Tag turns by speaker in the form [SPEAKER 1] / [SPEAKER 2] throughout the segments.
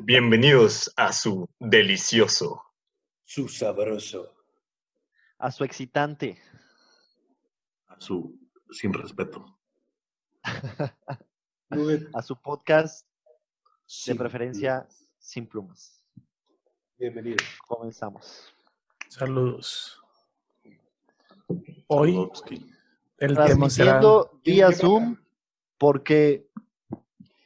[SPEAKER 1] Bienvenidos a su delicioso,
[SPEAKER 2] su sabroso,
[SPEAKER 3] a su excitante,
[SPEAKER 4] a su sin respeto,
[SPEAKER 3] a su podcast sin de preferencia plumas. sin plumas.
[SPEAKER 2] Bienvenidos.
[SPEAKER 3] Comenzamos.
[SPEAKER 5] Saludos. Hoy Saludowski. el tema será
[SPEAKER 3] vía Zoom porque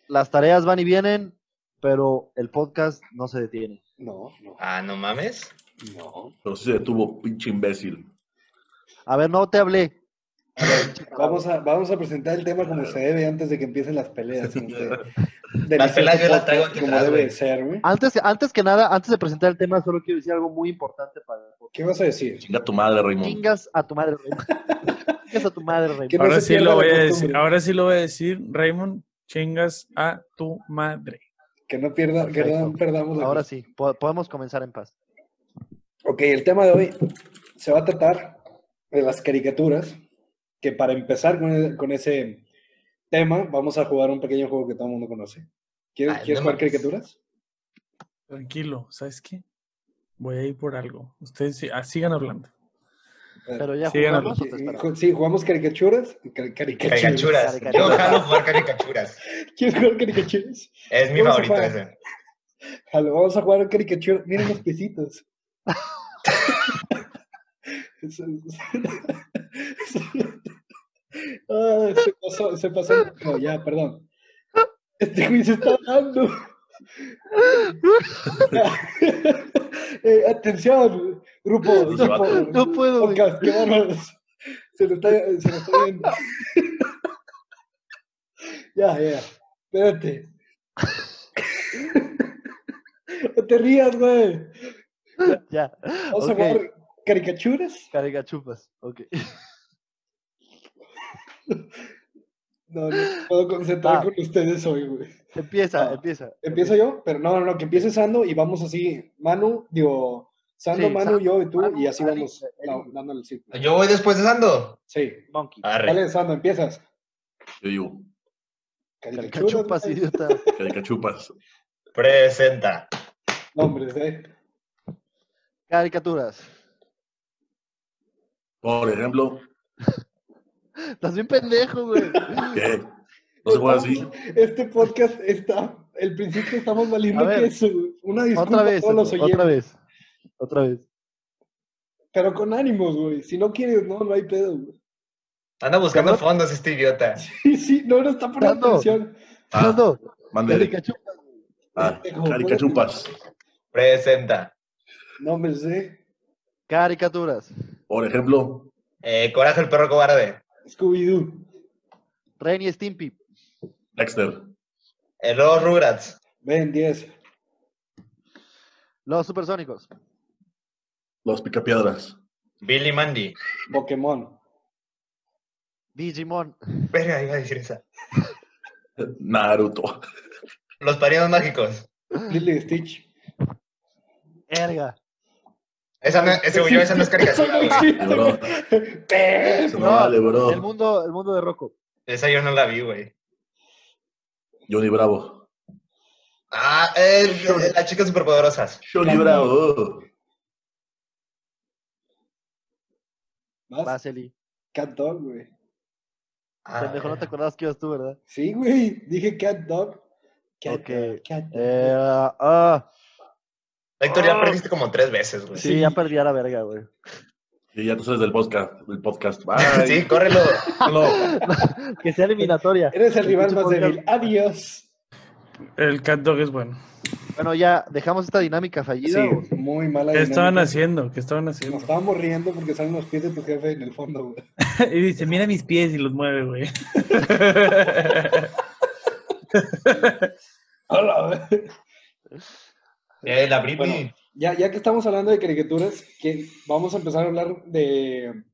[SPEAKER 3] las tareas van y vienen, pero el podcast no se detiene.
[SPEAKER 2] No, no.
[SPEAKER 1] Ah, no mames.
[SPEAKER 2] No.
[SPEAKER 4] Pero sí se detuvo, pinche imbécil.
[SPEAKER 3] A ver, no te hablé.
[SPEAKER 2] A ver, vamos, a, vamos a presentar el tema como se debe antes de que empiecen las peleas.
[SPEAKER 1] las peleas yo las traigo aquí
[SPEAKER 2] como debe de ser, güey.
[SPEAKER 3] Antes, antes que nada, antes de presentar el tema, solo quiero decir algo muy importante para el podcast.
[SPEAKER 2] ¿Qué vas a decir?
[SPEAKER 4] Chinga a tu madre, Raymond.
[SPEAKER 3] Chingas a tu madre, Raymond. Chingas a tu madre, Raymond.
[SPEAKER 5] Ahora sí lo voy a decir. Ahora sí lo voy a decir, Raymond. Chingas a tu madre.
[SPEAKER 2] Que no, pierda, que no perdamos la
[SPEAKER 3] Ahora sí, po podemos comenzar en paz.
[SPEAKER 2] Ok, el tema de hoy se va a tratar de las caricaturas, que para empezar con, el, con ese tema vamos a jugar un pequeño juego que todo el mundo conoce. ¿Quieres,
[SPEAKER 1] Ah,
[SPEAKER 2] Ay, ¿quieres no jugar más. caricaturas?
[SPEAKER 5] Tranquilo, ¿sabes qué? Voy a ir por algo. Ustedes sig ah, sigan hablando.
[SPEAKER 3] Pero ya sí, jugamos. ¿o
[SPEAKER 2] te sí, jugamos caricaturas.
[SPEAKER 1] Car caricachuras. caricachuras. Yo jalo jugar caricachuras.
[SPEAKER 2] ¿Quieres jugar caricachuras?
[SPEAKER 1] Es mi favorito ese.
[SPEAKER 2] Jalo, vamos a jugar caricachuras. Miren los pisitos. ah, se pasó, se pasó. No, ya, perdón. Este güey se está dando. eh, atención, grupo. grupo
[SPEAKER 3] no puedo.
[SPEAKER 2] Podcast, qué bárbaros. Se lo está, se lo está viendo. ya, ya. Espérate. no te rías, güey.
[SPEAKER 3] Ya.
[SPEAKER 2] Vamos okay. a jugar caricachuras.
[SPEAKER 3] Caricachupas, ok.
[SPEAKER 2] No, no puedo concentrar ah, con ustedes hoy, güey.
[SPEAKER 3] Empieza, ah, empieza.
[SPEAKER 2] Empiezo yo, pero no, no, no, que empiece Sando y vamos así, Manu, digo, Sando, sí, Manu, San, yo y tú, Manu, y así Manu, vamos Manu. La, dándole el ciclo.
[SPEAKER 1] ¿Yo voy después de Sando?
[SPEAKER 2] Sí.
[SPEAKER 3] Monkey.
[SPEAKER 2] Dale, Sando, empiezas.
[SPEAKER 4] Yo digo.
[SPEAKER 3] Caricachupas, idiota.
[SPEAKER 4] Caricachupas.
[SPEAKER 1] Presenta.
[SPEAKER 2] Nombres eh. de...
[SPEAKER 3] Caricaturas.
[SPEAKER 4] Por ejemplo,
[SPEAKER 3] Estás bien pendejo, güey.
[SPEAKER 4] ¿Qué? No se juega así.
[SPEAKER 2] Este podcast está. El principio estamos valiendo ver, que eso. Una disculpa
[SPEAKER 3] otra vez,
[SPEAKER 2] a todos los oyentes.
[SPEAKER 3] Otra vez. Otra vez.
[SPEAKER 2] Pero con ánimos, güey. Si no quieres, no, no hay pedo, güey.
[SPEAKER 1] Anda buscando ¿Pero? fondos este idiota.
[SPEAKER 2] Sí, sí, no, no está poniendo atención. Este,
[SPEAKER 3] Ah,
[SPEAKER 4] Mándale. Caricachupas. Ah, caricachupas.
[SPEAKER 1] Presenta.
[SPEAKER 2] No me sé.
[SPEAKER 3] Caricaturas.
[SPEAKER 4] Por ejemplo.
[SPEAKER 1] Eh, Coraje el perro cobarde.
[SPEAKER 2] Scooby-Doo.
[SPEAKER 3] Ren y Stimpy.
[SPEAKER 4] Dexter.
[SPEAKER 1] Eh, los Rugrats.
[SPEAKER 2] Ben 10.
[SPEAKER 3] Los Supersónicos.
[SPEAKER 4] Los Picapiedras.
[SPEAKER 1] Billy Mandy.
[SPEAKER 2] Pokémon.
[SPEAKER 3] Digimon.
[SPEAKER 1] Venga, iba a decir esa.
[SPEAKER 4] Naruto.
[SPEAKER 1] Los Pariados Mágicos.
[SPEAKER 2] Lily Stitch.
[SPEAKER 3] Erga.
[SPEAKER 1] Esa no, ese huyó, esa no es caricatura.
[SPEAKER 4] Bro. Eso no vale, bro.
[SPEAKER 3] El mundo, el mundo de Rocco.
[SPEAKER 1] Esa yo no la vi, güey.
[SPEAKER 4] Johnny Bravo.
[SPEAKER 1] Ah, el, el, las chicas superpoderosas.
[SPEAKER 4] Johnny Bravo.
[SPEAKER 3] Ah. Vasily.
[SPEAKER 2] Cat Dog, güey.
[SPEAKER 3] Ah, Pendejo, no te acordabas que ibas tú, ¿verdad?
[SPEAKER 2] Sí, güey. Dije Cat Dog.
[SPEAKER 3] Cat okay. Dog. Cat Dog. Eh, ah.
[SPEAKER 1] Héctor, ya perdiste como tres veces, güey.
[SPEAKER 3] Sí, ya perdí a la verga, güey.
[SPEAKER 4] Y ya tú sabes del podcast. Del podcast.
[SPEAKER 1] Bye. sí, córrelo.
[SPEAKER 3] que sea eliminatoria.
[SPEAKER 2] Eres el rival más débil. Adiós.
[SPEAKER 5] El cat dog es bueno.
[SPEAKER 3] Bueno, ya dejamos esta dinámica fallida. Sí,
[SPEAKER 2] o... muy mala.
[SPEAKER 5] ¿Qué estaban haciendo? ¿Qué estaban haciendo?
[SPEAKER 2] Nos estábamos riendo porque salen los pies de tu jefe en el fondo, güey.
[SPEAKER 5] y dice, mira mis pies y los mueve, güey.
[SPEAKER 2] Hola, güey.
[SPEAKER 1] Eh, la bueno,
[SPEAKER 2] ya, ya que estamos hablando de caricaturas, que vamos a empezar a hablar de,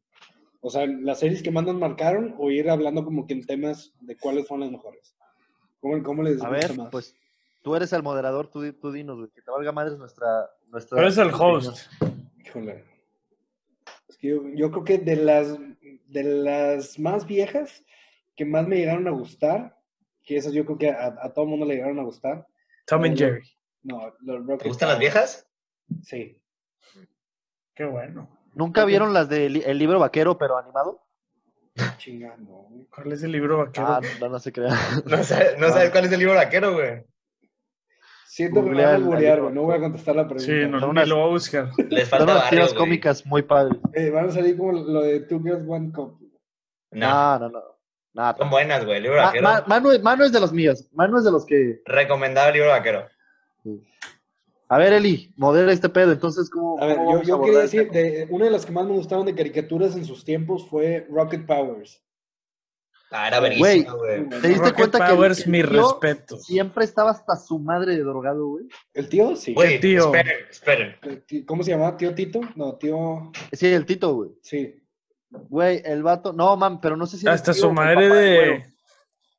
[SPEAKER 2] o sea, las series que más nos marcaron o ir hablando como que en temas de cuáles son las mejores. ¿Cómo, cómo les
[SPEAKER 3] A ver, más? pues tú eres el moderador, tú, tú dinos, güey, que te valga madres nuestra... nuestra
[SPEAKER 5] tú eres el host.
[SPEAKER 2] Híjole. Es que yo, yo, creo que de las, de las más viejas que más me llegaron a gustar, que esas yo creo que a, a todo el mundo le llegaron a gustar.
[SPEAKER 5] Tom and Jerry.
[SPEAKER 2] No, los
[SPEAKER 1] ¿Te
[SPEAKER 2] Rocket
[SPEAKER 1] gustan las viejas?
[SPEAKER 2] Power. Sí.
[SPEAKER 5] Qué bueno.
[SPEAKER 3] ¿Nunca vieron las del el libro vaquero, pero animado?
[SPEAKER 2] Chingando, güey.
[SPEAKER 5] ¿Cuál es el libro vaquero?
[SPEAKER 3] Ah, no, no se crea.
[SPEAKER 1] No sabes, no
[SPEAKER 3] Ah.
[SPEAKER 1] sabes cuál es el libro vaquero, güey.
[SPEAKER 2] Siento que me
[SPEAKER 3] Googlea
[SPEAKER 2] van a
[SPEAKER 3] el-
[SPEAKER 2] alburear,
[SPEAKER 3] el-
[SPEAKER 2] güey. No voy a contestar la pregunta.
[SPEAKER 5] sí, no,
[SPEAKER 3] Son
[SPEAKER 5] ni
[SPEAKER 3] unas-
[SPEAKER 5] lo voy a buscar.
[SPEAKER 1] Les
[SPEAKER 3] Son
[SPEAKER 1] falta
[SPEAKER 3] unas
[SPEAKER 1] barrio,
[SPEAKER 3] tiras
[SPEAKER 1] güey.
[SPEAKER 3] cómicas muy padres.
[SPEAKER 2] Eh, van a salir como lo de Two Girls One Cup.
[SPEAKER 1] No,
[SPEAKER 3] No, no, no. Nada.
[SPEAKER 1] son buenas, güey. El libro
[SPEAKER 3] Ah. Ma-
[SPEAKER 1] vaquero.
[SPEAKER 3] Ma- Manu, Manu es de los míos. Manu es de los que.
[SPEAKER 1] Recomendado el libro vaquero.
[SPEAKER 3] A ver, Eli, modera este pedo. Entonces, ¿cómo.?
[SPEAKER 2] A ver,
[SPEAKER 3] cómo
[SPEAKER 2] yo,
[SPEAKER 3] vamos
[SPEAKER 2] yo
[SPEAKER 3] a
[SPEAKER 2] quería
[SPEAKER 3] abordar
[SPEAKER 2] decir,
[SPEAKER 3] este
[SPEAKER 2] de, una de las que más me gustaron de caricaturas en sus tiempos fue Rocket Powers.
[SPEAKER 1] Ah, era
[SPEAKER 2] Güey,
[SPEAKER 1] verguísima, güey.
[SPEAKER 3] ¿Te diste
[SPEAKER 5] Rocket
[SPEAKER 3] cuenta que el-
[SPEAKER 5] Powers,
[SPEAKER 3] el
[SPEAKER 5] mis
[SPEAKER 3] tío-
[SPEAKER 5] respetos.
[SPEAKER 3] tema? Siempre estaba hasta su madre de drogado, güey.
[SPEAKER 2] ¿El tío? Sí. Eh,
[SPEAKER 1] Güey,
[SPEAKER 5] tío.
[SPEAKER 1] esperen, esperen.
[SPEAKER 2] ¿Cómo se llamaba? ¿Tío Tito? No, tío...
[SPEAKER 3] Sí, el Tito, güey.
[SPEAKER 2] Sí.
[SPEAKER 3] Güey, el vato. No, man, pero no sé si. era el
[SPEAKER 5] Hasta
[SPEAKER 3] tío
[SPEAKER 5] su
[SPEAKER 3] o el
[SPEAKER 5] madre
[SPEAKER 3] papá del
[SPEAKER 5] de.
[SPEAKER 3] güero.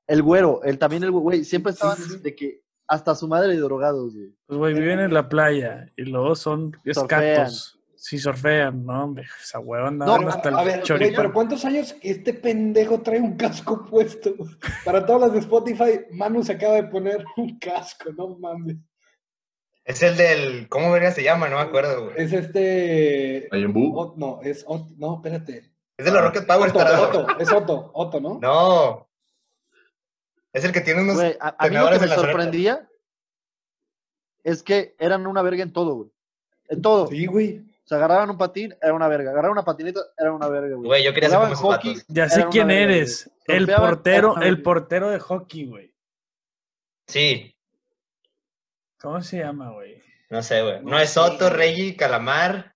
[SPEAKER 3] El güero, el, también el güe- güey. Siempre estaban
[SPEAKER 2] sí, sí.
[SPEAKER 3] de que. Hasta su madre de drogados, güey.
[SPEAKER 5] Pues, güey, viven en la playa y luego son escatos. Si surfean, no, hombre, pues, esa hueva andaba
[SPEAKER 3] No,
[SPEAKER 5] hasta
[SPEAKER 2] a
[SPEAKER 5] el
[SPEAKER 2] ver, güey,
[SPEAKER 5] choripán.
[SPEAKER 2] pero ¿cuántos años este pendejo trae un casco puesto? Para todas las de Spotify, Manu se acaba de poner un casco, no mames.
[SPEAKER 1] Es el del. ¿Cómo verga se llama? No me acuerdo, güey.
[SPEAKER 2] Es este...
[SPEAKER 4] Ahí en Bu.
[SPEAKER 2] Ot- no, es Ot- No, espérate.
[SPEAKER 1] Es de los Rocket Power,
[SPEAKER 2] Otto,
[SPEAKER 1] tarado.
[SPEAKER 2] Otto, es Otto, Otto, ¿no?
[SPEAKER 1] No. Es el que tiene unos.
[SPEAKER 3] Güey, a, a mí lo
[SPEAKER 1] tenedores
[SPEAKER 3] que me
[SPEAKER 1] en las orejas.
[SPEAKER 3] sorprendía es que eran una verga en todo, güey. En todo.
[SPEAKER 2] Sí, güey.
[SPEAKER 3] Se agarraban un patín, era una verga. Agarraban una patineta, era una verga, güey.
[SPEAKER 1] Güey, yo quería ser
[SPEAKER 3] Jugaban
[SPEAKER 1] como esos
[SPEAKER 3] hockey.
[SPEAKER 1] vatos.
[SPEAKER 5] Ya sé
[SPEAKER 3] Era una
[SPEAKER 5] quién
[SPEAKER 3] verga,
[SPEAKER 5] eres.
[SPEAKER 3] güey.
[SPEAKER 5] El
[SPEAKER 3] Surfeaban
[SPEAKER 5] portero,
[SPEAKER 3] hasta-
[SPEAKER 5] el portero de hockey, güey.
[SPEAKER 1] Sí,
[SPEAKER 5] ¿Cómo se llama, güey?
[SPEAKER 1] no sé, güey. No,
[SPEAKER 5] No
[SPEAKER 1] es
[SPEAKER 5] sé,
[SPEAKER 1] Soto,
[SPEAKER 5] güey.
[SPEAKER 1] Reggie, Calamar.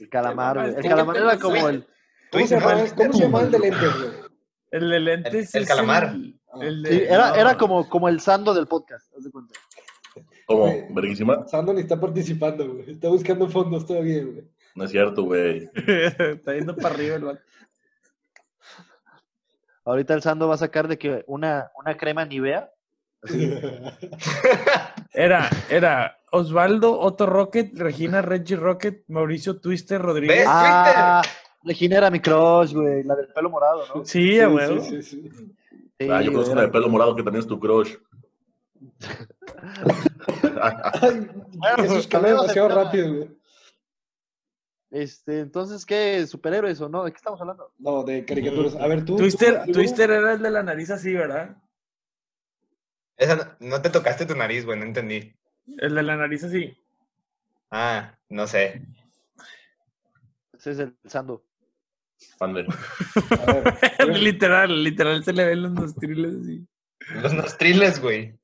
[SPEAKER 3] El calamar, güey.
[SPEAKER 5] Es
[SPEAKER 3] El
[SPEAKER 5] que
[SPEAKER 3] calamar
[SPEAKER 5] tengo
[SPEAKER 3] era como
[SPEAKER 1] sueño.
[SPEAKER 3] el.
[SPEAKER 2] ¿Cómo se
[SPEAKER 1] Twin
[SPEAKER 2] llama,
[SPEAKER 1] Hamster.
[SPEAKER 2] ¿cómo se llama el de lentes, "Ah, este güey?
[SPEAKER 5] El de lentes.
[SPEAKER 1] El- el
[SPEAKER 5] es
[SPEAKER 1] calamar.
[SPEAKER 5] el-
[SPEAKER 2] Ah.
[SPEAKER 5] el de-
[SPEAKER 3] sí, era,
[SPEAKER 5] no.
[SPEAKER 3] era como, como el sando del podcast, haz de cuenta.
[SPEAKER 4] ¿Cómo?
[SPEAKER 2] Güey.
[SPEAKER 4] ¿Verguísima?
[SPEAKER 2] Sando ni está participando, güey. Está buscando fondos todavía, güey.
[SPEAKER 4] No es cierto, güey.
[SPEAKER 5] Está yendo para arriba el vato.
[SPEAKER 3] Ahorita el Sando va a sacar de que una, una crema Nivea. así,
[SPEAKER 5] Era, era Osvaldo, Otto Rocket, Regina Reggie Rocket, Mauricio Twister Rodríguez.
[SPEAKER 1] ¿Ves?
[SPEAKER 3] ah, Regina era mi crush, güey. La del pelo morado, ¿no?
[SPEAKER 5] Sí, a huevo.
[SPEAKER 2] sí, sí, sí.
[SPEAKER 3] Sí,
[SPEAKER 4] Ah, yo
[SPEAKER 3] güey,
[SPEAKER 4] conozco la de
[SPEAKER 3] era-
[SPEAKER 4] pelo morado que también es tu crush. Ah,
[SPEAKER 2] Ay, eso escaló
[SPEAKER 3] cambiamos de
[SPEAKER 2] demasiado
[SPEAKER 3] tema.
[SPEAKER 2] rápido, güey.
[SPEAKER 3] Este, entonces, ¿qué? ¿Superhéroes o no? ¿De qué estamos hablando?
[SPEAKER 2] No, de caricaturas. A ver, tú.
[SPEAKER 3] Uh,
[SPEAKER 5] Twister,
[SPEAKER 2] tú, tú.
[SPEAKER 5] Twister era el de la nariz así, ¿verdad?
[SPEAKER 1] Esa no, no te tocaste tu nariz, güey, no entendí.
[SPEAKER 5] El de la nariz así.
[SPEAKER 1] Ah, no sé.
[SPEAKER 3] Ese es el Sando.
[SPEAKER 4] Ande.
[SPEAKER 2] A ver, güey,
[SPEAKER 5] literal, literal se le ven los nostriles así.
[SPEAKER 1] Los nostriles, güey.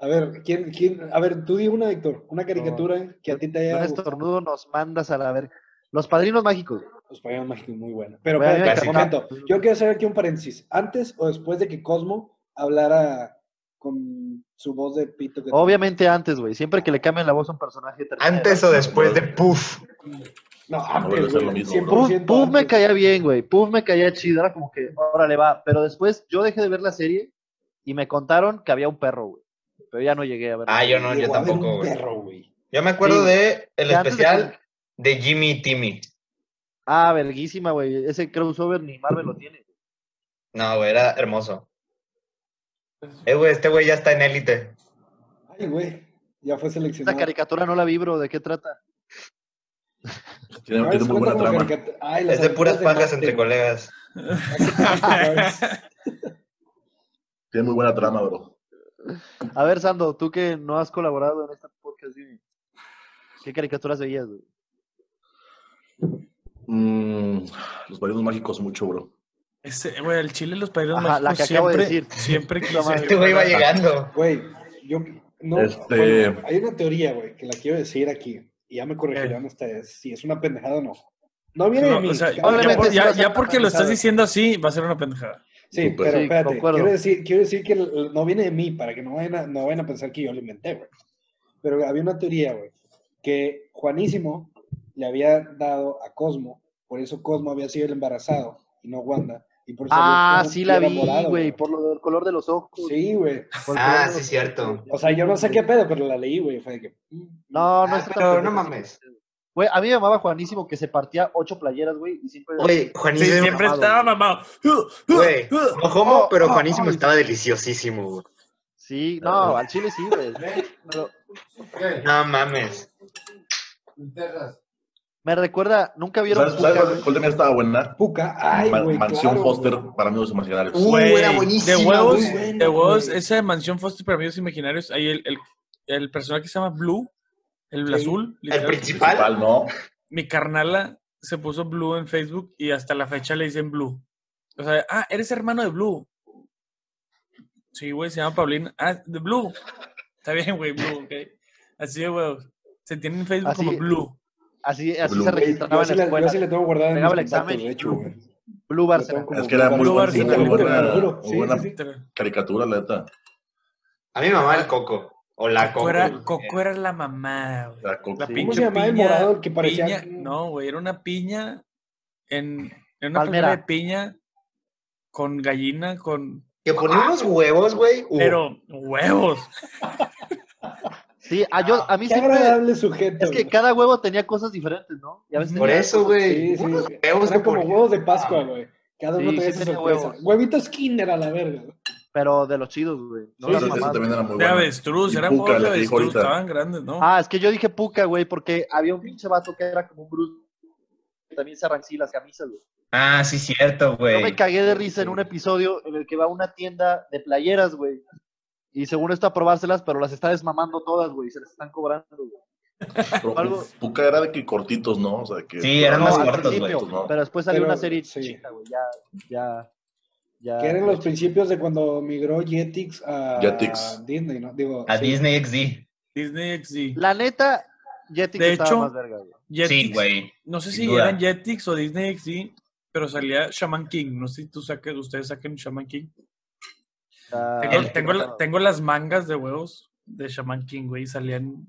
[SPEAKER 2] a ver, ¿quién, quién? A ver, tú di una, Héctor. Una caricatura que a ti te
[SPEAKER 3] De
[SPEAKER 2] haya
[SPEAKER 3] un
[SPEAKER 2] gustado.
[SPEAKER 3] este estornudo nos mandas a la verga. Los padrinos mágicos.
[SPEAKER 2] Los Padrinos Mágicos, muy buena. Pero
[SPEAKER 3] Güey,
[SPEAKER 2] espérate,
[SPEAKER 1] casi
[SPEAKER 2] un momento.
[SPEAKER 3] nada.
[SPEAKER 2] Yo quiero hacer aquí un paréntesis. ¿Antes o después de que Cosmo hablara con su voz de pito? Que
[SPEAKER 3] Obviamente antes, güey. Siempre que le cambien la voz a un personaje. termina-
[SPEAKER 1] Antes o después de Puff.
[SPEAKER 2] No,
[SPEAKER 4] vuelve a
[SPEAKER 2] antes,
[SPEAKER 4] ser lo
[SPEAKER 2] güey,
[SPEAKER 4] mismo,
[SPEAKER 2] 100%
[SPEAKER 4] bro.
[SPEAKER 3] Puff, Puff me
[SPEAKER 2] antes.
[SPEAKER 3] caía bien, güey. Puff me caía chido. Era como que, órale, va. Pero después yo dejé de ver la serie y me contaron que había un perro, güey. Pero ya no llegué a ver.
[SPEAKER 1] Ah, yo no, yo
[SPEAKER 2] Llegó a haber
[SPEAKER 1] tampoco,
[SPEAKER 2] un
[SPEAKER 1] güey.
[SPEAKER 2] perro, güey.
[SPEAKER 1] Yo me acuerdo
[SPEAKER 3] Sí,
[SPEAKER 1] de el
[SPEAKER 3] Ya antes de
[SPEAKER 1] especial de Jimmy y Timmy.
[SPEAKER 3] Ah, verguísima, güey. Ese crossover ni Marvel lo tiene.
[SPEAKER 1] No, güey, era hermoso. Eh, güey, este güey ya está en élite.
[SPEAKER 2] Ay, güey. Ya fue
[SPEAKER 3] Esa
[SPEAKER 2] seleccionado.
[SPEAKER 3] caricatura no la vibro. ¿De qué trata?
[SPEAKER 4] Tiene,
[SPEAKER 2] A ver,
[SPEAKER 4] tiene muy
[SPEAKER 2] cuenta
[SPEAKER 4] buena
[SPEAKER 2] como
[SPEAKER 4] trama.
[SPEAKER 2] caricatura. Ay, las
[SPEAKER 1] Es de puras
[SPEAKER 2] aventuras
[SPEAKER 1] pajas
[SPEAKER 2] de
[SPEAKER 1] entre
[SPEAKER 2] Marte.
[SPEAKER 1] colegas.
[SPEAKER 4] Tiene muy buena trama, bro.
[SPEAKER 3] A ver, Sando, tú que no has colaborado en este podcast, dime, ¿Qué caricaturas veías, güey?
[SPEAKER 4] Mm, los padrinos mágicos mucho, bro.
[SPEAKER 5] Ese, güey, el chile los padrinos
[SPEAKER 3] Ajá, la
[SPEAKER 5] mágicos
[SPEAKER 3] que acabo
[SPEAKER 5] siempre,
[SPEAKER 3] de decir.
[SPEAKER 5] siempre quiso.
[SPEAKER 3] madre.
[SPEAKER 1] Este güey va llegando.
[SPEAKER 2] Güey, yo. No,
[SPEAKER 4] Este-
[SPEAKER 2] bueno, hay una teoría, güey, que la quiero decir aquí. Y ya me corregirán ustedes si es una pendejada o no. No viene de
[SPEAKER 5] No,
[SPEAKER 2] mí.
[SPEAKER 5] o sea, ya,
[SPEAKER 2] cabrón.
[SPEAKER 3] probablemente
[SPEAKER 5] por-
[SPEAKER 3] sí
[SPEAKER 5] ya-
[SPEAKER 3] va a ser
[SPEAKER 5] ya
[SPEAKER 3] una
[SPEAKER 5] porque lo estás
[SPEAKER 3] pendejada.
[SPEAKER 5] diciendo así, va a ser una pendejada.
[SPEAKER 2] Sí,
[SPEAKER 4] Pues
[SPEAKER 2] pero
[SPEAKER 3] sí,
[SPEAKER 2] espérate,
[SPEAKER 3] concuerdo.
[SPEAKER 2] quiero decir, quiero decir que l- no viene de mí, para que no vayan a, no vayan a pensar que yo lo inventé, güey. Pero había una teoría, güey, que Juanísimo le había dado a Cosmo, por eso Cosmo había sido el embarazado y no Wanda. Y por eso
[SPEAKER 3] Ah,
[SPEAKER 2] había-
[SPEAKER 3] sí la
[SPEAKER 2] era
[SPEAKER 3] vi,
[SPEAKER 2] morado,
[SPEAKER 3] güey. Por lo del color de los ojos.
[SPEAKER 2] Sí, güey.
[SPEAKER 3] por el
[SPEAKER 1] Ah,
[SPEAKER 3] color de
[SPEAKER 1] sí,
[SPEAKER 3] los-
[SPEAKER 1] cierto.
[SPEAKER 2] O sea, yo no sé qué pedo, pero la leí, güey. Fue de que.
[SPEAKER 3] No, no
[SPEAKER 1] Ah,
[SPEAKER 3] es tan
[SPEAKER 1] pero no
[SPEAKER 3] pendejo.
[SPEAKER 1] mames.
[SPEAKER 3] Güey, a mí me llamaba Juanísimo que se partía ocho playeras, güey, y siempre...
[SPEAKER 1] Güey,
[SPEAKER 5] Sí,
[SPEAKER 1] Juanísimo.
[SPEAKER 5] siempre
[SPEAKER 3] mamado,
[SPEAKER 5] estaba mamado. Uh,
[SPEAKER 1] Güey, uh, no como,
[SPEAKER 3] Oh,
[SPEAKER 1] pero
[SPEAKER 3] oh,
[SPEAKER 1] Juanísimo
[SPEAKER 3] oh.
[SPEAKER 1] estaba deliciosísimo, güey.
[SPEAKER 3] Sí, Sí, no, al chile sí, güey. Pero
[SPEAKER 6] ¿Qué?
[SPEAKER 1] No mames.
[SPEAKER 6] En Texas.
[SPEAKER 3] me recuerda, nunca vieron
[SPEAKER 4] ¿Sabes, sabes
[SPEAKER 3] Pucca,
[SPEAKER 4] cuál-
[SPEAKER 3] güey?
[SPEAKER 4] cuál también estaba buena?
[SPEAKER 2] Puca, ay,
[SPEAKER 4] Ma-
[SPEAKER 2] güey.
[SPEAKER 4] Mansión
[SPEAKER 2] claro,
[SPEAKER 4] Foster
[SPEAKER 2] güey.
[SPEAKER 4] para amigos imaginarios.
[SPEAKER 6] Uh,
[SPEAKER 5] Güey,
[SPEAKER 6] era buenísima,
[SPEAKER 5] De huevos,
[SPEAKER 6] muy
[SPEAKER 2] buena,
[SPEAKER 5] de huevos,
[SPEAKER 2] güey.
[SPEAKER 5] esa de Mansión Foster para amigos imaginarios, ahí el, el, el personaje que se llama Blue, el
[SPEAKER 2] Sí.
[SPEAKER 5] azul,
[SPEAKER 1] El
[SPEAKER 5] literal,
[SPEAKER 1] principal.
[SPEAKER 4] no.
[SPEAKER 5] mi carnala se puso Blue en Facebook y hasta la fecha le dicen Blue. O sea, ah, eres hermano de Blue. Sí, güey, se llama Paulina. Ah, de Blue. Está bien, güey, Blue, ok. Así de huevos. Se tiene en Facebook
[SPEAKER 3] Así-
[SPEAKER 5] como Blue.
[SPEAKER 3] Así, así
[SPEAKER 4] Blue.
[SPEAKER 3] se
[SPEAKER 2] Güey,
[SPEAKER 3] registraba
[SPEAKER 2] Yo
[SPEAKER 3] en
[SPEAKER 2] sí
[SPEAKER 3] la
[SPEAKER 2] la, yo
[SPEAKER 3] escuela.
[SPEAKER 2] sí la tengo guardada en
[SPEAKER 3] Pegaba
[SPEAKER 2] mis
[SPEAKER 3] el
[SPEAKER 2] contactos,
[SPEAKER 3] examen.
[SPEAKER 2] de hecho, güey.
[SPEAKER 3] Blue
[SPEAKER 2] La tengo
[SPEAKER 3] Barcelona.
[SPEAKER 2] como
[SPEAKER 4] Es que era muy
[SPEAKER 2] guardada.
[SPEAKER 5] buena, muy
[SPEAKER 4] buena, muy
[SPEAKER 2] Sí,
[SPEAKER 4] buena.
[SPEAKER 2] sí, sí.
[SPEAKER 4] Caricatura, la neta.
[SPEAKER 1] A mí me mamá el Coco. O la Coco.
[SPEAKER 5] Coco era,
[SPEAKER 1] güey.
[SPEAKER 5] Coco era la mamá, güey.
[SPEAKER 4] La coca.
[SPEAKER 5] La
[SPEAKER 3] Sí.
[SPEAKER 5] pinche
[SPEAKER 2] ¿Cómo se llamaba el
[SPEAKER 5] piña,
[SPEAKER 2] morado, el que parecía-
[SPEAKER 5] piña- No, güey, era una piña en, en una
[SPEAKER 3] Palmera.
[SPEAKER 5] palmera de piña con gallina, con...
[SPEAKER 1] Que ponía unos huevos, güey. Uh,
[SPEAKER 5] Pero huevos.
[SPEAKER 3] Sí, a, yo, a mí
[SPEAKER 2] Qué
[SPEAKER 3] siempre.
[SPEAKER 2] agradable sujeto.
[SPEAKER 3] Es que
[SPEAKER 2] güey.
[SPEAKER 3] cada huevo tenía cosas diferentes, ¿no? Y a veces
[SPEAKER 1] Por
[SPEAKER 3] tenía
[SPEAKER 1] eso,
[SPEAKER 3] cosas-
[SPEAKER 1] güey.
[SPEAKER 2] Sí, sí.
[SPEAKER 1] Unos huevos
[SPEAKER 2] Eran
[SPEAKER 1] que
[SPEAKER 2] como
[SPEAKER 1] ponía.
[SPEAKER 2] huevos de Pascua, güey. Cada uno
[SPEAKER 3] Ah. Sí,
[SPEAKER 2] tenía
[SPEAKER 3] sí
[SPEAKER 2] su
[SPEAKER 3] tenía
[SPEAKER 2] sorpresa.
[SPEAKER 3] huevos.
[SPEAKER 2] Huevitos Kinder a la verga. güey.
[SPEAKER 3] Pero de los chidos, güey. No
[SPEAKER 4] Sí,
[SPEAKER 3] las
[SPEAKER 4] esa
[SPEAKER 3] mamadas.
[SPEAKER 4] también era muy
[SPEAKER 5] De
[SPEAKER 4] buena.
[SPEAKER 5] avestruz,
[SPEAKER 4] Y
[SPEAKER 5] eran
[SPEAKER 4] Pucca,
[SPEAKER 5] huevos de
[SPEAKER 4] la que dijo
[SPEAKER 5] avestruz,
[SPEAKER 4] ahorita.
[SPEAKER 5] estaban grandes, ¿no?
[SPEAKER 3] Ah, es que yo dije puca, güey, porque había un pinche vato que era como un Bruce. que También se arrancía las camisas, güey.
[SPEAKER 1] Ah, sí, cierto,
[SPEAKER 3] Yo
[SPEAKER 1] güey.
[SPEAKER 3] me cagué de risa en un episodio en el que va a una tienda de playeras, güey. Y según esto a probárselas, pero las está desmamando todas, güey. y Se las están cobrando, güey.
[SPEAKER 4] Pero
[SPEAKER 3] Algo-
[SPEAKER 4] Pucca era de que cortitos, ¿no? O sea, que
[SPEAKER 1] Sí, eran
[SPEAKER 3] No,
[SPEAKER 1] más
[SPEAKER 3] al
[SPEAKER 1] cortos, güey.
[SPEAKER 3] principio,
[SPEAKER 4] ¿no?
[SPEAKER 3] Pero después salió
[SPEAKER 2] Pero,
[SPEAKER 3] una serie
[SPEAKER 2] sí.
[SPEAKER 3] chiquita, güey. Ya, ya, ya.
[SPEAKER 2] Que eran los principios de cuando migró Jetix a
[SPEAKER 4] Jetix.
[SPEAKER 2] Disney, ¿no? Digo,
[SPEAKER 1] A
[SPEAKER 2] sí.
[SPEAKER 1] Disney XD.
[SPEAKER 5] Disney XD.
[SPEAKER 3] La neta, Jetix
[SPEAKER 5] De
[SPEAKER 3] estaba
[SPEAKER 5] hecho-
[SPEAKER 3] más verga, güey.
[SPEAKER 1] Sí,
[SPEAKER 5] Jetix,
[SPEAKER 1] güey.
[SPEAKER 5] No sé
[SPEAKER 1] sin
[SPEAKER 5] si
[SPEAKER 1] duda.
[SPEAKER 5] eran Jetix o Disney XD, pero salía Shaman King. No sé si tú saques, ustedes saquen Shaman King.
[SPEAKER 3] Está-
[SPEAKER 5] Tengo,
[SPEAKER 1] el-
[SPEAKER 5] tengo la- tengo las mangas de huevos de Shaman King, güey, y salían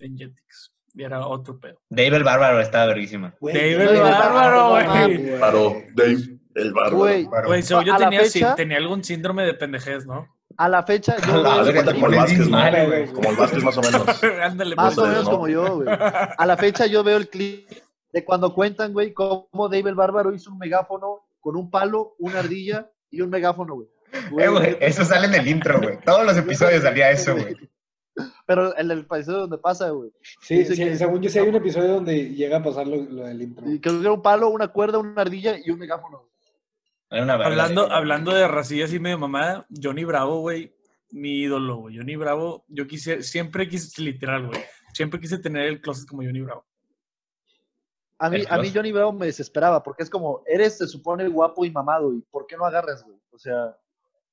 [SPEAKER 5] en Jetix. Y era otro pedo.
[SPEAKER 1] Dave el Bárbaro estaba verguísima.
[SPEAKER 2] Güey,
[SPEAKER 5] Dave
[SPEAKER 2] Dave
[SPEAKER 3] el
[SPEAKER 5] Bárbaro,
[SPEAKER 2] Bárbaro,
[SPEAKER 5] güey.
[SPEAKER 4] Paró Dave, el bárbaro.
[SPEAKER 3] Güey.
[SPEAKER 4] Paró.
[SPEAKER 5] Güey, según yo
[SPEAKER 3] A la
[SPEAKER 5] tenía, sí,
[SPEAKER 3] fecha-
[SPEAKER 5] tenía algún síndrome de pendejez, ¿no?
[SPEAKER 3] A la fecha, yo,
[SPEAKER 1] A la
[SPEAKER 4] Haz
[SPEAKER 3] güey,
[SPEAKER 4] de cuenta como el
[SPEAKER 1] Ponen
[SPEAKER 4] Vázquez, ¿no?
[SPEAKER 1] desmadre,
[SPEAKER 2] güey.
[SPEAKER 4] Como el Vázquez más o menos.
[SPEAKER 5] Ándale,
[SPEAKER 3] más o
[SPEAKER 5] pues.
[SPEAKER 3] menos
[SPEAKER 4] ¿no?
[SPEAKER 3] como yo, güey. A la fecha yo veo el clip de cuando cuentan, güey, cómo Dave el Bárbaro hizo un megáfono con un palo, una ardilla y un megáfono, güey.
[SPEAKER 1] Eh, güey, eso sale en el intro, güey. Todos los episodios salía eso, güey.
[SPEAKER 3] Pero el del país donde pasa, güey.
[SPEAKER 2] Sí, sí, según yo sí hay un episodio donde llega a pasar lo, lo del intro.
[SPEAKER 3] Y Creo que era un palo, una cuerda, una ardilla y un megáfono.
[SPEAKER 1] Era una verga.
[SPEAKER 5] Hablando, hablando de racilla así medio mamada, Johnny Bravo, güey, mi ídolo, güey. Johnny Bravo, yo quise, siempre quise, literal, güey. Siempre quise tener el closet como Johnny Bravo.
[SPEAKER 3] A mí,
[SPEAKER 1] El
[SPEAKER 3] a mí
[SPEAKER 1] closet.
[SPEAKER 3] Johnny Bravo me desesperaba porque es como, eres, se supone, guapo y mamado, ¿y por qué no agarras, güey? O sea,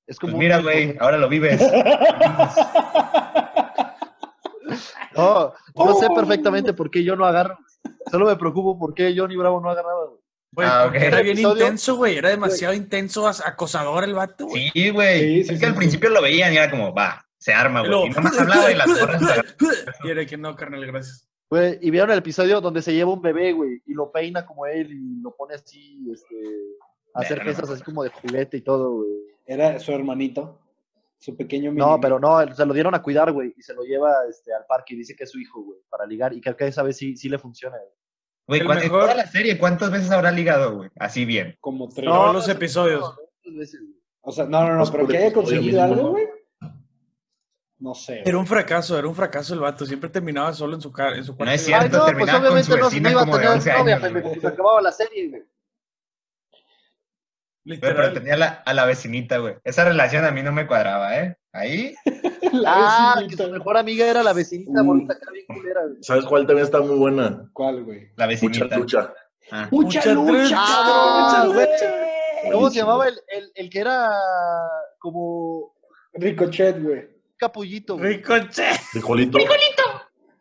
[SPEAKER 3] es
[SPEAKER 1] Pues
[SPEAKER 3] como... un-
[SPEAKER 1] mira, güey, ahora lo vives.
[SPEAKER 3] No, yo sé
[SPEAKER 2] Oh.
[SPEAKER 3] perfectamente por qué yo no agarro. Solo me preocupo por qué Johnny Bravo no agarraba, güey.
[SPEAKER 5] Güey,
[SPEAKER 1] Ah,
[SPEAKER 5] porque
[SPEAKER 1] ok.
[SPEAKER 5] era bien
[SPEAKER 3] Episodio-
[SPEAKER 5] intenso, güey. Era demasiado intenso, as- acosador el vato, güey.
[SPEAKER 1] Sí, güey.
[SPEAKER 2] Sí, sí,
[SPEAKER 1] es
[SPEAKER 2] sí,
[SPEAKER 1] que al
[SPEAKER 2] sí.
[SPEAKER 1] principio lo veían y era como, va, se arma,
[SPEAKER 5] Luego,
[SPEAKER 1] güey. Y nomás hablaba y las morras.
[SPEAKER 5] Y era que no, carnal, gracias.
[SPEAKER 3] Güey, y vieron el episodio donde se lleva un bebé, güey, y lo peina como él y lo pone así, este, a hacer
[SPEAKER 1] Verga.
[SPEAKER 3] piezas así como de juguete y todo, güey.
[SPEAKER 2] Era su hermanito, su pequeño
[SPEAKER 3] No,
[SPEAKER 2] mini-
[SPEAKER 3] pero no, se lo dieron a cuidar, güey, y se lo lleva este, al parque y dice que es su hijo, güey, para ligar, y creo que esa vez sí, sí le funciona. güey.
[SPEAKER 1] Güey,
[SPEAKER 5] El
[SPEAKER 1] ¿cuán- en
[SPEAKER 5] mejor-
[SPEAKER 1] toda la serie, ¿cuántas veces habrá ligado, güey? Así bien.
[SPEAKER 2] como tres.
[SPEAKER 5] No, Todos los
[SPEAKER 3] se-
[SPEAKER 5] episodios.
[SPEAKER 3] no, no, no, veces, güey.
[SPEAKER 2] O sea, no, no, no,
[SPEAKER 4] Pues
[SPEAKER 2] pero
[SPEAKER 4] por
[SPEAKER 2] que haya
[SPEAKER 4] episodio
[SPEAKER 2] conseguido
[SPEAKER 4] mínimo,
[SPEAKER 2] algo,
[SPEAKER 4] ¿no?
[SPEAKER 2] güey. No sé.
[SPEAKER 5] Era un fracaso, era un fracaso el vato. Siempre terminaba solo en su, ca- en su cuarto.
[SPEAKER 1] No es
[SPEAKER 3] Ay,
[SPEAKER 1] cierto,
[SPEAKER 3] no, pues
[SPEAKER 1] terminaba con
[SPEAKER 3] obviamente
[SPEAKER 1] su
[SPEAKER 3] no, si no
[SPEAKER 1] vecina
[SPEAKER 3] iba a
[SPEAKER 1] como de
[SPEAKER 3] tener
[SPEAKER 1] 11
[SPEAKER 3] novia,
[SPEAKER 1] años. güey.
[SPEAKER 3] pendejo, pues se acababa la serie, güey.
[SPEAKER 1] Güey, pero
[SPEAKER 5] Literal.
[SPEAKER 1] tenía la- a la vecinita, güey. Esa relación a mí no me cuadraba, ¿eh? Ahí,
[SPEAKER 2] La
[SPEAKER 3] Ah, que
[SPEAKER 2] vecinita.
[SPEAKER 3] su mejor amiga era la vecinita,
[SPEAKER 2] Mm.
[SPEAKER 3] bonita, que era bien culera, güey.
[SPEAKER 4] ¿Sabes cuál también está muy buena?
[SPEAKER 2] ¿Cuál, güey?
[SPEAKER 1] la
[SPEAKER 4] Mucha
[SPEAKER 1] vecinita.
[SPEAKER 4] lucha.
[SPEAKER 1] Ah.
[SPEAKER 5] Mucha Mucha lucha, lucha,
[SPEAKER 3] cabrón, mucha
[SPEAKER 2] Ah, güey.
[SPEAKER 3] ¿Cómo
[SPEAKER 4] Buenísimo.
[SPEAKER 3] se llamaba el, el, el que era como
[SPEAKER 2] Ricochet, güey.
[SPEAKER 3] capullito, güey?
[SPEAKER 5] Ricoche.
[SPEAKER 4] Frijolito.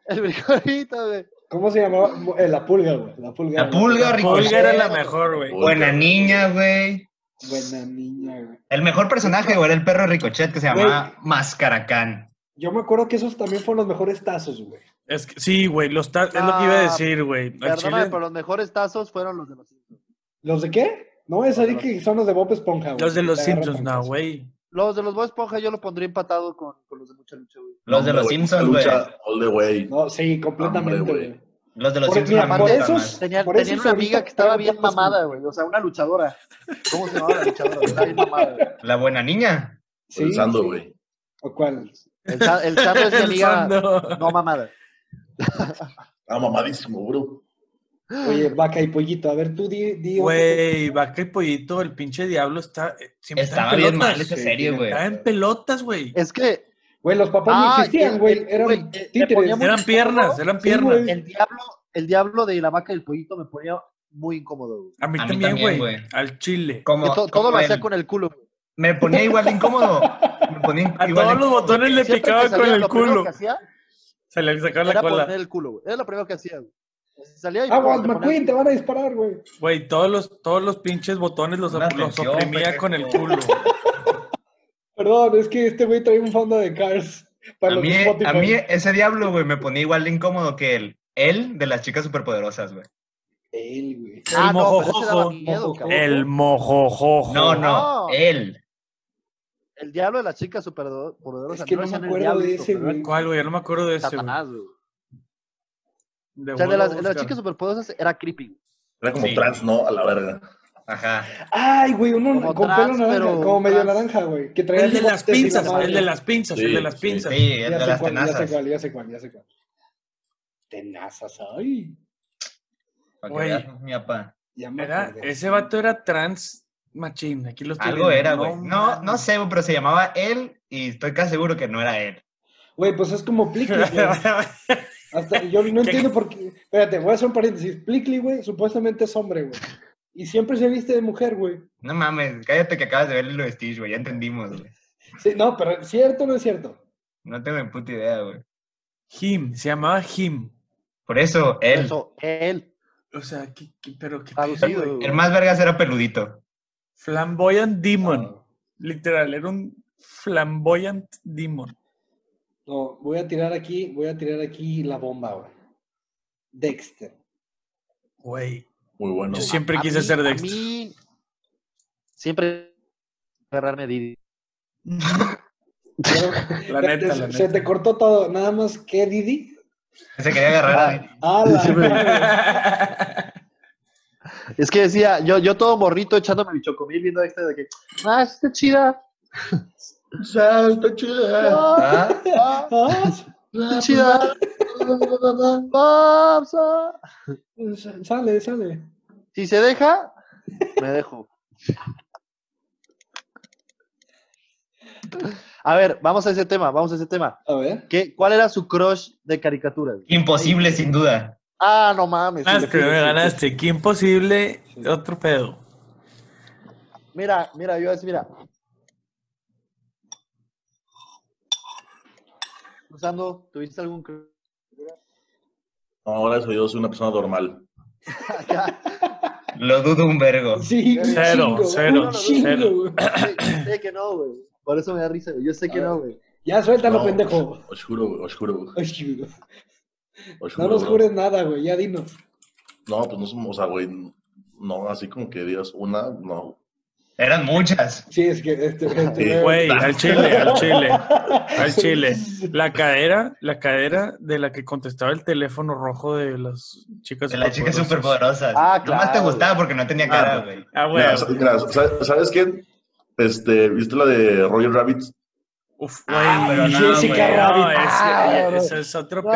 [SPEAKER 3] El bricolito, güey.
[SPEAKER 2] ¿Cómo se llamaba? Eh, la pulga, güey. La pulga.
[SPEAKER 1] La pulga, Ricochet.
[SPEAKER 5] Olga era la mejor, güey.
[SPEAKER 1] Buena niña, güey.
[SPEAKER 2] Buena niña, güey.
[SPEAKER 1] El mejor personaje, güey, era el perro Ricochet que se
[SPEAKER 2] Güey.
[SPEAKER 1] llamaba Mascaracán.
[SPEAKER 2] Yo me acuerdo que esos también fueron los mejores tazos, güey.
[SPEAKER 5] Es que, sí, güey, los ta- es lo que iba a
[SPEAKER 3] Ah,
[SPEAKER 5] decir, güey. Al
[SPEAKER 3] Perdóname,
[SPEAKER 5] chile,
[SPEAKER 3] pero los mejores tazos fueron los de los Simpsons.
[SPEAKER 2] ¿Los de qué? No, es ahí que son los de Bob Esponja, güey.
[SPEAKER 5] Los de los
[SPEAKER 2] Te agarran
[SPEAKER 5] Simpsons, no,
[SPEAKER 2] pantazos.
[SPEAKER 5] güey.
[SPEAKER 3] Los de los Bob Esponja yo lo pondría empatado con, con los de Mucha Lucha, güey.
[SPEAKER 1] Los de los
[SPEAKER 4] Hombre,
[SPEAKER 1] Simpsons,
[SPEAKER 4] mucha
[SPEAKER 1] güey.
[SPEAKER 4] Lucha, all the way.
[SPEAKER 2] No, sí, completamente,
[SPEAKER 4] Hombre,
[SPEAKER 2] güey.
[SPEAKER 4] güey.
[SPEAKER 1] Los de los
[SPEAKER 2] Por-
[SPEAKER 1] Simpsons.
[SPEAKER 2] mira,
[SPEAKER 1] me
[SPEAKER 2] por
[SPEAKER 1] gustan
[SPEAKER 2] esos-
[SPEAKER 1] más.
[SPEAKER 3] Tenía,
[SPEAKER 2] Por
[SPEAKER 3] tenían
[SPEAKER 2] eso
[SPEAKER 3] una
[SPEAKER 2] ahorita
[SPEAKER 3] amiga que estaba
[SPEAKER 2] traigo
[SPEAKER 3] bien
[SPEAKER 2] tantas
[SPEAKER 3] mamada, güey. O sea, una luchadora. ¿Cómo se llamaba la luchadora? Estaba bien mamada, güey.
[SPEAKER 1] La buena niña.
[SPEAKER 2] Sí,
[SPEAKER 4] Pensando,
[SPEAKER 2] sí.
[SPEAKER 4] güey.
[SPEAKER 2] ¿O cuál?
[SPEAKER 3] El, sa- el Sandro es mi
[SPEAKER 5] El
[SPEAKER 3] amiga.
[SPEAKER 5] Sando.
[SPEAKER 3] No mamada.
[SPEAKER 4] Ah, mamadísimo, bro.
[SPEAKER 2] Oye, vaca y pollito. A ver, tú di. di
[SPEAKER 5] Güey, vaca y pollito, el pinche diablo está. eh, Siempre
[SPEAKER 1] Estaba bien mal
[SPEAKER 5] Está
[SPEAKER 1] esa
[SPEAKER 5] en pelotas.
[SPEAKER 2] sí,
[SPEAKER 1] serie, güey.
[SPEAKER 5] Estaba en pelotas, güey.
[SPEAKER 3] Es que
[SPEAKER 2] Güey, los papás
[SPEAKER 3] Ah,
[SPEAKER 2] no existían,
[SPEAKER 3] que-
[SPEAKER 2] güey. Eran
[SPEAKER 3] güey, que- que
[SPEAKER 2] títeres.
[SPEAKER 3] poníamos-
[SPEAKER 5] Eran piernas, eran piernas.
[SPEAKER 2] güey.
[SPEAKER 3] el diablo, el diablo de la vaca y el pollito me ponía muy incómodo. güey.
[SPEAKER 5] A mí
[SPEAKER 1] A mí
[SPEAKER 5] también,
[SPEAKER 1] también,
[SPEAKER 5] güey.
[SPEAKER 1] güey.
[SPEAKER 5] Al chile.
[SPEAKER 1] Como,
[SPEAKER 3] Que to-
[SPEAKER 1] como
[SPEAKER 3] todo lo hacía
[SPEAKER 1] el-
[SPEAKER 3] con el culo. güey.
[SPEAKER 1] Me ponía igual de incómodo. Me ponía
[SPEAKER 5] A
[SPEAKER 1] igual de
[SPEAKER 5] todos los
[SPEAKER 1] incómodo.
[SPEAKER 5] botones le
[SPEAKER 3] Siempre que
[SPEAKER 5] picaba
[SPEAKER 3] salía,
[SPEAKER 5] con el
[SPEAKER 3] lo primero
[SPEAKER 5] culo.
[SPEAKER 3] que hacía
[SPEAKER 5] Se le sacaba la
[SPEAKER 3] era
[SPEAKER 5] cola.
[SPEAKER 3] poner el culo, güey. Era lo primero que hacía. güey. Si salía y
[SPEAKER 2] Aguas,
[SPEAKER 3] ponía-
[SPEAKER 2] McQueen, te van a disparar, güey.
[SPEAKER 5] Güey, todos los, todos los pinches botones los,
[SPEAKER 1] Una
[SPEAKER 5] los
[SPEAKER 1] atención,
[SPEAKER 5] oprimía
[SPEAKER 1] pendejo.
[SPEAKER 5] con el culo.
[SPEAKER 2] Perdón, es que este güey trae un fondo de Cars. Para
[SPEAKER 1] A
[SPEAKER 2] los
[SPEAKER 1] mí,
[SPEAKER 2] de
[SPEAKER 1] a
[SPEAKER 2] Spotify.
[SPEAKER 1] mí ese diablo, güey, me ponía igual de incómodo que él. Él de las chicas superpoderosas, güey.
[SPEAKER 2] Él, güey.
[SPEAKER 3] Ah,
[SPEAKER 5] El
[SPEAKER 3] no, pero ese daba
[SPEAKER 5] mojojojo.
[SPEAKER 3] miedo, cabrón.
[SPEAKER 5] El mojojojo.
[SPEAKER 1] No, no,
[SPEAKER 3] No.
[SPEAKER 1] él.
[SPEAKER 3] El diablo de las chicas superpoderosas.
[SPEAKER 2] Es que no me
[SPEAKER 3] decían el
[SPEAKER 2] acuerdo de
[SPEAKER 3] diablito,
[SPEAKER 2] ese,
[SPEAKER 3] pero
[SPEAKER 2] güey.
[SPEAKER 5] ¿Cuál, güey? Yo No me acuerdo de
[SPEAKER 3] era
[SPEAKER 5] ese, güey.
[SPEAKER 3] Satanás, güey.
[SPEAKER 5] De
[SPEAKER 3] O sea, de
[SPEAKER 5] huevo,
[SPEAKER 3] las, de las
[SPEAKER 5] Oscar.
[SPEAKER 3] chicas superpoderosas era creepy.
[SPEAKER 4] Era como
[SPEAKER 1] Sí.
[SPEAKER 4] trans, ¿no? A la verga.
[SPEAKER 1] Ajá.
[SPEAKER 2] Ay, güey, uno
[SPEAKER 3] Como
[SPEAKER 2] con
[SPEAKER 3] trans,
[SPEAKER 2] pelo naranja,
[SPEAKER 3] pero
[SPEAKER 2] como medio
[SPEAKER 3] trans.
[SPEAKER 2] naranja, güey. Que traía
[SPEAKER 5] El de
[SPEAKER 2] bigotes
[SPEAKER 5] las
[SPEAKER 2] y la
[SPEAKER 5] pinzas,
[SPEAKER 2] madre.
[SPEAKER 5] el de las pinzas, el
[SPEAKER 4] Sí,
[SPEAKER 5] de las
[SPEAKER 4] sí,
[SPEAKER 5] pinzas.
[SPEAKER 1] Sí, el
[SPEAKER 2] Ya
[SPEAKER 1] de
[SPEAKER 2] sé
[SPEAKER 1] las
[SPEAKER 2] cuál, ya sé
[SPEAKER 1] tenazas.
[SPEAKER 2] cuál, ya sé cuál, ya sé cuál. Tenazas, ay.
[SPEAKER 1] Para que
[SPEAKER 5] Güey.
[SPEAKER 1] veas, mi papá.
[SPEAKER 2] Ya me
[SPEAKER 5] Era-
[SPEAKER 2] acordé.
[SPEAKER 5] ese vato era trans machín. Aquí lo estoy
[SPEAKER 1] Algo
[SPEAKER 5] viendo.
[SPEAKER 1] era, güey. No, no
[SPEAKER 5] mames.
[SPEAKER 1] sé, güey, pero se llamaba él y estoy casi seguro que no era él.
[SPEAKER 2] Güey, pues es como Plickly, güey. Hasta- yo no entiendo por qué. Espérate, voy a hacer un paréntesis. Plickly, güey, supuestamente es hombre, güey. Y siempre se viste de mujer, güey.
[SPEAKER 1] No mames, cállate que acabas de ver lo de Stitch, güey. Ya entendimos, güey.
[SPEAKER 2] Sí, no, pero ¿cierto o no es cierto?
[SPEAKER 1] No tengo ni puta idea, güey.
[SPEAKER 5] Him, se llamaba Him.
[SPEAKER 1] Por eso,
[SPEAKER 3] Por
[SPEAKER 1] él.
[SPEAKER 3] Eso, él,
[SPEAKER 5] O sea, ¿qué- qué- pero qué
[SPEAKER 3] traducido.
[SPEAKER 5] pedo, güey.
[SPEAKER 1] El más vergas era peludito.
[SPEAKER 5] Flamboyant Demon.
[SPEAKER 2] Ah,
[SPEAKER 5] Literal, era un flamboyant demon.
[SPEAKER 2] No, voy a tirar aquí, voy a tirar aquí la bomba, güey. Dexter.
[SPEAKER 5] Güey,
[SPEAKER 4] Muy bueno.
[SPEAKER 5] yo siempre
[SPEAKER 3] A
[SPEAKER 5] quise
[SPEAKER 3] mí-
[SPEAKER 5] ser
[SPEAKER 3] a
[SPEAKER 5] Dexter.
[SPEAKER 3] mí siempre agarrarme a Didi.
[SPEAKER 2] Pero-
[SPEAKER 5] La neta, la
[SPEAKER 2] se, se te
[SPEAKER 5] neta.
[SPEAKER 2] cortó todo. Nada más que Didi.
[SPEAKER 1] Se quería agarrar a él.
[SPEAKER 2] Ah, la
[SPEAKER 3] Sí, güey.
[SPEAKER 2] madre.
[SPEAKER 3] Es que decía, yo, yo todo morrito echándome mi chocomil viendo Dexter de que, ah, está chida,
[SPEAKER 4] Ya, está chida.
[SPEAKER 3] ah,
[SPEAKER 1] Ah,
[SPEAKER 3] ah,
[SPEAKER 2] Ah,
[SPEAKER 3] está chida, ah, ah".
[SPEAKER 2] sa- sale, sale.
[SPEAKER 3] Si se deja, me dejo. A ver, vamos a ese tema, vamos a ese tema.
[SPEAKER 2] A ver.
[SPEAKER 3] ¿Qué, ¿Cuál era su crush de caricaturas?
[SPEAKER 1] imposible, sin duda.
[SPEAKER 3] Ah, no mames. sí,
[SPEAKER 5] Ganaste,
[SPEAKER 3] sí,
[SPEAKER 5] me
[SPEAKER 3] sí.
[SPEAKER 5] ganaste. Qué imposible. Otro pedo.
[SPEAKER 3] Mira, mira, yo así, mira. Usando, ¿tuviste algún crush?
[SPEAKER 4] No, ahora soy yo, soy una persona normal.
[SPEAKER 3] Acá.
[SPEAKER 1] Lo dudo un vergo.
[SPEAKER 2] Sí, un
[SPEAKER 5] Cero,
[SPEAKER 2] chingo,
[SPEAKER 5] cero,
[SPEAKER 2] un chingo,
[SPEAKER 5] cero.
[SPEAKER 2] güey.
[SPEAKER 3] Yo sé que no, güey. Por eso me da risa, güey. Yo sé que
[SPEAKER 2] A
[SPEAKER 3] no, güey.
[SPEAKER 2] Ya suéltalo,
[SPEAKER 4] No,
[SPEAKER 2] pendejo.
[SPEAKER 4] Os juro, güey, os juro. güey,
[SPEAKER 2] Ay, güey.
[SPEAKER 4] os
[SPEAKER 2] No
[SPEAKER 4] juro,
[SPEAKER 2] nos
[SPEAKER 4] bro.
[SPEAKER 2] jures nada, güey. Ya dinos.
[SPEAKER 4] No, pues no somos, o sea, güey, no, así como que digas una, no.
[SPEAKER 1] Eran muchas.
[SPEAKER 2] Sí, es que este. este-
[SPEAKER 4] Sí.
[SPEAKER 5] Güey, al chile, al chile. Al chile. La cadera, la cadera de la que contestaba el teléfono rojo de las chicas
[SPEAKER 1] De las chicas
[SPEAKER 5] Pues superpoderosas.
[SPEAKER 1] superpoderosas.
[SPEAKER 3] Ah,
[SPEAKER 1] Nomás te
[SPEAKER 3] claro.
[SPEAKER 1] gustaba porque no tenía cara, güey.
[SPEAKER 5] Ah, güey.
[SPEAKER 4] Mira, sa- mira, sa- ¿sabes quién? Este, ¿viste la de Roger Rabbit?
[SPEAKER 5] Uf, güey.
[SPEAKER 1] Ah, pero no,
[SPEAKER 5] Jessica
[SPEAKER 1] güey.
[SPEAKER 5] Rabbit. No,
[SPEAKER 2] Ah,
[SPEAKER 5] ese-
[SPEAKER 2] no.
[SPEAKER 5] ese es otro pedo.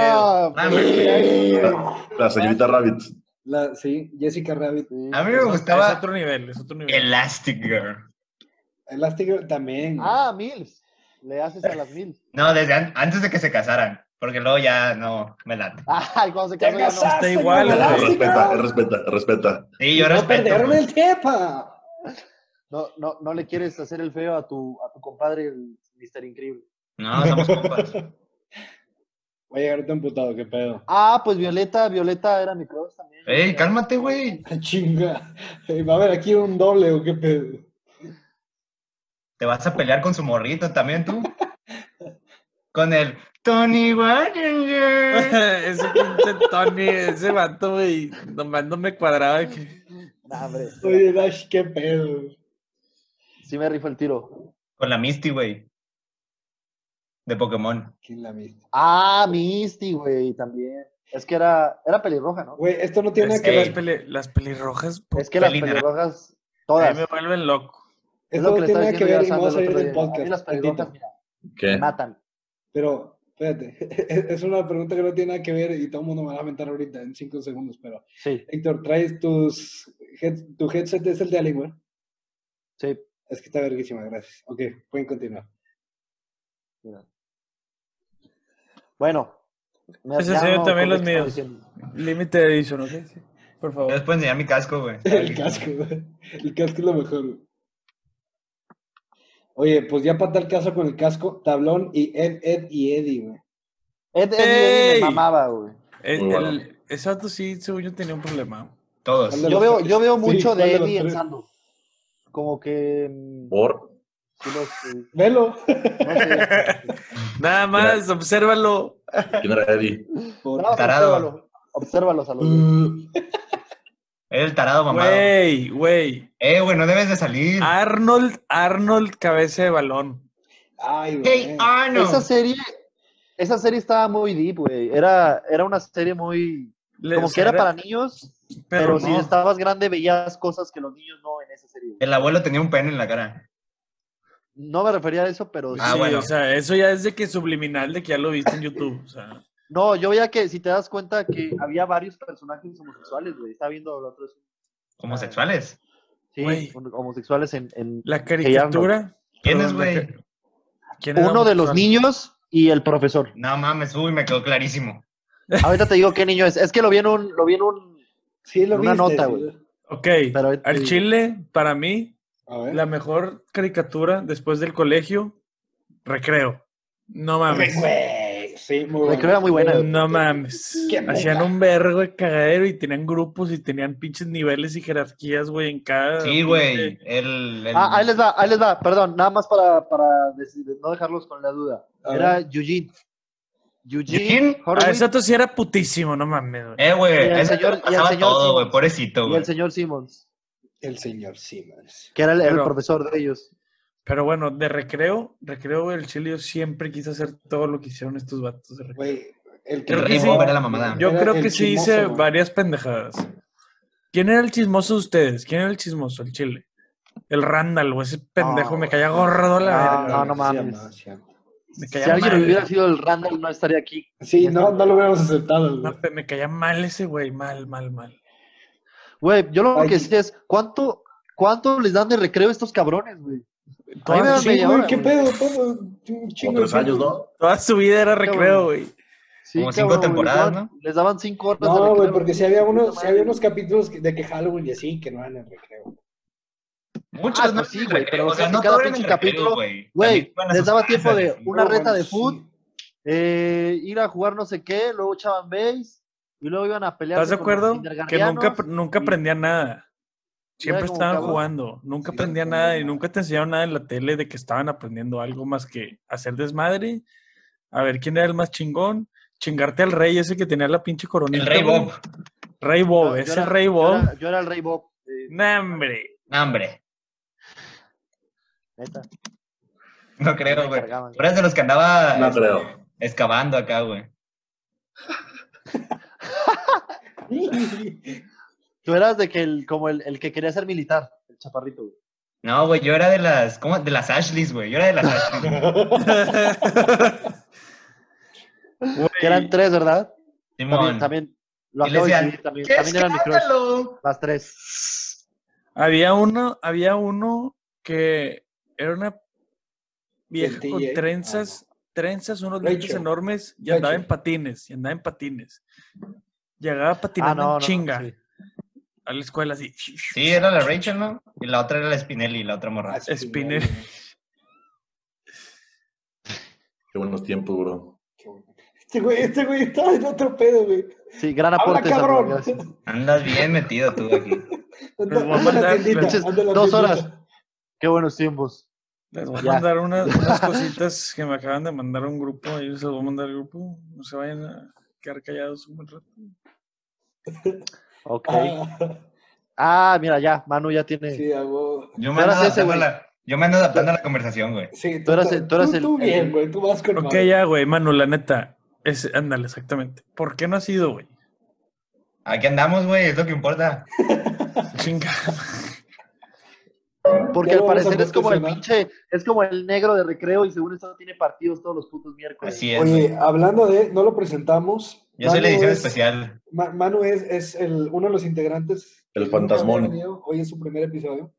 [SPEAKER 3] No,
[SPEAKER 1] Ah,
[SPEAKER 3] pues,
[SPEAKER 4] La, la señorita Rabbit.
[SPEAKER 2] La, sí, Jessica Rabbit.
[SPEAKER 3] sí.
[SPEAKER 1] A mí me
[SPEAKER 5] Es otro- Es
[SPEAKER 1] gustaba
[SPEAKER 5] otro nivel, es otro nivel.
[SPEAKER 1] Elastic Girl.
[SPEAKER 2] Elastigirl también. güey.
[SPEAKER 3] Ah, Mills. Le haces a las Mills.
[SPEAKER 1] No, desde an- antes de que se casaran. Porque luego ya no me late.
[SPEAKER 3] Ay, cuando se
[SPEAKER 2] ¡Te
[SPEAKER 3] casó ya no.
[SPEAKER 2] casaste
[SPEAKER 5] igual,
[SPEAKER 2] con
[SPEAKER 5] güey.
[SPEAKER 4] Él
[SPEAKER 2] Elastigirl!
[SPEAKER 4] Respeta, él respeta, él respeta.
[SPEAKER 1] Sí, yo
[SPEAKER 2] no
[SPEAKER 1] respeto.
[SPEAKER 2] perdieron
[SPEAKER 1] güey.
[SPEAKER 2] el tiempo.
[SPEAKER 3] No, no, no le quieres hacer el feo a tu, a tu compadre, el Mr. Increíble.
[SPEAKER 1] No, somos compas.
[SPEAKER 2] Voy a llegar emputado, qué pedo.
[SPEAKER 3] Ah, pues Violeta, Violeta era mi crush también.
[SPEAKER 1] Ey, cálmate, güey.
[SPEAKER 2] La chinga. Eh, Va a haber aquí un doble o qué pedo.
[SPEAKER 1] Te vas a pelear con su morrito también tú. Con el Tony Wallinger.
[SPEAKER 5] ese pinche Tony, ese vato, güey, nomás no me cuadraba. de que-
[SPEAKER 3] Nah, hombre.
[SPEAKER 2] Oye, Dash, qué pedo.
[SPEAKER 3] Sí me rifo el tiro.
[SPEAKER 1] Con la Misty, güey. De Pokémon.
[SPEAKER 2] ¿Quién la viste?
[SPEAKER 3] Ah, Misty, güey, también. Es que era, era pelirroja, ¿no?
[SPEAKER 2] Güey, esto no tiene nada
[SPEAKER 5] es
[SPEAKER 2] que
[SPEAKER 5] que
[SPEAKER 2] ver.
[SPEAKER 5] las, peli- las pelirrojas, po-
[SPEAKER 3] Es que las
[SPEAKER 1] Felina.
[SPEAKER 3] pelirrojas,
[SPEAKER 5] a
[SPEAKER 3] todas.
[SPEAKER 5] mí me vuelven loco.
[SPEAKER 3] Es
[SPEAKER 2] Esto
[SPEAKER 3] lo
[SPEAKER 2] no
[SPEAKER 3] que le
[SPEAKER 2] tiene
[SPEAKER 3] estaba
[SPEAKER 2] nada que
[SPEAKER 3] diciendo yo
[SPEAKER 2] ver y
[SPEAKER 3] a
[SPEAKER 2] no
[SPEAKER 3] Sandra
[SPEAKER 2] va a
[SPEAKER 3] el
[SPEAKER 2] salir del
[SPEAKER 3] otro día. A mí las
[SPEAKER 2] podcast.
[SPEAKER 3] pelirrojas,
[SPEAKER 2] Tantito.
[SPEAKER 3] mira,
[SPEAKER 4] ¿Qué?
[SPEAKER 3] Mátame.
[SPEAKER 2] Pero, espérate, es una pregunta que no tiene nada que ver y todo el mundo me va a aventar ahorita en cinco segundos, pero
[SPEAKER 3] Sí,
[SPEAKER 2] Héctor, ¿traes tus... head- tu headset es el de Alienware?
[SPEAKER 3] sí.
[SPEAKER 2] Es que está verguísima, gracias. Ok, pueden continuar.
[SPEAKER 3] Bueno. me-
[SPEAKER 5] Ese
[SPEAKER 3] ya
[SPEAKER 5] soy yo
[SPEAKER 3] no
[SPEAKER 5] también los
[SPEAKER 3] contexto
[SPEAKER 5] míos.
[SPEAKER 3] diciendo.
[SPEAKER 5] Limited Edition, ¿ok? Sí.
[SPEAKER 1] Yo
[SPEAKER 5] Por
[SPEAKER 1] les
[SPEAKER 5] favor.
[SPEAKER 1] puedo enseñar mi casco, güey.
[SPEAKER 2] El casco, güey. El casco es lo mejor, güey. Oye, pues ya para tal caso con el casco, tablón y Ed, Ed y Eddie, güey.
[SPEAKER 3] Ed, Ed, Ed
[SPEAKER 5] ¡Ey!
[SPEAKER 3] me mamaba, güey.
[SPEAKER 5] El,
[SPEAKER 4] Muy bueno.
[SPEAKER 5] Eh, el- ese vato sí, según yo, tenía un problema.
[SPEAKER 1] Todos.
[SPEAKER 2] ¿Cuál de
[SPEAKER 3] Yo
[SPEAKER 2] los
[SPEAKER 3] veo,
[SPEAKER 2] tres?
[SPEAKER 3] yo veo
[SPEAKER 2] Sí,
[SPEAKER 3] mucho
[SPEAKER 2] ¿cuál
[SPEAKER 3] de
[SPEAKER 2] de los
[SPEAKER 3] Eddie en
[SPEAKER 2] tres?
[SPEAKER 3] Sando. Como que. mm,
[SPEAKER 4] Por.
[SPEAKER 3] sí los, eh,
[SPEAKER 2] Velo.
[SPEAKER 3] no sé.
[SPEAKER 5] Nada más, obsérvalo.
[SPEAKER 4] ¿Quién era Eddie?
[SPEAKER 2] Por-
[SPEAKER 3] Nada más
[SPEAKER 1] Tarado. Mm,
[SPEAKER 3] obsérvalo. Obsérvalos a los dos.
[SPEAKER 2] Uh,
[SPEAKER 1] Era el tarado mamado.
[SPEAKER 5] Güey, güey.
[SPEAKER 1] Eh, güey, no debes de salir.
[SPEAKER 2] Ah,
[SPEAKER 5] Arnold, Arnold, cabeza de balón.
[SPEAKER 2] Ay, güey.
[SPEAKER 1] Hey, Arnold.
[SPEAKER 3] Esa serie, esa serie estaba muy deep, güey. Era, era una serie muy.
[SPEAKER 5] Le-
[SPEAKER 3] Como
[SPEAKER 5] o
[SPEAKER 3] que
[SPEAKER 5] sea,
[SPEAKER 3] era para niños, pero,
[SPEAKER 5] pero
[SPEAKER 3] si
[SPEAKER 5] no.
[SPEAKER 3] estabas grande veías cosas que los niños no en esa serie. güey.
[SPEAKER 1] El abuelo tenía un pene en la cara.
[SPEAKER 3] No me refería a eso, pero.
[SPEAKER 1] Ah,
[SPEAKER 5] Sí,
[SPEAKER 1] bueno.
[SPEAKER 5] O sea, eso ya es de que subliminal, de que ya lo viste en YouTube. O sea,
[SPEAKER 3] No, yo veía que si te das cuenta que había varios personajes homosexuales, güey. Estaba viendo los otros.
[SPEAKER 1] Homosexuales.
[SPEAKER 3] Sí,
[SPEAKER 5] Güey.
[SPEAKER 3] homosexuales en. en-
[SPEAKER 5] la
[SPEAKER 3] Hey,
[SPEAKER 5] caricatura.
[SPEAKER 1] ¿Quién
[SPEAKER 5] Perdón,
[SPEAKER 1] es,
[SPEAKER 5] la
[SPEAKER 1] güey?
[SPEAKER 5] ca- ¿Quién era
[SPEAKER 3] Uno de los
[SPEAKER 5] homosexual?
[SPEAKER 3] niños y el profesor.
[SPEAKER 1] No mames, uy, me quedó clarísimo.
[SPEAKER 3] Ahorita te digo qué niño es. Es que lo vi en un. Lo vi en un
[SPEAKER 2] Sí, lo
[SPEAKER 3] Una
[SPEAKER 2] viste,
[SPEAKER 3] nota,
[SPEAKER 2] sí.
[SPEAKER 3] güey.
[SPEAKER 5] Ok.
[SPEAKER 3] Pero ahorita te
[SPEAKER 5] Al
[SPEAKER 3] digo.
[SPEAKER 5] Chile, para mí,
[SPEAKER 2] A ver.
[SPEAKER 5] la mejor caricatura después del colegio, recreo. No mames.
[SPEAKER 2] Güey, Sí, muy
[SPEAKER 3] Recreo era
[SPEAKER 2] bueno.
[SPEAKER 3] muy buena. güey.
[SPEAKER 5] No mames.
[SPEAKER 2] Qué poca.
[SPEAKER 5] Hacían un vergo de cagadero y tenían grupos y tenían pinches niveles y jerarquías, güey, en cada.
[SPEAKER 2] Ah,
[SPEAKER 1] Sí, güey. El, el-
[SPEAKER 3] Ah, ahí les va, ahí les va. Perdón, nada más para, para decir- no dejarlos con la duda.
[SPEAKER 2] A
[SPEAKER 3] Era Eugene. Eugene,
[SPEAKER 1] ¿Eugene?
[SPEAKER 5] Ah,
[SPEAKER 3] Horowitz
[SPEAKER 5] ese dato sí era putísimo, no mames, güey.
[SPEAKER 1] Eh, güey.
[SPEAKER 3] Y el
[SPEAKER 1] Ese señor
[SPEAKER 3] señor- y el
[SPEAKER 1] pasaba
[SPEAKER 3] señor
[SPEAKER 1] todo,
[SPEAKER 3] Simons.
[SPEAKER 1] güey. Pobrecito,
[SPEAKER 3] y
[SPEAKER 1] güey.
[SPEAKER 3] el señor Simmons,
[SPEAKER 2] El señor Simmons.
[SPEAKER 3] que era el, el
[SPEAKER 5] Pero-
[SPEAKER 3] profesor de ellos.
[SPEAKER 5] Pero bueno, de recreo, recreo, güey, el Chile yo siempre quiso hacer todo lo que hicieron estos vatos de recreo.
[SPEAKER 2] Güey, el
[SPEAKER 1] El
[SPEAKER 5] Creo que
[SPEAKER 1] rey
[SPEAKER 5] sí.
[SPEAKER 1] Bob era la mamada.
[SPEAKER 5] Yo
[SPEAKER 2] Era
[SPEAKER 5] creo
[SPEAKER 2] el
[SPEAKER 5] que sí
[SPEAKER 2] chismoso,
[SPEAKER 5] hice
[SPEAKER 2] güey.
[SPEAKER 5] varias pendejadas. ¿Quién era el chismoso de ustedes? ¿Quién era el chismoso? El chile. El Randall, güey. Ese pendejo me caía gordo a
[SPEAKER 2] Ah,
[SPEAKER 5] la
[SPEAKER 3] No,
[SPEAKER 5] verga.
[SPEAKER 3] Ah, no,
[SPEAKER 5] güey.
[SPEAKER 3] no mames.
[SPEAKER 5] Me
[SPEAKER 3] Si
[SPEAKER 5] caía
[SPEAKER 3] alguien
[SPEAKER 5] mal.
[SPEAKER 3] hubiera sido el Randall, no estaría aquí.
[SPEAKER 2] Sí, no, no lo hubiéramos aceptado, güey.
[SPEAKER 5] No, pe- me caía mal ese güey. Mal, mal, mal.
[SPEAKER 3] Güey, yo lo
[SPEAKER 2] Ay.
[SPEAKER 3] que sé es, ¿cuánto, ¿cuánto les dan de recreo a estos cabrones, güey?
[SPEAKER 5] Toda,
[SPEAKER 3] me das
[SPEAKER 5] su-
[SPEAKER 2] Sí,
[SPEAKER 3] media
[SPEAKER 2] güey,
[SPEAKER 3] hora,
[SPEAKER 2] qué
[SPEAKER 3] güey.
[SPEAKER 2] pedo, todo. Un chingo
[SPEAKER 4] Como tres
[SPEAKER 2] de
[SPEAKER 4] años,
[SPEAKER 2] tiempo.
[SPEAKER 4] ¿no?
[SPEAKER 5] toda su vida era recreo, güey.
[SPEAKER 3] Sí,
[SPEAKER 1] Como cinco
[SPEAKER 3] güey, les
[SPEAKER 1] temporadas,
[SPEAKER 3] daban- Les daban cinco horas de
[SPEAKER 2] No,
[SPEAKER 3] recreo.
[SPEAKER 2] güey, porque si había, unos,
[SPEAKER 3] Puta
[SPEAKER 2] si había
[SPEAKER 3] madre.
[SPEAKER 2] unos capítulos de que Halloween y así, que no eran en recreo.
[SPEAKER 1] Muchos
[SPEAKER 3] Ah,
[SPEAKER 1] no
[SPEAKER 3] pues sí,
[SPEAKER 1] eran
[SPEAKER 3] güey,
[SPEAKER 1] recreo,
[SPEAKER 3] pero
[SPEAKER 1] o sea,
[SPEAKER 3] sí,
[SPEAKER 1] no
[SPEAKER 3] cada
[SPEAKER 1] todo era en
[SPEAKER 3] pinche
[SPEAKER 1] recreo,
[SPEAKER 3] capítulo,
[SPEAKER 1] güey.
[SPEAKER 3] Güey,
[SPEAKER 1] También iban a
[SPEAKER 3] les
[SPEAKER 1] sus
[SPEAKER 3] daba
[SPEAKER 1] casas,
[SPEAKER 3] tiempo de
[SPEAKER 1] güey.
[SPEAKER 3] una
[SPEAKER 2] No,
[SPEAKER 3] reta
[SPEAKER 2] bueno,
[SPEAKER 3] de
[SPEAKER 2] sí.
[SPEAKER 3] foot, eh, ir a jugar no sé qué, luego echaban base y luego iban a pelear.
[SPEAKER 5] ¿Estás de acuerdo? Que nunca, nunca aprendía nada. Siempre
[SPEAKER 3] Ya como
[SPEAKER 5] estaban
[SPEAKER 3] cabrón.
[SPEAKER 5] jugando. Nunca
[SPEAKER 2] Sí,
[SPEAKER 5] aprendía
[SPEAKER 2] no,
[SPEAKER 5] nada y
[SPEAKER 2] no.
[SPEAKER 5] nunca te enseñaron nada en la tele de que estaban aprendiendo algo más que hacer desmadre. A ver quién era el más chingón. Chingarte al rey ese que tenía la pinche coronita.
[SPEAKER 1] El rey
[SPEAKER 5] güey.
[SPEAKER 1] Bob.
[SPEAKER 5] Rey Bob, ese Rey
[SPEAKER 3] Yo
[SPEAKER 5] Bob.
[SPEAKER 3] era, yo era el Rey Bob. eh,
[SPEAKER 5] Nah, hombre.
[SPEAKER 1] No, hombre.
[SPEAKER 3] neta.
[SPEAKER 1] No
[SPEAKER 3] Me
[SPEAKER 1] creo, güey.
[SPEAKER 3] cargaban.
[SPEAKER 1] Tú eras de los que andaba
[SPEAKER 4] No
[SPEAKER 1] este,
[SPEAKER 4] creo.
[SPEAKER 1] excavando acá, güey.
[SPEAKER 3] Tú eras de que el, como el, el que quería ser militar, el chaparrito. güey.
[SPEAKER 1] No, güey, yo era de las, ¿cómo? De las Ashleys, güey. Yo era de las Ashleys. güey.
[SPEAKER 3] Que eran tres, ¿verdad? También,
[SPEAKER 1] Simón.
[SPEAKER 3] también lo
[SPEAKER 1] Y le
[SPEAKER 3] acabo de
[SPEAKER 1] decían,
[SPEAKER 3] decir, también,
[SPEAKER 1] ¡Qué
[SPEAKER 3] también eran mi crush,
[SPEAKER 1] escándalo!
[SPEAKER 3] las tres.
[SPEAKER 5] Había uno, había uno que era una vieja
[SPEAKER 2] El
[SPEAKER 5] con
[SPEAKER 2] TJ.
[SPEAKER 5] trenzas, trenzas, unos
[SPEAKER 2] Rachel.
[SPEAKER 5] lentes enormes y andaba en
[SPEAKER 2] Rachel.
[SPEAKER 5] patines, y andaba en patines. Llegaba
[SPEAKER 3] Ah,
[SPEAKER 5] patinando
[SPEAKER 3] no, no,
[SPEAKER 5] en chinga
[SPEAKER 3] sí.
[SPEAKER 5] a la escuela así.
[SPEAKER 1] Sí, era la Rachel, ¿no? Y la otra era la Spinelli, la otra
[SPEAKER 2] Ah,
[SPEAKER 1] morra.
[SPEAKER 5] Ah, Spinner.
[SPEAKER 4] Qué buenos tiempos, bro.
[SPEAKER 2] Qué bueno. Este güey, este güey está en otro pedo, güey.
[SPEAKER 3] Sí, gran
[SPEAKER 2] Habla,
[SPEAKER 3] aporte. Samuel,
[SPEAKER 2] cabrón.
[SPEAKER 3] gracias.
[SPEAKER 1] Andas bien metido tú aquí.
[SPEAKER 2] Anda,
[SPEAKER 5] Les voy
[SPEAKER 2] anda en
[SPEAKER 5] a
[SPEAKER 2] la
[SPEAKER 5] Pues, mandar
[SPEAKER 2] tiendita,
[SPEAKER 5] pinches
[SPEAKER 2] anda en la
[SPEAKER 3] dos
[SPEAKER 2] tiendita.
[SPEAKER 3] horas. Qué buenos tiempos.
[SPEAKER 5] Les voy a
[SPEAKER 3] Ya.
[SPEAKER 5] mandar una- unas cositas que me acaban de mandar a un grupo. Yo se los voy a mandar al grupo. No se vayan a quedar callados un buen rato.
[SPEAKER 3] Ok.
[SPEAKER 1] Oh.
[SPEAKER 2] Ah,
[SPEAKER 3] Ah, mira, ya, Manu ya tiene.
[SPEAKER 2] sí, a
[SPEAKER 1] Yo
[SPEAKER 2] huevo.
[SPEAKER 3] Tú
[SPEAKER 1] me ando
[SPEAKER 3] eras ese,
[SPEAKER 1] adaptando, a
[SPEAKER 3] güey.
[SPEAKER 1] la, yo me ando adaptando a la conversación, güey.
[SPEAKER 2] Sí,
[SPEAKER 3] Tú eras el- tú eras el-
[SPEAKER 2] Tú bien,
[SPEAKER 3] el-
[SPEAKER 2] güey, tú vas con
[SPEAKER 5] Ok,
[SPEAKER 2] madre.
[SPEAKER 5] ya, güey, Manu, la neta. Es, ándale, exactamente. ¿Por qué no has ido, güey?
[SPEAKER 1] Aquí andamos, güey, es lo que importa.
[SPEAKER 5] Chinga.
[SPEAKER 3] Porque
[SPEAKER 2] Ya
[SPEAKER 3] al
[SPEAKER 2] lo vamos a
[SPEAKER 3] parecer es como el
[SPEAKER 2] confesionar.
[SPEAKER 3] pinche, es como el negro de recreo y según esto tiene partidos todos los putos miércoles.
[SPEAKER 1] Así es.
[SPEAKER 2] Oye, hablando de, no lo presentamos.
[SPEAKER 1] Yo soy la edición
[SPEAKER 2] es-
[SPEAKER 1] especial.
[SPEAKER 2] Ma- Manu es, es el, uno de los integrantes.
[SPEAKER 4] El
[SPEAKER 2] que nunca había
[SPEAKER 4] fantasmón.
[SPEAKER 2] venido. Hoy es su primer episodio.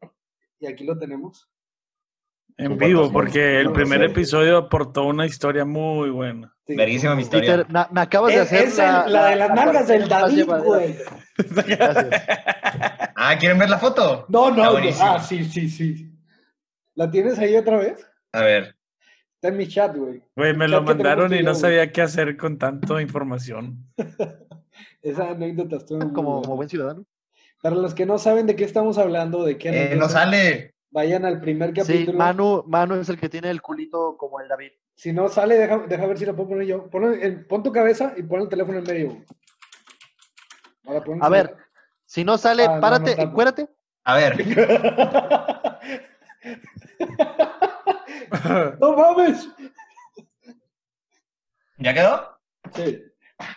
[SPEAKER 2] Y aquí lo tenemos.
[SPEAKER 5] En
[SPEAKER 4] Un
[SPEAKER 5] vivo,
[SPEAKER 4] fantasma.
[SPEAKER 5] porque el
[SPEAKER 4] No,
[SPEAKER 5] primer
[SPEAKER 4] sí.
[SPEAKER 5] episodio aportó una historia muy buena.
[SPEAKER 2] Sí.
[SPEAKER 1] Verísima mi historia.
[SPEAKER 3] Peter, na- me acabas
[SPEAKER 2] Es,
[SPEAKER 3] de hacer
[SPEAKER 2] es el- la, de las nalgas del
[SPEAKER 3] cuarentena más
[SPEAKER 2] David,
[SPEAKER 3] llevadera.
[SPEAKER 2] güey.
[SPEAKER 3] Gracias.
[SPEAKER 1] Ah, ¿quieren ver la foto?
[SPEAKER 2] No, no,
[SPEAKER 1] Está
[SPEAKER 2] no.
[SPEAKER 1] buenísimo.
[SPEAKER 2] Ah, sí, sí, sí. ¿La tienes ahí otra vez?
[SPEAKER 1] A ver.
[SPEAKER 2] Está en mi chat, güey.
[SPEAKER 5] Güey, me
[SPEAKER 2] Ya
[SPEAKER 5] lo
[SPEAKER 2] que
[SPEAKER 5] mandaron
[SPEAKER 2] tenemos
[SPEAKER 5] y no
[SPEAKER 2] video,
[SPEAKER 5] sabía qué hacer con tanta información.
[SPEAKER 2] Esa anécdota estuvo muy
[SPEAKER 3] Como,
[SPEAKER 2] buena.
[SPEAKER 3] como buen ciudadano.
[SPEAKER 2] Para los que no saben de qué estamos hablando, de qué
[SPEAKER 1] Eh,
[SPEAKER 2] anécdota,
[SPEAKER 1] no sale.
[SPEAKER 2] vayan al primer capítulo.
[SPEAKER 3] Sí, Manu, Manu es el que tiene el culito como el David.
[SPEAKER 2] Si no sale, deja, deja ver si lo puedo poner yo. Ponlo en- pon tu cabeza y pon el teléfono en medio. güey. Ahora pon el
[SPEAKER 3] A ver. Si no sale,
[SPEAKER 2] Ah, no, no
[SPEAKER 3] párate,
[SPEAKER 2] tanto.
[SPEAKER 3] encuérate.
[SPEAKER 1] A ver.
[SPEAKER 2] celular. ¡No mames!
[SPEAKER 1] ¿Ya quedó?
[SPEAKER 2] Sí.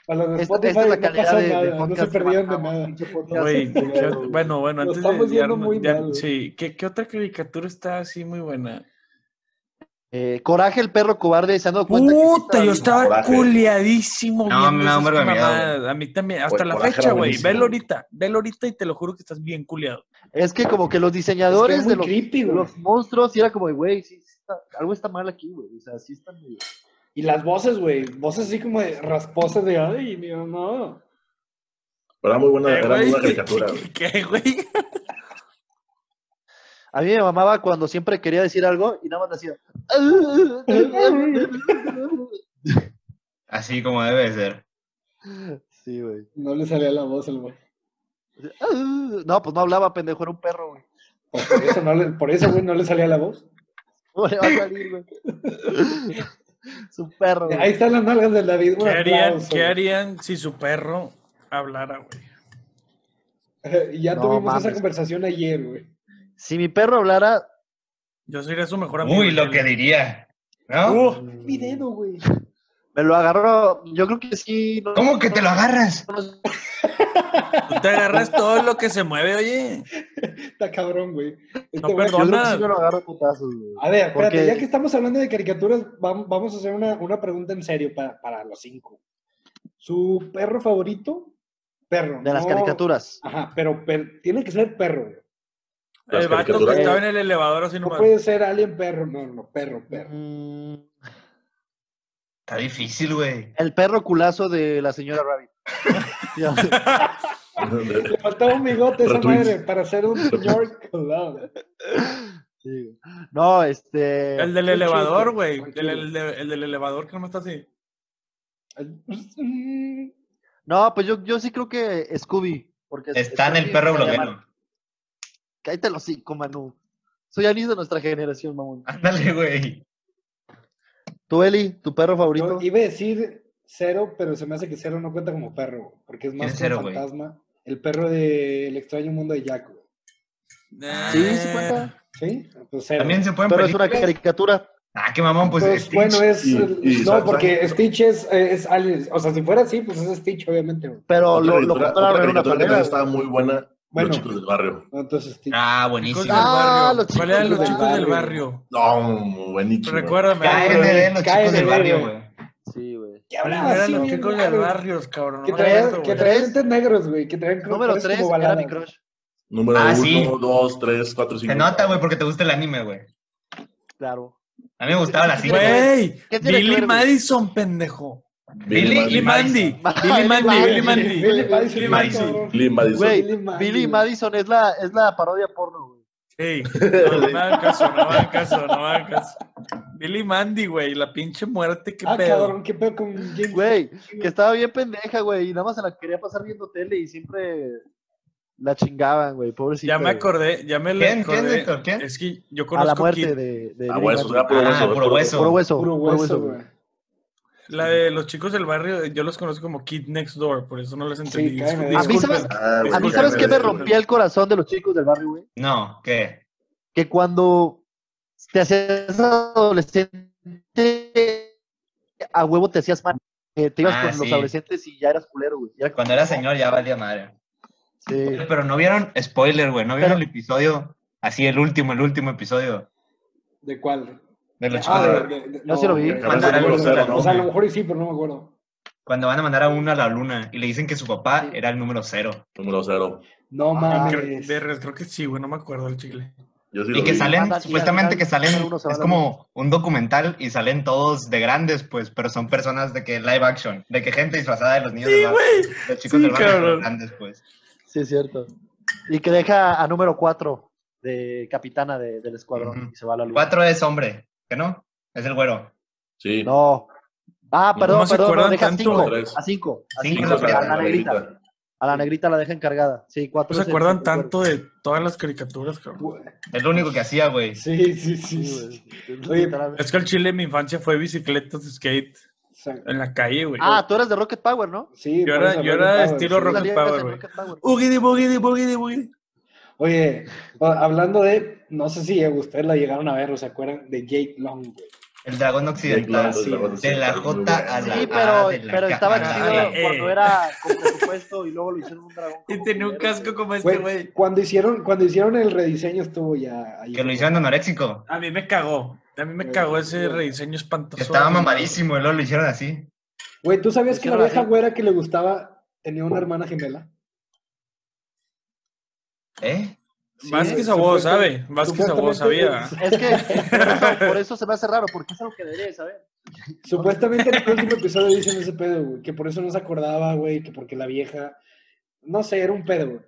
[SPEAKER 2] Para los de
[SPEAKER 3] Esta-
[SPEAKER 2] Spotify
[SPEAKER 3] Este, esta es la
[SPEAKER 2] no
[SPEAKER 3] calidad
[SPEAKER 2] pasó
[SPEAKER 3] de- de
[SPEAKER 2] nada, no se
[SPEAKER 3] podcast que
[SPEAKER 2] perdieron de
[SPEAKER 3] manejamos,
[SPEAKER 2] nada.
[SPEAKER 3] pinche podcast.
[SPEAKER 2] sé,
[SPEAKER 5] Güey, ¿qué-
[SPEAKER 2] güey.
[SPEAKER 5] bueno, bueno,
[SPEAKER 2] Lo
[SPEAKER 5] antes
[SPEAKER 2] estamos
[SPEAKER 5] de ya-
[SPEAKER 2] viendo muy
[SPEAKER 5] ya-
[SPEAKER 2] mal, güey.
[SPEAKER 5] sí, ¿qué, qué otra caricatura está así muy buena?
[SPEAKER 3] Eh, Coraje el perro cobarde, se han dado cuenta. que sí
[SPEAKER 5] Puta, yo
[SPEAKER 3] está
[SPEAKER 5] estaba
[SPEAKER 4] Coraje.
[SPEAKER 5] culiadísimo
[SPEAKER 1] No,
[SPEAKER 5] viendo
[SPEAKER 1] me da un
[SPEAKER 5] esas
[SPEAKER 1] vergo de miedo,
[SPEAKER 5] mamadas. A mí también, hasta
[SPEAKER 4] Güey,
[SPEAKER 5] la
[SPEAKER 4] Coraje era
[SPEAKER 5] fecha, güey.
[SPEAKER 4] buenísimo.
[SPEAKER 5] Velo ahorita, velo ahorita y te lo juro que estás bien culiado.
[SPEAKER 3] bien. Es que como que los diseñadores
[SPEAKER 2] Es que es
[SPEAKER 3] de
[SPEAKER 2] muy
[SPEAKER 3] los,
[SPEAKER 2] creepy,
[SPEAKER 3] de
[SPEAKER 2] güey.
[SPEAKER 3] los monstruos, y era como, güey, sí, sí está- algo está mal aquí, güey. O sea, sí está medio-
[SPEAKER 2] Y las voces, güey. Voces así como de rasposas de ay, mi mamá.
[SPEAKER 4] Pero era muy buena,
[SPEAKER 5] Eh,
[SPEAKER 4] era muy
[SPEAKER 5] güey,
[SPEAKER 4] buena caricatura. güey.
[SPEAKER 5] ¿Qué, güey?
[SPEAKER 3] A mí me mamaba cuando siempre quería decir algo y nada más decía.
[SPEAKER 1] Así como debe de ser.
[SPEAKER 3] Sí, güey.
[SPEAKER 2] No le salía la voz al güey.
[SPEAKER 3] No, pues no hablaba, pendejo, era un perro, güey.
[SPEAKER 2] Pues Por eso, no le- por eso, güey, no le salía la voz.
[SPEAKER 3] ¿Cómo le va a salir, güey? Es un perro, güey.
[SPEAKER 2] Ahí están las nalgas del David,
[SPEAKER 5] ¿Qué
[SPEAKER 2] güey.
[SPEAKER 5] harían,
[SPEAKER 2] aplauso,
[SPEAKER 5] qué harían si su perro hablara, güey?
[SPEAKER 2] güey. Y ya
[SPEAKER 3] No
[SPEAKER 2] tuvimos esa
[SPEAKER 3] mames.
[SPEAKER 2] conversación ayer, güey.
[SPEAKER 3] Si mi perro hablara.
[SPEAKER 5] Yo sería su mejor amigo.
[SPEAKER 1] Uy, lo
[SPEAKER 5] Yo-
[SPEAKER 1] que diría. ¿No?
[SPEAKER 5] Uh,
[SPEAKER 3] Mm.
[SPEAKER 2] Mi dedo, güey.
[SPEAKER 3] Me lo agarró. Yo creo que sí. no-
[SPEAKER 1] ¿Cómo que te lo agarras?
[SPEAKER 3] no sé.
[SPEAKER 5] tú te agarras todo lo que se mueve, oye.
[SPEAKER 2] Está cabrón, güey. Este
[SPEAKER 5] No,
[SPEAKER 2] güey-
[SPEAKER 5] perdón.
[SPEAKER 3] Yo creo que sí me lo agarro a putazos, güey.
[SPEAKER 2] A ver, espérate,
[SPEAKER 3] Porque-
[SPEAKER 2] ya que estamos hablando de caricaturas, vam- vamos a hacer una, una pregunta en serio para, para los cinco. ¿Su perro favorito? Perro.
[SPEAKER 3] De las
[SPEAKER 2] no-
[SPEAKER 3] caricaturas.
[SPEAKER 2] Ajá, pero per- tiene que ser perro. güey.
[SPEAKER 4] Las
[SPEAKER 5] El vato que
[SPEAKER 4] caricaturas.
[SPEAKER 5] estaba en el elevador así
[SPEAKER 2] No
[SPEAKER 5] nomás.
[SPEAKER 2] puede ser alien perro, no, no, perro, perro.
[SPEAKER 3] Mm,
[SPEAKER 1] Está difícil, güey.
[SPEAKER 3] El perro culazo de la señora Rabbit. Ya.
[SPEAKER 2] Le faltaba un bigote a esa
[SPEAKER 4] Retweets.
[SPEAKER 2] madre para ser un señor colado.
[SPEAKER 3] Sí, güey. No, este.
[SPEAKER 5] El del
[SPEAKER 2] Qué
[SPEAKER 5] elevador,
[SPEAKER 2] chiste,
[SPEAKER 5] güey. El,
[SPEAKER 2] tranquilo.
[SPEAKER 5] el de- el del elevador que nomás está así.
[SPEAKER 3] No, pues yo, yo sí creo que Scooby. Porque
[SPEAKER 1] Está en el
[SPEAKER 3] Scooby
[SPEAKER 1] perro
[SPEAKER 3] se llama-
[SPEAKER 1] bloguero.
[SPEAKER 3] Cállate los cinco, Manu. Soy Anis de nuestra generación, mamón.
[SPEAKER 1] Ándale, güey.
[SPEAKER 3] Tú, Eli, tu perro favorito.
[SPEAKER 2] Yo iba a decir cero, pero se me hace que cero no cuenta como perro, güey, porque es
[SPEAKER 1] ¿Quién
[SPEAKER 2] más
[SPEAKER 1] es
[SPEAKER 2] que un
[SPEAKER 1] cero, güey?
[SPEAKER 2] fantasma. El perro del extraño mundo de Jack, güey.
[SPEAKER 3] Sí, sí cuenta.
[SPEAKER 2] ¿Sí? Pues cero.
[SPEAKER 1] También se pueden
[SPEAKER 3] Pero es una
[SPEAKER 1] películas.
[SPEAKER 3] caricatura.
[SPEAKER 1] Ah, qué mamón, pues.
[SPEAKER 2] Pues,
[SPEAKER 1] Stitch.
[SPEAKER 2] bueno, es.
[SPEAKER 4] y-
[SPEAKER 2] el-
[SPEAKER 4] y
[SPEAKER 2] no,
[SPEAKER 4] Zack
[SPEAKER 2] porque Stitch es, eh, es Alice. O sea, si fuera así, pues es Stitch, obviamente. güey.
[SPEAKER 3] Pero
[SPEAKER 4] Otra
[SPEAKER 3] lo, lo
[SPEAKER 4] caricatura-
[SPEAKER 3] contaron
[SPEAKER 4] otra
[SPEAKER 3] en una
[SPEAKER 4] caricatura que también
[SPEAKER 3] palabra.
[SPEAKER 4] estaba muy buena.
[SPEAKER 2] Bueno.
[SPEAKER 4] Los chicos del barrio.
[SPEAKER 2] No, entonces Stitch.
[SPEAKER 1] Ah,
[SPEAKER 5] Chicos
[SPEAKER 1] buenísimo.
[SPEAKER 5] del
[SPEAKER 3] Ah,
[SPEAKER 5] barrio.
[SPEAKER 3] los
[SPEAKER 5] ¿Cuál eran los
[SPEAKER 2] del
[SPEAKER 5] chicos del
[SPEAKER 2] barrio.
[SPEAKER 5] barrio?
[SPEAKER 4] No, buenísimo.
[SPEAKER 5] Recuérdame.
[SPEAKER 1] Caen
[SPEAKER 5] güey.
[SPEAKER 1] de los chicos del
[SPEAKER 2] KND,
[SPEAKER 1] barrio,
[SPEAKER 2] güey.
[SPEAKER 1] güey.
[SPEAKER 3] Sí, güey.
[SPEAKER 2] ¿Qué
[SPEAKER 5] ¿Cuáles
[SPEAKER 2] hablaba
[SPEAKER 5] eran
[SPEAKER 2] así,
[SPEAKER 5] los
[SPEAKER 2] güey,
[SPEAKER 5] chicos
[SPEAKER 2] raro,
[SPEAKER 5] del
[SPEAKER 2] güey?
[SPEAKER 5] barrio, cabrón?
[SPEAKER 2] Que
[SPEAKER 5] No me acuerdo,
[SPEAKER 2] traían, que
[SPEAKER 5] güey.
[SPEAKER 2] traían
[SPEAKER 3] Tres.
[SPEAKER 2] lentes negros, güey. Que traían
[SPEAKER 3] Número
[SPEAKER 2] colores
[SPEAKER 3] 3
[SPEAKER 2] como
[SPEAKER 3] era
[SPEAKER 2] baladas.
[SPEAKER 3] mi crush.
[SPEAKER 4] Número
[SPEAKER 1] Ah,
[SPEAKER 4] uno,
[SPEAKER 1] sí.
[SPEAKER 4] dos, tres, cuatro, cinco.
[SPEAKER 1] Se nota, güey, porque te gusta el anime, güey.
[SPEAKER 3] Claro.
[SPEAKER 1] A mí me gustaba la cinco.
[SPEAKER 3] Güey. ¿Qué
[SPEAKER 5] Güey,
[SPEAKER 3] tiene que
[SPEAKER 5] Billy
[SPEAKER 3] ver, güey?
[SPEAKER 5] Madison, pendejo.
[SPEAKER 1] Billy-
[SPEAKER 5] Billy
[SPEAKER 4] Billy
[SPEAKER 5] Mandy.
[SPEAKER 1] Madison.
[SPEAKER 5] Billy Mandy, Billy Mandy.
[SPEAKER 2] Billy Madison,
[SPEAKER 5] Billy
[SPEAKER 2] Billy
[SPEAKER 5] Madison.
[SPEAKER 2] Madison.
[SPEAKER 4] Billy Madison.
[SPEAKER 3] Güey,
[SPEAKER 2] Billy Madison.
[SPEAKER 3] Billy Madison es la, es la parodia porno, güey.
[SPEAKER 5] Sí, no, no me hagan caso, no me hagan caso, no me hagan caso. Billy Mandy, güey, la pinche muerte, qué
[SPEAKER 2] Ah,
[SPEAKER 5] pedo.
[SPEAKER 2] cabrón, qué pedo con James.
[SPEAKER 3] Güey, que estaba bien pendeja, güey, y nada más se la quería pasar viendo tele y siempre la chingaban, güey, pobrecita.
[SPEAKER 5] Ya me
[SPEAKER 3] güey.
[SPEAKER 5] acordé, ya me la
[SPEAKER 1] ¿Quién? ¿Quién,
[SPEAKER 5] acordé.
[SPEAKER 1] Héctor? ¿Quién?
[SPEAKER 5] Es que yo
[SPEAKER 3] ¿Eh? A
[SPEAKER 5] conozco
[SPEAKER 3] la
[SPEAKER 5] Kid,
[SPEAKER 3] muerte de, de
[SPEAKER 4] Ah,
[SPEAKER 3] Billy
[SPEAKER 4] huesos,
[SPEAKER 3] Mandy.
[SPEAKER 4] era puro
[SPEAKER 1] Ah,
[SPEAKER 4] hueso.
[SPEAKER 1] puro hueso.
[SPEAKER 3] Puro hueso,
[SPEAKER 2] Puro hueso,
[SPEAKER 3] güey.
[SPEAKER 2] güey.
[SPEAKER 5] la de los chicos del barrio, yo los conozco como Kid Next Door, por eso no les entendí.
[SPEAKER 2] caen
[SPEAKER 5] discul-
[SPEAKER 2] ahí.
[SPEAKER 3] A mí,
[SPEAKER 5] disculpen.
[SPEAKER 3] ¿sabes?
[SPEAKER 4] Ah, güey,
[SPEAKER 3] A mí,
[SPEAKER 5] Disculpen,
[SPEAKER 3] ¿sabes qué me
[SPEAKER 5] disculpen.
[SPEAKER 3] rompía el corazón de los chicos del barrio, güey?
[SPEAKER 1] No, ¿qué?
[SPEAKER 3] Que cuando te hacías adolescente, a huevo te hacías mal. Eh, te ibas
[SPEAKER 1] Ah,
[SPEAKER 3] con los
[SPEAKER 1] sí.
[SPEAKER 3] adolescentes y ya eras culero, güey. Ya-
[SPEAKER 1] Cuando era señor ya valía madre.
[SPEAKER 3] Sí.
[SPEAKER 1] Pero no vieron, spoiler, güey, no vieron el episodio Así el último, el último episodio
[SPEAKER 2] ¿De cuál?
[SPEAKER 1] de los chicos
[SPEAKER 2] Ah,
[SPEAKER 1] de-
[SPEAKER 2] de, de- de-
[SPEAKER 3] Yo sí lo vi.
[SPEAKER 2] güey,
[SPEAKER 1] Mandar
[SPEAKER 2] no me
[SPEAKER 1] algo
[SPEAKER 2] acuerdo.
[SPEAKER 1] cero, ¿no?
[SPEAKER 2] O sea, a lo mejor y sí, pero no me acuerdo.
[SPEAKER 1] Cuando van a mandar a uno a la luna y le dicen que su papá
[SPEAKER 3] Sí.
[SPEAKER 1] era el número cero.
[SPEAKER 4] número cero.
[SPEAKER 2] No
[SPEAKER 5] Creo,
[SPEAKER 2] mames.
[SPEAKER 5] vergas, creo Ah, que sí, güey, no me acuerdo el chile.
[SPEAKER 4] Yo sí
[SPEAKER 1] Y
[SPEAKER 4] lo
[SPEAKER 1] que
[SPEAKER 4] vi.
[SPEAKER 1] salen,
[SPEAKER 3] Mandan- y al
[SPEAKER 1] supuestamente
[SPEAKER 3] final
[SPEAKER 1] que salen,
[SPEAKER 3] número uno se va
[SPEAKER 1] es
[SPEAKER 3] a la
[SPEAKER 1] como un documental y salen todos de grandes, pues, pero son personas de que live action, de que gente disfrazada de los niños
[SPEAKER 5] Sí,
[SPEAKER 1] del barrio,
[SPEAKER 5] güey.
[SPEAKER 1] de los chicos
[SPEAKER 5] Sí,
[SPEAKER 1] del barrio pero
[SPEAKER 5] cabrón.
[SPEAKER 1] grandes, pues.
[SPEAKER 3] Sí, es cierto. Y que deja a número 4 de capitana de- del escuadrón
[SPEAKER 1] Ujú.
[SPEAKER 3] y se va a la luna.
[SPEAKER 1] Cuatro es hombre, ¿que no? Es el güero.
[SPEAKER 4] Sí.
[SPEAKER 3] No. Ah,
[SPEAKER 4] No,
[SPEAKER 3] perdón,
[SPEAKER 5] no se
[SPEAKER 3] perdón, no,
[SPEAKER 5] acuerdan
[SPEAKER 3] deja
[SPEAKER 5] tanto.
[SPEAKER 3] cinco,
[SPEAKER 4] Tres.
[SPEAKER 3] a 5. A
[SPEAKER 1] Cinco,
[SPEAKER 3] cinco,
[SPEAKER 1] la verdad,
[SPEAKER 3] a la
[SPEAKER 1] la
[SPEAKER 3] negrita. A la negrita la deja encargada. Sí,
[SPEAKER 5] No
[SPEAKER 3] cuatro.
[SPEAKER 5] se
[SPEAKER 3] es el
[SPEAKER 5] acuerdan
[SPEAKER 3] supercuerpo.
[SPEAKER 5] tanto de todas las caricaturas, cabrón.
[SPEAKER 1] Es lo único que hacía, güey.
[SPEAKER 2] Sí, sí, sí.
[SPEAKER 3] Sí,
[SPEAKER 2] sí.
[SPEAKER 3] güey.
[SPEAKER 2] Oye,
[SPEAKER 3] Literalmente.
[SPEAKER 5] Es que el chile en mi infancia fue bicicletas, skate,
[SPEAKER 2] O sea,
[SPEAKER 5] en la calle, güey.
[SPEAKER 3] Ah, tú eres de Rocket Power, ¿no?
[SPEAKER 2] sí,
[SPEAKER 5] Yo
[SPEAKER 2] por
[SPEAKER 5] era-
[SPEAKER 2] eso,
[SPEAKER 5] yo
[SPEAKER 2] Rocket
[SPEAKER 5] era
[SPEAKER 2] Power,
[SPEAKER 5] estilo
[SPEAKER 2] sí.
[SPEAKER 5] Rocket
[SPEAKER 3] Salías
[SPEAKER 5] Power,
[SPEAKER 3] en
[SPEAKER 5] güey.
[SPEAKER 3] Rocket Power.
[SPEAKER 5] Boogie, boogie, boogie, boogie.
[SPEAKER 2] Oye, o- hablando de, no sé si a ustedes la llegaron a ver o se acuerdan de Jake Long, güey.
[SPEAKER 1] El dragón occidental.
[SPEAKER 2] sí,
[SPEAKER 1] de la J a la-
[SPEAKER 3] Sí, pero,
[SPEAKER 1] Ah, de la
[SPEAKER 3] pero estaba
[SPEAKER 1] cámara.
[SPEAKER 3] chido
[SPEAKER 5] Eh, eh.
[SPEAKER 3] cuando era con presupuesto y luego lo hicieron un dragón.
[SPEAKER 5] Y
[SPEAKER 3] como
[SPEAKER 5] tenía un
[SPEAKER 3] culero,
[SPEAKER 5] casco
[SPEAKER 3] güey.
[SPEAKER 5] como este,
[SPEAKER 2] Güey,
[SPEAKER 5] güey.
[SPEAKER 2] Cuando hicieron, cuando hicieron el rediseño estuvo ya ahí.
[SPEAKER 1] Que lo hicieron anoréxico.
[SPEAKER 5] A mí me cagó. A mí me cagó ese rediseño espantoso.
[SPEAKER 1] Estaba mamadísimo, y luego lo hicieron así.
[SPEAKER 2] Güey, ¿tú sabías que la
[SPEAKER 3] Hicieron
[SPEAKER 2] vieja
[SPEAKER 3] así.
[SPEAKER 2] güera que le gustaba tenía
[SPEAKER 1] Oh.
[SPEAKER 2] una hermana gemela?
[SPEAKER 1] ¿Eh?
[SPEAKER 5] Vázquez
[SPEAKER 2] güey,
[SPEAKER 5] Abogado
[SPEAKER 2] supuestamente-
[SPEAKER 5] sabe, Vázquez Abogado
[SPEAKER 2] supuestamente-
[SPEAKER 3] Es que por eso, por eso se me hace raro, porque es algo que debería de saber.
[SPEAKER 2] Supuestamente en el último episodio dicen ese pedo, güey, que por eso no se acordaba, güey, que porque la vieja, no sé, era un pedo, güey.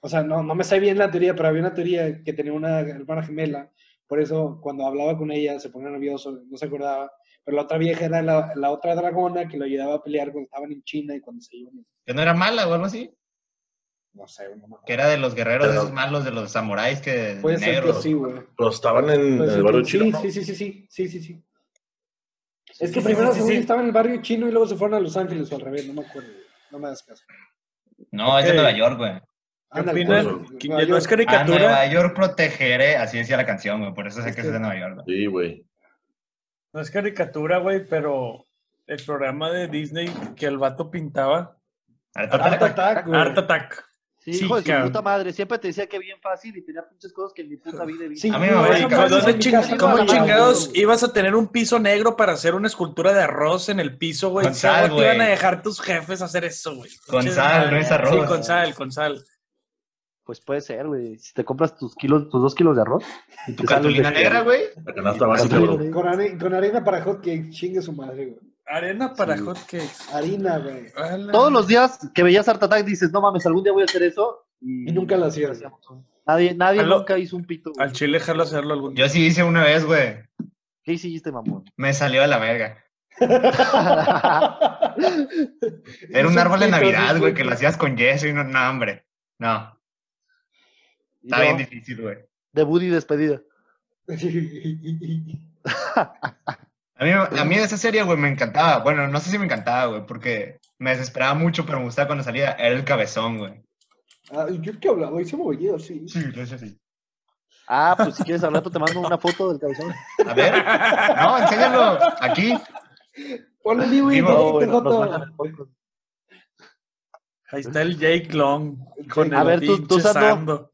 [SPEAKER 2] O sea, no, no me sé bien la teoría, pero había una teoría que tenía una hermana gemela, por eso cuando hablaba con ella se ponía nervioso, no se acordaba, pero la otra vieja era la, la otra dragona que lo ayudaba a pelear cuando estaban en China y cuando se iban,
[SPEAKER 1] Que no era mala o algo así.
[SPEAKER 2] no sé, no me acuerdo.
[SPEAKER 1] Que era de los guerreros
[SPEAKER 4] Pero-
[SPEAKER 1] esos malos, de los samuráis que
[SPEAKER 2] Puede ser que
[SPEAKER 1] negros.
[SPEAKER 2] sí, güey.
[SPEAKER 4] Pero estaban en,
[SPEAKER 2] Puede
[SPEAKER 4] en
[SPEAKER 2] ser
[SPEAKER 4] el barrio
[SPEAKER 2] que-
[SPEAKER 4] chino. ¿no?
[SPEAKER 2] Pues Sí, sí, sí, sí, sí, sí, sí. Es que
[SPEAKER 5] sí,
[SPEAKER 2] primero
[SPEAKER 5] sí,
[SPEAKER 2] se
[SPEAKER 5] sí, sí.
[SPEAKER 2] estaba en el barrio chino y luego se fueron a Los Ángeles o al revés, no me acuerdo, güey. no me das caso.
[SPEAKER 1] No, es de
[SPEAKER 5] Ok.
[SPEAKER 1] Nueva York, güey.
[SPEAKER 5] ¿Qué
[SPEAKER 2] Ándale,
[SPEAKER 5] opinan?
[SPEAKER 2] pues,
[SPEAKER 5] Que
[SPEAKER 2] Nueva
[SPEAKER 5] ya no es
[SPEAKER 2] York.
[SPEAKER 1] A
[SPEAKER 3] Ah,
[SPEAKER 1] Nueva
[SPEAKER 5] caricatura.
[SPEAKER 1] York protegeré, así decía la canción, güey. Por eso sé
[SPEAKER 2] Es
[SPEAKER 1] que
[SPEAKER 2] que-
[SPEAKER 1] es de Nueva York. güey.
[SPEAKER 4] Sí, güey.
[SPEAKER 5] No es caricatura, güey, pero el programa de Disney que el vato pintaba.
[SPEAKER 1] Art
[SPEAKER 2] Art
[SPEAKER 1] Attack.
[SPEAKER 2] Attack, güey.
[SPEAKER 5] Art Attack.
[SPEAKER 3] Sí,
[SPEAKER 5] Sí,
[SPEAKER 3] hijo de su
[SPEAKER 5] cabrón.
[SPEAKER 3] puta madre. Siempre te decía que bien fácil y tenía pinches cosas que en mi puta vida he visto.
[SPEAKER 2] Sí,
[SPEAKER 1] A mí me
[SPEAKER 2] no,
[SPEAKER 1] vale,
[SPEAKER 5] Güey,
[SPEAKER 2] esa
[SPEAKER 1] cabrón.
[SPEAKER 2] madre
[SPEAKER 5] ¿dónde
[SPEAKER 2] en mi
[SPEAKER 5] ching-
[SPEAKER 2] casa no
[SPEAKER 5] ¿Cómo
[SPEAKER 2] la
[SPEAKER 5] chingados
[SPEAKER 2] veo, güey.
[SPEAKER 5] ibas a tener un piso negro para hacer una escultura de arroz en el piso, güey?
[SPEAKER 1] Con sal,
[SPEAKER 5] ¿Cómo te
[SPEAKER 1] güey.
[SPEAKER 5] iban a dejar tus jefes hacer eso, güey?
[SPEAKER 1] Con
[SPEAKER 5] Pinches
[SPEAKER 1] sal,
[SPEAKER 5] madre.
[SPEAKER 1] no es arroz.
[SPEAKER 5] Sí, con sal, con sal.
[SPEAKER 3] Pues puede ser, güey. Si te compras tus kilos, tus dos kilos de arroz y tus
[SPEAKER 1] Cartulina negra, güey.
[SPEAKER 4] La canasta básica,
[SPEAKER 3] Cartulina
[SPEAKER 4] bro.
[SPEAKER 3] negra.
[SPEAKER 2] Con, are- con harina para hotcakes, chingue su madre, güey.
[SPEAKER 5] Arena para hotcakes.
[SPEAKER 2] Harina, güey.
[SPEAKER 5] Ala.
[SPEAKER 3] Todos los días que veías Art Attack dices, no mames, algún día voy a hacer eso.
[SPEAKER 2] Y nunca la hacías.
[SPEAKER 3] Nadie, nadie
[SPEAKER 5] Aló.
[SPEAKER 3] nunca hizo un pito. güey.
[SPEAKER 5] Al chile dejarlo hacerlo algún día.
[SPEAKER 1] Yo sí hice una vez, güey.
[SPEAKER 3] ¿Qué hiciste, mamón?
[SPEAKER 1] Me salió de la verga. Era
[SPEAKER 2] Hizo
[SPEAKER 1] un árbol de
[SPEAKER 2] pito,
[SPEAKER 1] Navidad,
[SPEAKER 2] sí,
[SPEAKER 1] güey, que lo hacías con yeso y no, no, hombre. No,
[SPEAKER 3] Y
[SPEAKER 1] está
[SPEAKER 3] yo,
[SPEAKER 1] bien difícil, güey.
[SPEAKER 3] Debut y despedida.
[SPEAKER 1] A mí, a mí de esa serie, güey, me encantaba. Bueno, no sé si me encantaba, güey, porque me desesperaba mucho, pero me gustaba cuando salía. Era el cabezón, güey.
[SPEAKER 2] Ah, yo que hablaba y se movía así.
[SPEAKER 1] Sí, lo hice así.
[SPEAKER 3] Ah, pues si quieres al rato te mando una foto del cabezón.
[SPEAKER 1] A ver, no, enséñalo. Aquí,
[SPEAKER 2] Ponle el libro y
[SPEAKER 1] Digo,
[SPEAKER 2] ponle
[SPEAKER 3] No, güey,
[SPEAKER 2] este
[SPEAKER 3] nos
[SPEAKER 2] joto.
[SPEAKER 3] mandan el podcast.
[SPEAKER 5] Ahí está el Jake Long. Con
[SPEAKER 3] A
[SPEAKER 5] el
[SPEAKER 3] ver, tú- tú,
[SPEAKER 5] pinche
[SPEAKER 3] Sandro.
[SPEAKER 5] Sando.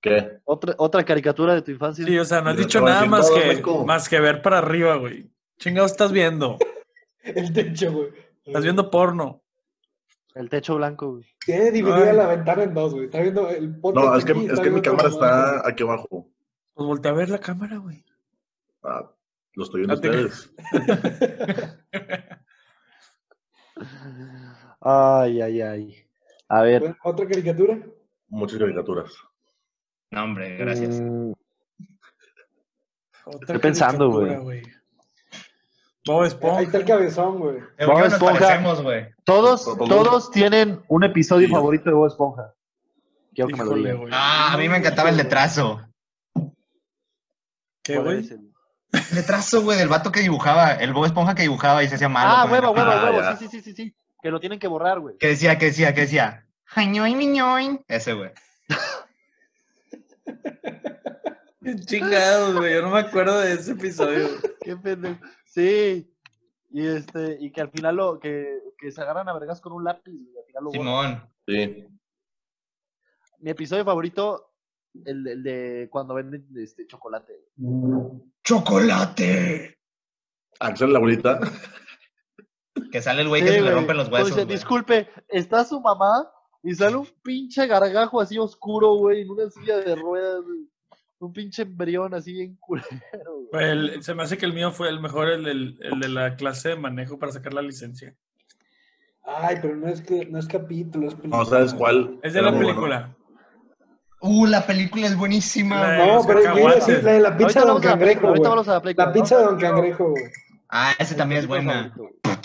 [SPEAKER 4] ¿Qué?
[SPEAKER 3] Otra, otra caricatura de tu infancia.
[SPEAKER 5] Sí, o sea, no has
[SPEAKER 4] Yo
[SPEAKER 5] dicho
[SPEAKER 4] te voy a
[SPEAKER 5] nada
[SPEAKER 4] decir,
[SPEAKER 5] más
[SPEAKER 4] no,
[SPEAKER 5] que,
[SPEAKER 4] Marco.
[SPEAKER 5] más que ver para arriba, güey. Chingados, estás viendo.
[SPEAKER 2] El techo, güey.
[SPEAKER 5] Estás viendo porno.
[SPEAKER 3] El techo blanco, güey.
[SPEAKER 2] Tiene dividida
[SPEAKER 5] Ay.
[SPEAKER 2] la ventana en dos, güey. Está viendo el podcast.
[SPEAKER 4] No, es que,
[SPEAKER 2] aquí,
[SPEAKER 4] es
[SPEAKER 2] está
[SPEAKER 4] que mi
[SPEAKER 2] viendo todo el
[SPEAKER 4] cámara
[SPEAKER 2] mundo,
[SPEAKER 4] está aquí abajo.
[SPEAKER 5] Pues voltea a ver la cámara, güey.
[SPEAKER 4] Ah, lo estoy viendo
[SPEAKER 5] Ah, te-
[SPEAKER 4] ustedes.
[SPEAKER 3] Ay, ay, ay. A ver.
[SPEAKER 2] güey. ¿Otra caricatura?
[SPEAKER 4] Muchas caricaturas.
[SPEAKER 1] no, hombre, gracias.
[SPEAKER 3] mm,
[SPEAKER 5] Otra
[SPEAKER 3] Estoy pensando,
[SPEAKER 5] caricatura, Bob
[SPEAKER 2] Ahí
[SPEAKER 5] Esponja.
[SPEAKER 2] está el cabezón, güey.
[SPEAKER 1] Según
[SPEAKER 3] Bob
[SPEAKER 1] yo nos
[SPEAKER 3] Esponja.
[SPEAKER 1] parecemos, güey.
[SPEAKER 3] Todos,
[SPEAKER 4] Todo
[SPEAKER 3] todos tienen un episodio
[SPEAKER 4] Sí.
[SPEAKER 3] favorito de Bob Esponja. Quiero que me lo
[SPEAKER 5] Híjole,
[SPEAKER 3] digan.
[SPEAKER 5] güey.
[SPEAKER 1] Ah, a mí me encantaba el letrazo.
[SPEAKER 5] ¿Qué,
[SPEAKER 3] ¿Cuál
[SPEAKER 5] güey?
[SPEAKER 3] es el-
[SPEAKER 1] El letrazo, güey, del vato que dibujaba, el Bob Esponja que dibujaba y se hacía malo.
[SPEAKER 3] Ah,
[SPEAKER 1] con el
[SPEAKER 3] huevo,
[SPEAKER 1] lápiz.
[SPEAKER 3] huevo,
[SPEAKER 4] Ah,
[SPEAKER 3] huevo.
[SPEAKER 4] ya.
[SPEAKER 3] Sí, sí, sí, sí, sí. Que lo tienen que borrar, güey.
[SPEAKER 1] Que decía, que decía, que decía. Jañoin, miñoin. Ese, güey.
[SPEAKER 5] Chingados, güey. Yo no me acuerdo de ese episodio.
[SPEAKER 3] Qué pendejo. Sí. Y este, y que al final lo, que, que se agarran a vergas con un lápiz, güey, al final lo borran.
[SPEAKER 1] Simón.
[SPEAKER 4] Sí.
[SPEAKER 3] Mi episodio favorito el, el de cuando venden este chocolate.
[SPEAKER 1] ¡Chocolate!
[SPEAKER 4] Mm. Axel, la abuelita.
[SPEAKER 1] Que sale el güey
[SPEAKER 3] Sí,
[SPEAKER 1] que se le
[SPEAKER 3] güey.
[SPEAKER 1] rompen los huesos.
[SPEAKER 3] Entonces,
[SPEAKER 1] güey.
[SPEAKER 3] disculpe, está su mamá y sale un pinche gargajo así oscuro, güey, en una silla de ruedas, güey. Un pinche embrión así bien culero, güey.
[SPEAKER 5] El- se me hace que el mío fue el mejor, el, del- el de la clase de manejo para sacar la licencia.
[SPEAKER 2] Ay, pero no es, que, no es capítulo, es película.
[SPEAKER 4] No sabes cuál.
[SPEAKER 5] Es de
[SPEAKER 4] Era
[SPEAKER 5] la
[SPEAKER 4] muy
[SPEAKER 5] película.
[SPEAKER 1] Uh, la película es buenísima.
[SPEAKER 5] La-
[SPEAKER 1] güey.
[SPEAKER 2] No, pero yo iba a decir la de la pizza
[SPEAKER 3] Ahorita
[SPEAKER 2] de Don
[SPEAKER 3] vamos a la película,
[SPEAKER 2] Cangrejo,
[SPEAKER 3] ahorita
[SPEAKER 2] güey.
[SPEAKER 3] vamos a la película,
[SPEAKER 2] La
[SPEAKER 3] ¿no?
[SPEAKER 2] pizza de Don Cangrejo, güey.
[SPEAKER 1] Ah, esa también es buena.
[SPEAKER 3] Favorito, güey.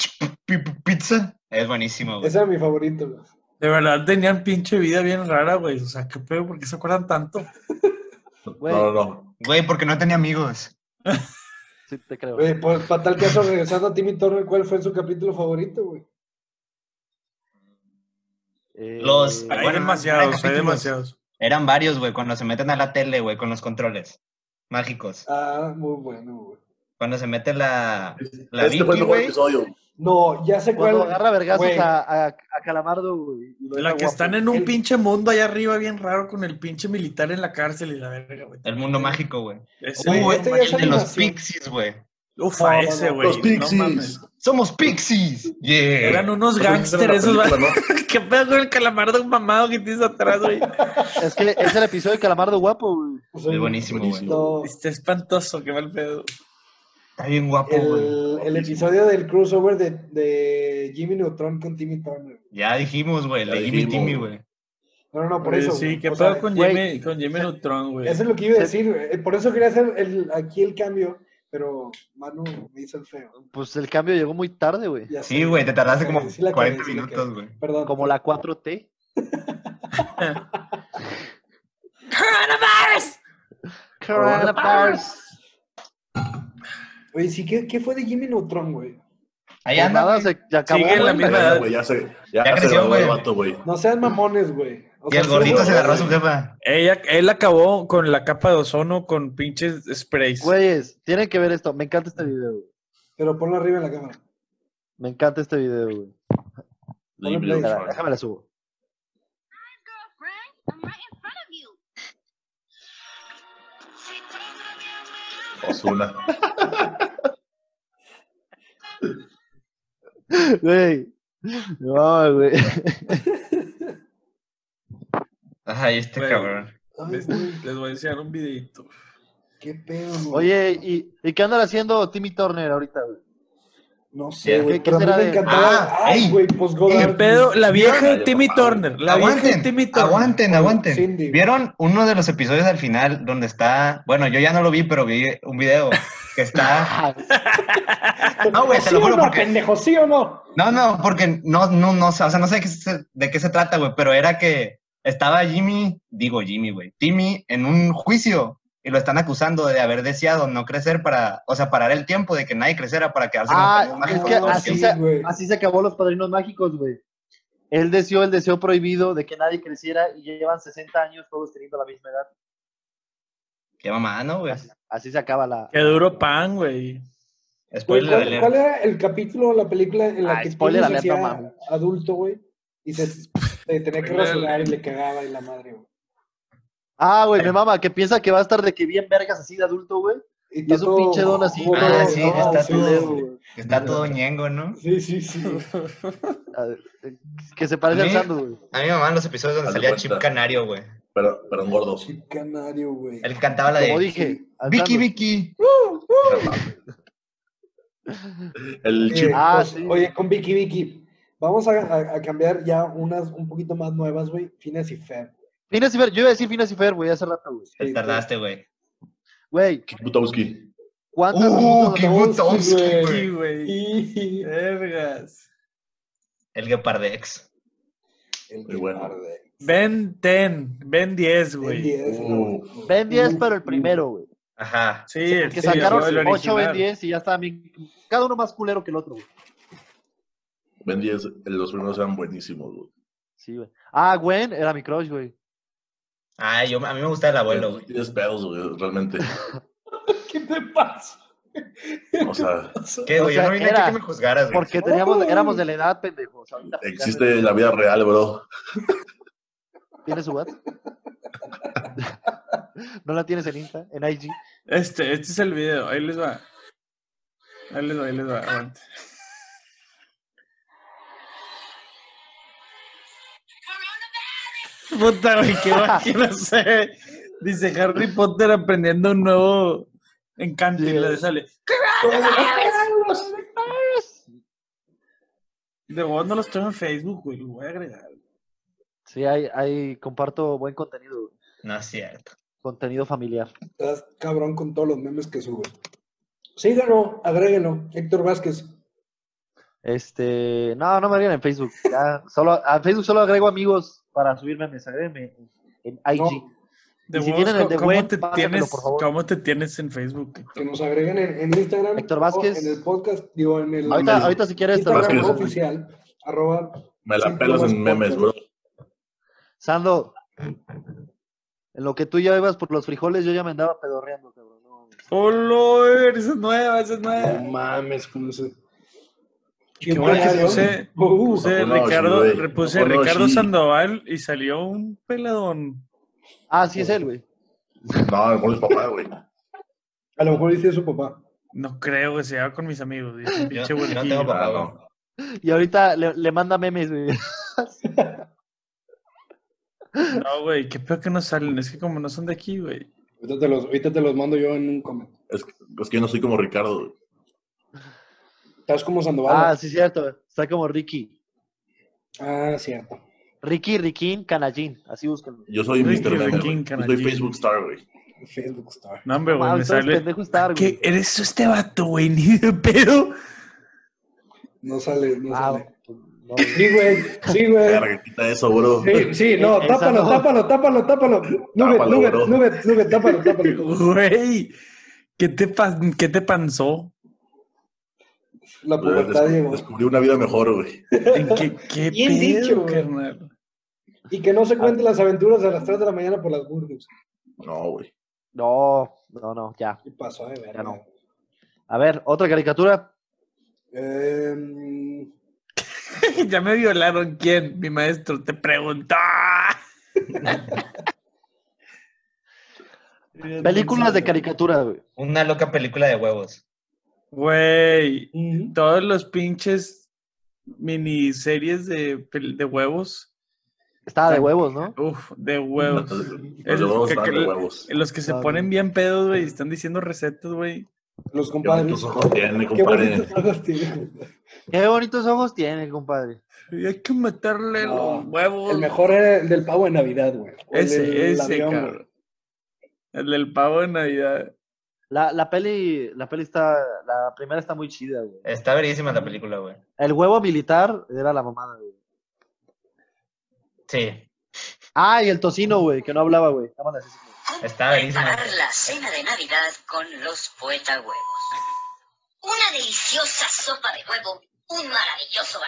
[SPEAKER 1] Pi- pi- Pizza es buenísima, güey.
[SPEAKER 2] Ese era mi favorito, güey.
[SPEAKER 5] De verdad tenían pinche vida bien rara, güey. O sea, qué pedo, ¿por qué se acuerdan tanto?
[SPEAKER 4] bueno. No, no, no.
[SPEAKER 1] Güey, porque no tenía amigos.
[SPEAKER 3] Sí, te creo.
[SPEAKER 2] Güey, pues, para tal caso, regresando a Timmy Turner, ¿cuál fue su capítulo favorito, güey?
[SPEAKER 3] Eh,
[SPEAKER 1] Los-
[SPEAKER 5] Hay
[SPEAKER 1] Bueno,
[SPEAKER 5] demasiados,
[SPEAKER 1] hay
[SPEAKER 5] hay demasiados.
[SPEAKER 1] Eran varios, güey, cuando se meten a la tele, güey, con los controles mágicos.
[SPEAKER 2] Ah, muy bueno, güey.
[SPEAKER 1] Cuando se mete la, la
[SPEAKER 4] Este fue el
[SPEAKER 1] Vicky,
[SPEAKER 4] mejor
[SPEAKER 1] güey.
[SPEAKER 4] episodio.
[SPEAKER 2] No, ya sé cuál.
[SPEAKER 3] Cuando agarra vergazos
[SPEAKER 2] güey.
[SPEAKER 3] a, a, a Calamardo, güey. y lo
[SPEAKER 5] La
[SPEAKER 3] deja
[SPEAKER 5] que
[SPEAKER 3] guapo.
[SPEAKER 5] están en un
[SPEAKER 2] El-
[SPEAKER 5] pinche mundo allá arriba bien raro con el pinche militar en la cárcel y la verga, güey.
[SPEAKER 1] El mundo mágico, güey.
[SPEAKER 5] Ese,
[SPEAKER 2] Güey,
[SPEAKER 1] Uh,
[SPEAKER 2] este ya es
[SPEAKER 1] el de los
[SPEAKER 2] animación.
[SPEAKER 1] pixies, güey.
[SPEAKER 5] Ufa,
[SPEAKER 2] No, no,
[SPEAKER 5] ese,
[SPEAKER 2] no.
[SPEAKER 5] güey.
[SPEAKER 4] Los
[SPEAKER 5] no
[SPEAKER 4] Pixies.
[SPEAKER 5] mames.
[SPEAKER 1] ¡Somos pixies! Yeah.
[SPEAKER 5] Eran unos gángsters esos, güey. ¿Qué pedo con el calamardo mamado que tienes atrás, güey?
[SPEAKER 3] Es que es el episodio de Calamardo guapo, güey.
[SPEAKER 2] Sí.
[SPEAKER 1] Es buenísimo, güey.
[SPEAKER 2] No,
[SPEAKER 5] Está Este, espantoso, qué mal pedo.
[SPEAKER 1] Está bien
[SPEAKER 5] Oh,
[SPEAKER 1] guapo, güey.
[SPEAKER 2] el, el episodio del crossover de, de Jimmy Neutron con Timmy Turner.
[SPEAKER 1] Ya dijimos, güey,
[SPEAKER 4] Ya
[SPEAKER 1] le Jimmy
[SPEAKER 4] dijimos,
[SPEAKER 1] Timmy,
[SPEAKER 4] güey.
[SPEAKER 1] güey.
[SPEAKER 2] No, no, no, por
[SPEAKER 5] Oye,
[SPEAKER 2] eso.
[SPEAKER 5] Sí,
[SPEAKER 2] güey.
[SPEAKER 5] qué
[SPEAKER 2] O
[SPEAKER 5] pedo
[SPEAKER 2] sea,
[SPEAKER 5] con Eh,
[SPEAKER 3] güey.
[SPEAKER 5] Jimmy, con Jimmy Neutron, güey.
[SPEAKER 2] Eso es lo que iba a decir, güey. Eh, Por eso quería hacer el, aquí el cambio, pero Manu me hizo el feo.
[SPEAKER 3] Pues el cambio llegó muy tarde, güey.
[SPEAKER 2] Ya
[SPEAKER 1] Sí,
[SPEAKER 2] sé.
[SPEAKER 1] güey, te tardaste
[SPEAKER 2] Sí,
[SPEAKER 1] como
[SPEAKER 2] sí la cagué,
[SPEAKER 1] 40
[SPEAKER 2] sí la cagué.
[SPEAKER 1] minutos, güey.
[SPEAKER 2] Perdón.
[SPEAKER 3] Como la 4T.
[SPEAKER 5] ¡Ah, ¡Coronavirus!
[SPEAKER 3] Coronavirus.
[SPEAKER 2] Oye, sí, ¿qué, qué fue de Jimmy Neutron, güey?
[SPEAKER 1] Ahí
[SPEAKER 3] Pues
[SPEAKER 1] anda,
[SPEAKER 3] nada,
[SPEAKER 1] güey.
[SPEAKER 3] se ya acabó.
[SPEAKER 5] Sigue la
[SPEAKER 3] güey.
[SPEAKER 5] misma-
[SPEAKER 4] Ya, güey, ya se,
[SPEAKER 1] Ya
[SPEAKER 4] ya se
[SPEAKER 1] creció,
[SPEAKER 4] graduó
[SPEAKER 1] güey.
[SPEAKER 4] el vato, güey.
[SPEAKER 2] No sean mamones, güey. O
[SPEAKER 1] Y
[SPEAKER 2] sea,
[SPEAKER 1] el gordito
[SPEAKER 2] seguro-
[SPEAKER 1] se agarró a su jefa.
[SPEAKER 5] Ella, él acabó con la capa de ozono con pinches sprays.
[SPEAKER 3] Güeyes, tienen que ver esto. Me encanta este video, güey.
[SPEAKER 2] Pero ponlo arriba en la cámara.
[SPEAKER 3] Me encanta este video, güey.
[SPEAKER 4] Libre,
[SPEAKER 2] play.
[SPEAKER 4] güey.
[SPEAKER 3] Espera, déjame la subo.
[SPEAKER 7] girlfriend. I'm right in front of you.
[SPEAKER 4] Ozuna.
[SPEAKER 3] Güey. No, güey.
[SPEAKER 1] Ay, este
[SPEAKER 5] Güey.
[SPEAKER 1] cabrón.
[SPEAKER 2] Ay,
[SPEAKER 5] Les,
[SPEAKER 2] güey,
[SPEAKER 5] les voy a enseñar un videito.
[SPEAKER 2] qué pedo, güey.
[SPEAKER 3] Oye, ¿y, ¿y qué andan haciendo Timmy Turner ahorita, güey?
[SPEAKER 2] No
[SPEAKER 1] ¿Qué-
[SPEAKER 2] sé, güey.
[SPEAKER 3] qué
[SPEAKER 2] Pero a mí
[SPEAKER 3] será
[SPEAKER 2] me
[SPEAKER 3] de-
[SPEAKER 2] encantaba.
[SPEAKER 1] Ah,
[SPEAKER 2] Ay,
[SPEAKER 1] ey,
[SPEAKER 2] güey, pues
[SPEAKER 5] ¿Qué
[SPEAKER 2] Godard.
[SPEAKER 5] pedo? La vieja de Timmy
[SPEAKER 4] Ay,
[SPEAKER 5] Turner. La vieja de Timmy
[SPEAKER 1] Aguanten,
[SPEAKER 5] Turner.
[SPEAKER 1] aguanten, aguanten.
[SPEAKER 2] Cindy.
[SPEAKER 1] ¿Vieron uno de los episodios al final donde está? Bueno, yo ya no lo vi, pero vi un video que está. No, güey, te
[SPEAKER 2] Ah, ¿Sí
[SPEAKER 1] lo
[SPEAKER 2] o
[SPEAKER 1] juro
[SPEAKER 2] no,
[SPEAKER 1] porque-
[SPEAKER 2] pendejo, ¿sí o no?
[SPEAKER 1] No, no, porque no, no, no, o sea, no sé de qué se, de qué se trata, güey, pero era que estaba Jimmy, digo Jimmy, güey, Timmy en un juicio y lo están acusando de haber deseado no crecer para, o sea, parar el tiempo de que nadie creciera para quedarse con
[SPEAKER 3] Ah,
[SPEAKER 1] los
[SPEAKER 3] es
[SPEAKER 1] mágicos
[SPEAKER 3] que
[SPEAKER 1] todo el
[SPEAKER 3] así
[SPEAKER 1] tiempo.
[SPEAKER 3] se-
[SPEAKER 2] güey.
[SPEAKER 3] Así se acabó los padrinos mágicos, güey. Él deseó el deseo prohibido de que nadie creciera y llevan 60 años todos teniendo la misma edad.
[SPEAKER 1] Qué mamada, ¿no, güey?
[SPEAKER 3] Así, así se acaba la.
[SPEAKER 5] Qué duro pan, güey.
[SPEAKER 2] Güey,
[SPEAKER 1] Spoiler
[SPEAKER 2] ¿cuál,
[SPEAKER 1] alert.
[SPEAKER 2] cuál era el capítulo o la película en la
[SPEAKER 3] Ah,
[SPEAKER 2] que
[SPEAKER 3] spoiler
[SPEAKER 2] Timmy se
[SPEAKER 3] alert, no
[SPEAKER 2] hacía
[SPEAKER 3] mames.
[SPEAKER 2] adulto, güey? Y se, se tenía que
[SPEAKER 5] Spoiler
[SPEAKER 2] razonar y le cagaba y la madre, güey.
[SPEAKER 3] Ah, güey, mi mamá, que piensa que va a estar de que bien vergas así de adulto, güey. Y es un
[SPEAKER 2] todo
[SPEAKER 3] pinche don así.
[SPEAKER 2] gordo,
[SPEAKER 1] Ah, sí,
[SPEAKER 2] no,
[SPEAKER 1] está
[SPEAKER 2] sí,
[SPEAKER 1] todo-
[SPEAKER 2] güey.
[SPEAKER 1] Está todo ñengo, ¿no?
[SPEAKER 2] Sí, sí, sí.
[SPEAKER 3] A ver, eh, Que se parece
[SPEAKER 1] A
[SPEAKER 3] al
[SPEAKER 1] mí-
[SPEAKER 3] sándwich, güey.
[SPEAKER 1] A mí me mamaban los episodios donde
[SPEAKER 4] Haz de
[SPEAKER 1] salía
[SPEAKER 4] cuenta.
[SPEAKER 1] Chip Canario, güey.
[SPEAKER 4] Pero, pero en gordos.
[SPEAKER 2] Chip canario, güey.
[SPEAKER 1] Él cantaba la
[SPEAKER 3] Como
[SPEAKER 1] de
[SPEAKER 3] dije. al
[SPEAKER 1] Vicky,
[SPEAKER 3] sándwich.
[SPEAKER 1] Vicky.
[SPEAKER 4] El
[SPEAKER 2] Eh,
[SPEAKER 4] chip.
[SPEAKER 3] Ah,
[SPEAKER 2] pues,
[SPEAKER 3] sí.
[SPEAKER 2] Oye, con Vicky Vicky. Vamos a, a- a cambiar ya unas un poquito más nuevas, güey. Fines y Fer.
[SPEAKER 3] Finas y Fer, yo iba a decir Finas y Fer, güey, hace rato, güey.
[SPEAKER 1] Te tardaste, güey.
[SPEAKER 3] Güey,
[SPEAKER 4] Butowski.
[SPEAKER 3] ¿cuántas
[SPEAKER 1] ¡Uh, qué
[SPEAKER 2] Butowski,
[SPEAKER 1] Butowski,
[SPEAKER 2] güey.
[SPEAKER 1] güey!
[SPEAKER 5] Sí, güey.
[SPEAKER 2] Y-
[SPEAKER 5] Vergas.
[SPEAKER 1] El Gepardex.
[SPEAKER 2] El
[SPEAKER 4] Muy bueno.
[SPEAKER 2] tarde.
[SPEAKER 5] Ben 10, Ben 10,
[SPEAKER 2] El
[SPEAKER 5] güey.
[SPEAKER 2] 10.
[SPEAKER 4] Uh.
[SPEAKER 2] güey.
[SPEAKER 3] Ben 10, pero el primero, güey.
[SPEAKER 1] Ajá.
[SPEAKER 5] Sí, el
[SPEAKER 3] Porque
[SPEAKER 5] sí,
[SPEAKER 3] sacaron
[SPEAKER 5] el
[SPEAKER 3] 8 Ben
[SPEAKER 5] original.
[SPEAKER 3] 10 y ya estaban bien. Cada uno más culero que el otro, güey.
[SPEAKER 4] Ben 10, los primeros eran buenísimos, güey.
[SPEAKER 3] Sí, güey. Ah, Gwen era mi crush, güey.
[SPEAKER 1] Ay, yo, a mí me gusta el abuelo, güey.
[SPEAKER 4] Tienes pedos, güey, realmente.
[SPEAKER 2] ¿Qué te pasa?
[SPEAKER 4] O sea,
[SPEAKER 1] ¿Qué, güey?
[SPEAKER 3] O sea,
[SPEAKER 1] yo no vine
[SPEAKER 3] era-
[SPEAKER 1] aquí que me juzgaras, güey.
[SPEAKER 3] Porque teníamos, éramos de la edad, pendejo. O sea, ahorita
[SPEAKER 4] existe la vida real, bro.
[SPEAKER 3] ¿Tiene su WhatsApp? ¿No la tienes en Insta? ¿En IG?
[SPEAKER 5] Este, este es el video, ahí les va. Ahí les va, ahí les va. aguante. Puta, güey, qué no sé. Dice Harry Potter aprendiendo un nuevo encanto y
[SPEAKER 3] Sí.
[SPEAKER 5] le sale. De vos no los tengo en Facebook, güey, lo voy a agregar.
[SPEAKER 3] Sí, hay, hay, comparto buen contenido, güey.
[SPEAKER 1] No es cierto.
[SPEAKER 3] contenido familiar.
[SPEAKER 2] Estás cabrón con todos los memes que sube. Síganlo, agréguenlo. Héctor Vázquez.
[SPEAKER 3] Este, no, no me agreguen en Facebook. Ya, solo, a Facebook solo agrego amigos para subir memes. Agréguenme en IG.
[SPEAKER 2] No,
[SPEAKER 5] De
[SPEAKER 3] Y si
[SPEAKER 5] vos,
[SPEAKER 3] tienen el
[SPEAKER 5] ¿cómo-
[SPEAKER 3] de
[SPEAKER 5] ¿cómo,
[SPEAKER 3] Gwen,
[SPEAKER 5] te
[SPEAKER 3] pásamelo,
[SPEAKER 5] tienes,
[SPEAKER 3] por favor.
[SPEAKER 5] ¿cómo te tienes en Facebook?
[SPEAKER 2] que nos agreguen en, en Instagram.
[SPEAKER 3] Héctor
[SPEAKER 2] o
[SPEAKER 3] Vázquez.
[SPEAKER 2] En el podcast, digo, en el
[SPEAKER 3] ahorita,
[SPEAKER 4] memes.
[SPEAKER 3] ahorita si quieres, te lo
[SPEAKER 2] Instagram
[SPEAKER 4] Vázquez.
[SPEAKER 3] agrego.
[SPEAKER 2] oficial. Arroba.
[SPEAKER 4] Me la
[SPEAKER 2] Sí,
[SPEAKER 4] pelas
[SPEAKER 2] nomás
[SPEAKER 4] en memes, bro.
[SPEAKER 2] podcast.
[SPEAKER 3] Sando, en lo que tú ya ibas por los frijoles, yo ya me andaba pedorreando, cabrón. No,
[SPEAKER 5] ¡Hola! Esa es nueva, esa es
[SPEAKER 2] No
[SPEAKER 5] nueva.
[SPEAKER 2] mames, con ese.
[SPEAKER 5] Qué bueno que
[SPEAKER 2] Mario.
[SPEAKER 5] puse,
[SPEAKER 2] Uh,
[SPEAKER 5] puse
[SPEAKER 4] no, sí,
[SPEAKER 5] Ricardo,
[SPEAKER 4] güey.
[SPEAKER 5] repuse
[SPEAKER 4] No, no,
[SPEAKER 5] Ricardo
[SPEAKER 4] sí.
[SPEAKER 5] Sandoval y salió un peladón.
[SPEAKER 3] Ah, sí es él, güey.
[SPEAKER 4] No, con los papás, güey.
[SPEAKER 2] A lo mejor dice su papá.
[SPEAKER 5] No creo que se va con mis amigos. dice,
[SPEAKER 1] Yo,
[SPEAKER 5] pinche
[SPEAKER 1] yo no
[SPEAKER 5] huerquillo.
[SPEAKER 1] tengo papá,
[SPEAKER 4] Ah,
[SPEAKER 1] güey.
[SPEAKER 4] no.
[SPEAKER 3] Y ahorita le, le manda memes, güey.
[SPEAKER 5] No, güey, qué peor que no salen. Es que como no son de aquí, güey.
[SPEAKER 2] Ahorita te los, ahorita te los mando yo en un comment.
[SPEAKER 4] Es que, es que yo no soy como Ricardo, güey.
[SPEAKER 2] Estás como Sandoval.
[SPEAKER 3] Ah, sí, cierto. Está como Ricky.
[SPEAKER 2] Ah, cierto.
[SPEAKER 3] Ricky, Riquín, Canallín. Así búsquenlo.
[SPEAKER 4] Yo soy
[SPEAKER 5] Ricky,
[SPEAKER 4] Mr. Meme,
[SPEAKER 5] Ricky,
[SPEAKER 4] güey. Yo soy
[SPEAKER 5] canallín.
[SPEAKER 4] Facebook Star, güey.
[SPEAKER 2] Facebook Star.
[SPEAKER 5] No, hombre, güey,
[SPEAKER 3] Ah,
[SPEAKER 5] me
[SPEAKER 3] ustedes
[SPEAKER 5] sale.
[SPEAKER 3] pendejo estar,
[SPEAKER 5] ¿Qué?
[SPEAKER 3] güey.
[SPEAKER 5] ¿Eres este vato, güey? Ni de pedo.
[SPEAKER 2] No sale, no
[SPEAKER 3] Ah,
[SPEAKER 2] sale.
[SPEAKER 3] pues, no,
[SPEAKER 2] Sí, güey. Sí, güey.
[SPEAKER 4] Verga, quita eso, bro.
[SPEAKER 2] Sí, sí, no,
[SPEAKER 3] Eh, Esa
[SPEAKER 2] tápalo,
[SPEAKER 3] no.
[SPEAKER 2] tápalo, tápalo, tápalo. Nubet,
[SPEAKER 4] Tápalo,
[SPEAKER 2] nubet,
[SPEAKER 4] bro.
[SPEAKER 2] nubet, nubet, tápalo, tápalo.
[SPEAKER 5] Güey, ¿qué te, pan- qué te panzó?
[SPEAKER 2] La
[SPEAKER 4] Güey,
[SPEAKER 2] pubertad
[SPEAKER 4] descu-
[SPEAKER 2] llegó.
[SPEAKER 4] Descubrí una vida mejor, güey.
[SPEAKER 5] ¿En qué, qué
[SPEAKER 2] Bien
[SPEAKER 5] pedo,
[SPEAKER 2] dicho, güey.
[SPEAKER 5] carnal?
[SPEAKER 2] Y que
[SPEAKER 4] Ah.
[SPEAKER 2] no se cuenten las aventuras a las 3 de la mañana por las burgers.
[SPEAKER 4] No, güey.
[SPEAKER 3] no, no, no, ya.
[SPEAKER 2] ¿Qué pasó, eh?
[SPEAKER 3] Ya
[SPEAKER 2] verga?
[SPEAKER 3] no. A ver, otra caricatura.
[SPEAKER 2] Em,
[SPEAKER 5] ya me violaron. ¿Quién? Mi maestro te preguntó.
[SPEAKER 3] Películas de caricatura, güey.
[SPEAKER 1] Una loca película de huevos.
[SPEAKER 5] Güey,
[SPEAKER 2] ujú.
[SPEAKER 5] todos los pinches miniseries de, pel- de huevos.
[SPEAKER 3] Estaba de huevos, ¿no?
[SPEAKER 5] Uf, de huevos.
[SPEAKER 4] pues, Los
[SPEAKER 5] Es
[SPEAKER 4] huevos
[SPEAKER 5] que-
[SPEAKER 4] están
[SPEAKER 5] que-
[SPEAKER 4] de huevos.
[SPEAKER 5] Los que se
[SPEAKER 3] Ah,
[SPEAKER 5] ponen bien pedos, güey, y están diciendo recetas, güey.
[SPEAKER 2] Los
[SPEAKER 4] Qué
[SPEAKER 2] compadres.
[SPEAKER 4] bonitos ojos tiene,
[SPEAKER 2] Qué
[SPEAKER 4] compadre.
[SPEAKER 2] bonitos ojos tiene.
[SPEAKER 3] Qué bonitos ojos tiene, compadre.
[SPEAKER 5] Y Hay que meterle
[SPEAKER 2] No,
[SPEAKER 5] los huevos.
[SPEAKER 2] El mejor era el del pavo de Navidad, güey. O el
[SPEAKER 5] Oh. Ese,
[SPEAKER 2] del
[SPEAKER 5] ese,
[SPEAKER 2] avión, güey.
[SPEAKER 5] cabrón. El del pavo de Navidad.
[SPEAKER 3] La, la peli, la peli está, la primera está muy chida, güey.
[SPEAKER 1] Está verísima la película, güey.
[SPEAKER 3] El huevo militar era la mamada, güey.
[SPEAKER 1] Sí,
[SPEAKER 3] Ah, y el tocino, güey, que no hablaba, güey. Nada más le hacía así, güey.
[SPEAKER 1] está verísima.
[SPEAKER 8] Preparar la cena de Navidad con los poeta huevos. Una deliciosa sopa de huevo, un maravilloso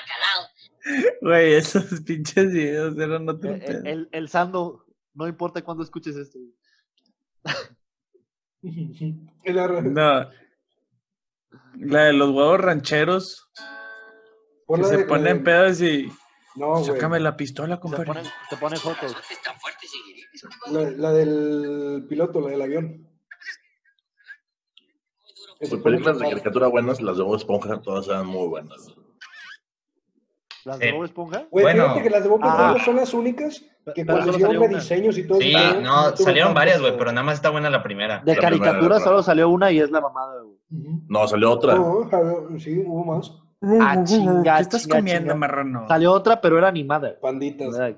[SPEAKER 8] bacalao.
[SPEAKER 5] Güey, esos pinches videos eran otro
[SPEAKER 3] El,
[SPEAKER 5] pedo.
[SPEAKER 3] el, eh, el- el sando, no importa cuándo escuches esto. güey.
[SPEAKER 2] El arre-
[SPEAKER 5] No. La de los huevos rancheros.
[SPEAKER 2] Pon
[SPEAKER 5] Que
[SPEAKER 2] la
[SPEAKER 5] se
[SPEAKER 2] de- la
[SPEAKER 5] ponen
[SPEAKER 2] de-
[SPEAKER 5] pedos y.
[SPEAKER 2] No, güey.
[SPEAKER 5] Sácame la pistola,
[SPEAKER 3] Te
[SPEAKER 5] compadre.
[SPEAKER 3] ponen, te ponen jotos.
[SPEAKER 2] La, la del piloto, la del avión.
[SPEAKER 4] Pues, películas de caricatura buenas, las de Bob Esponja, todas eran muy buenas.
[SPEAKER 3] Las de
[SPEAKER 1] Sí.
[SPEAKER 3] Bob Esponja.
[SPEAKER 2] Güey,
[SPEAKER 1] Bueno.
[SPEAKER 2] fíjate que las de Bob
[SPEAKER 3] Ah.
[SPEAKER 2] Esponja son las únicas que
[SPEAKER 3] Pero
[SPEAKER 2] cuando
[SPEAKER 3] solo
[SPEAKER 2] hicieron
[SPEAKER 3] salió
[SPEAKER 2] de
[SPEAKER 3] una.
[SPEAKER 2] diseños y todo
[SPEAKER 1] Sí,
[SPEAKER 2] eso,
[SPEAKER 1] no,
[SPEAKER 2] tuvo
[SPEAKER 1] salieron
[SPEAKER 2] tantas,
[SPEAKER 1] varias, güey, pero nada más está buena la primera.
[SPEAKER 3] De
[SPEAKER 4] La
[SPEAKER 3] caricatura
[SPEAKER 4] primera,
[SPEAKER 3] solo salió una y es la mamada, güey.
[SPEAKER 2] Ujú.
[SPEAKER 4] No, salió otra.
[SPEAKER 2] No, Javier, sí, hubo más.
[SPEAKER 3] Ah, chinga,
[SPEAKER 5] ¿Qué estás
[SPEAKER 3] chinga,
[SPEAKER 5] comiendo,
[SPEAKER 3] chinga.
[SPEAKER 5] marrano?
[SPEAKER 3] Salió otra, pero era animada. güey.
[SPEAKER 2] Panditas.
[SPEAKER 3] No era.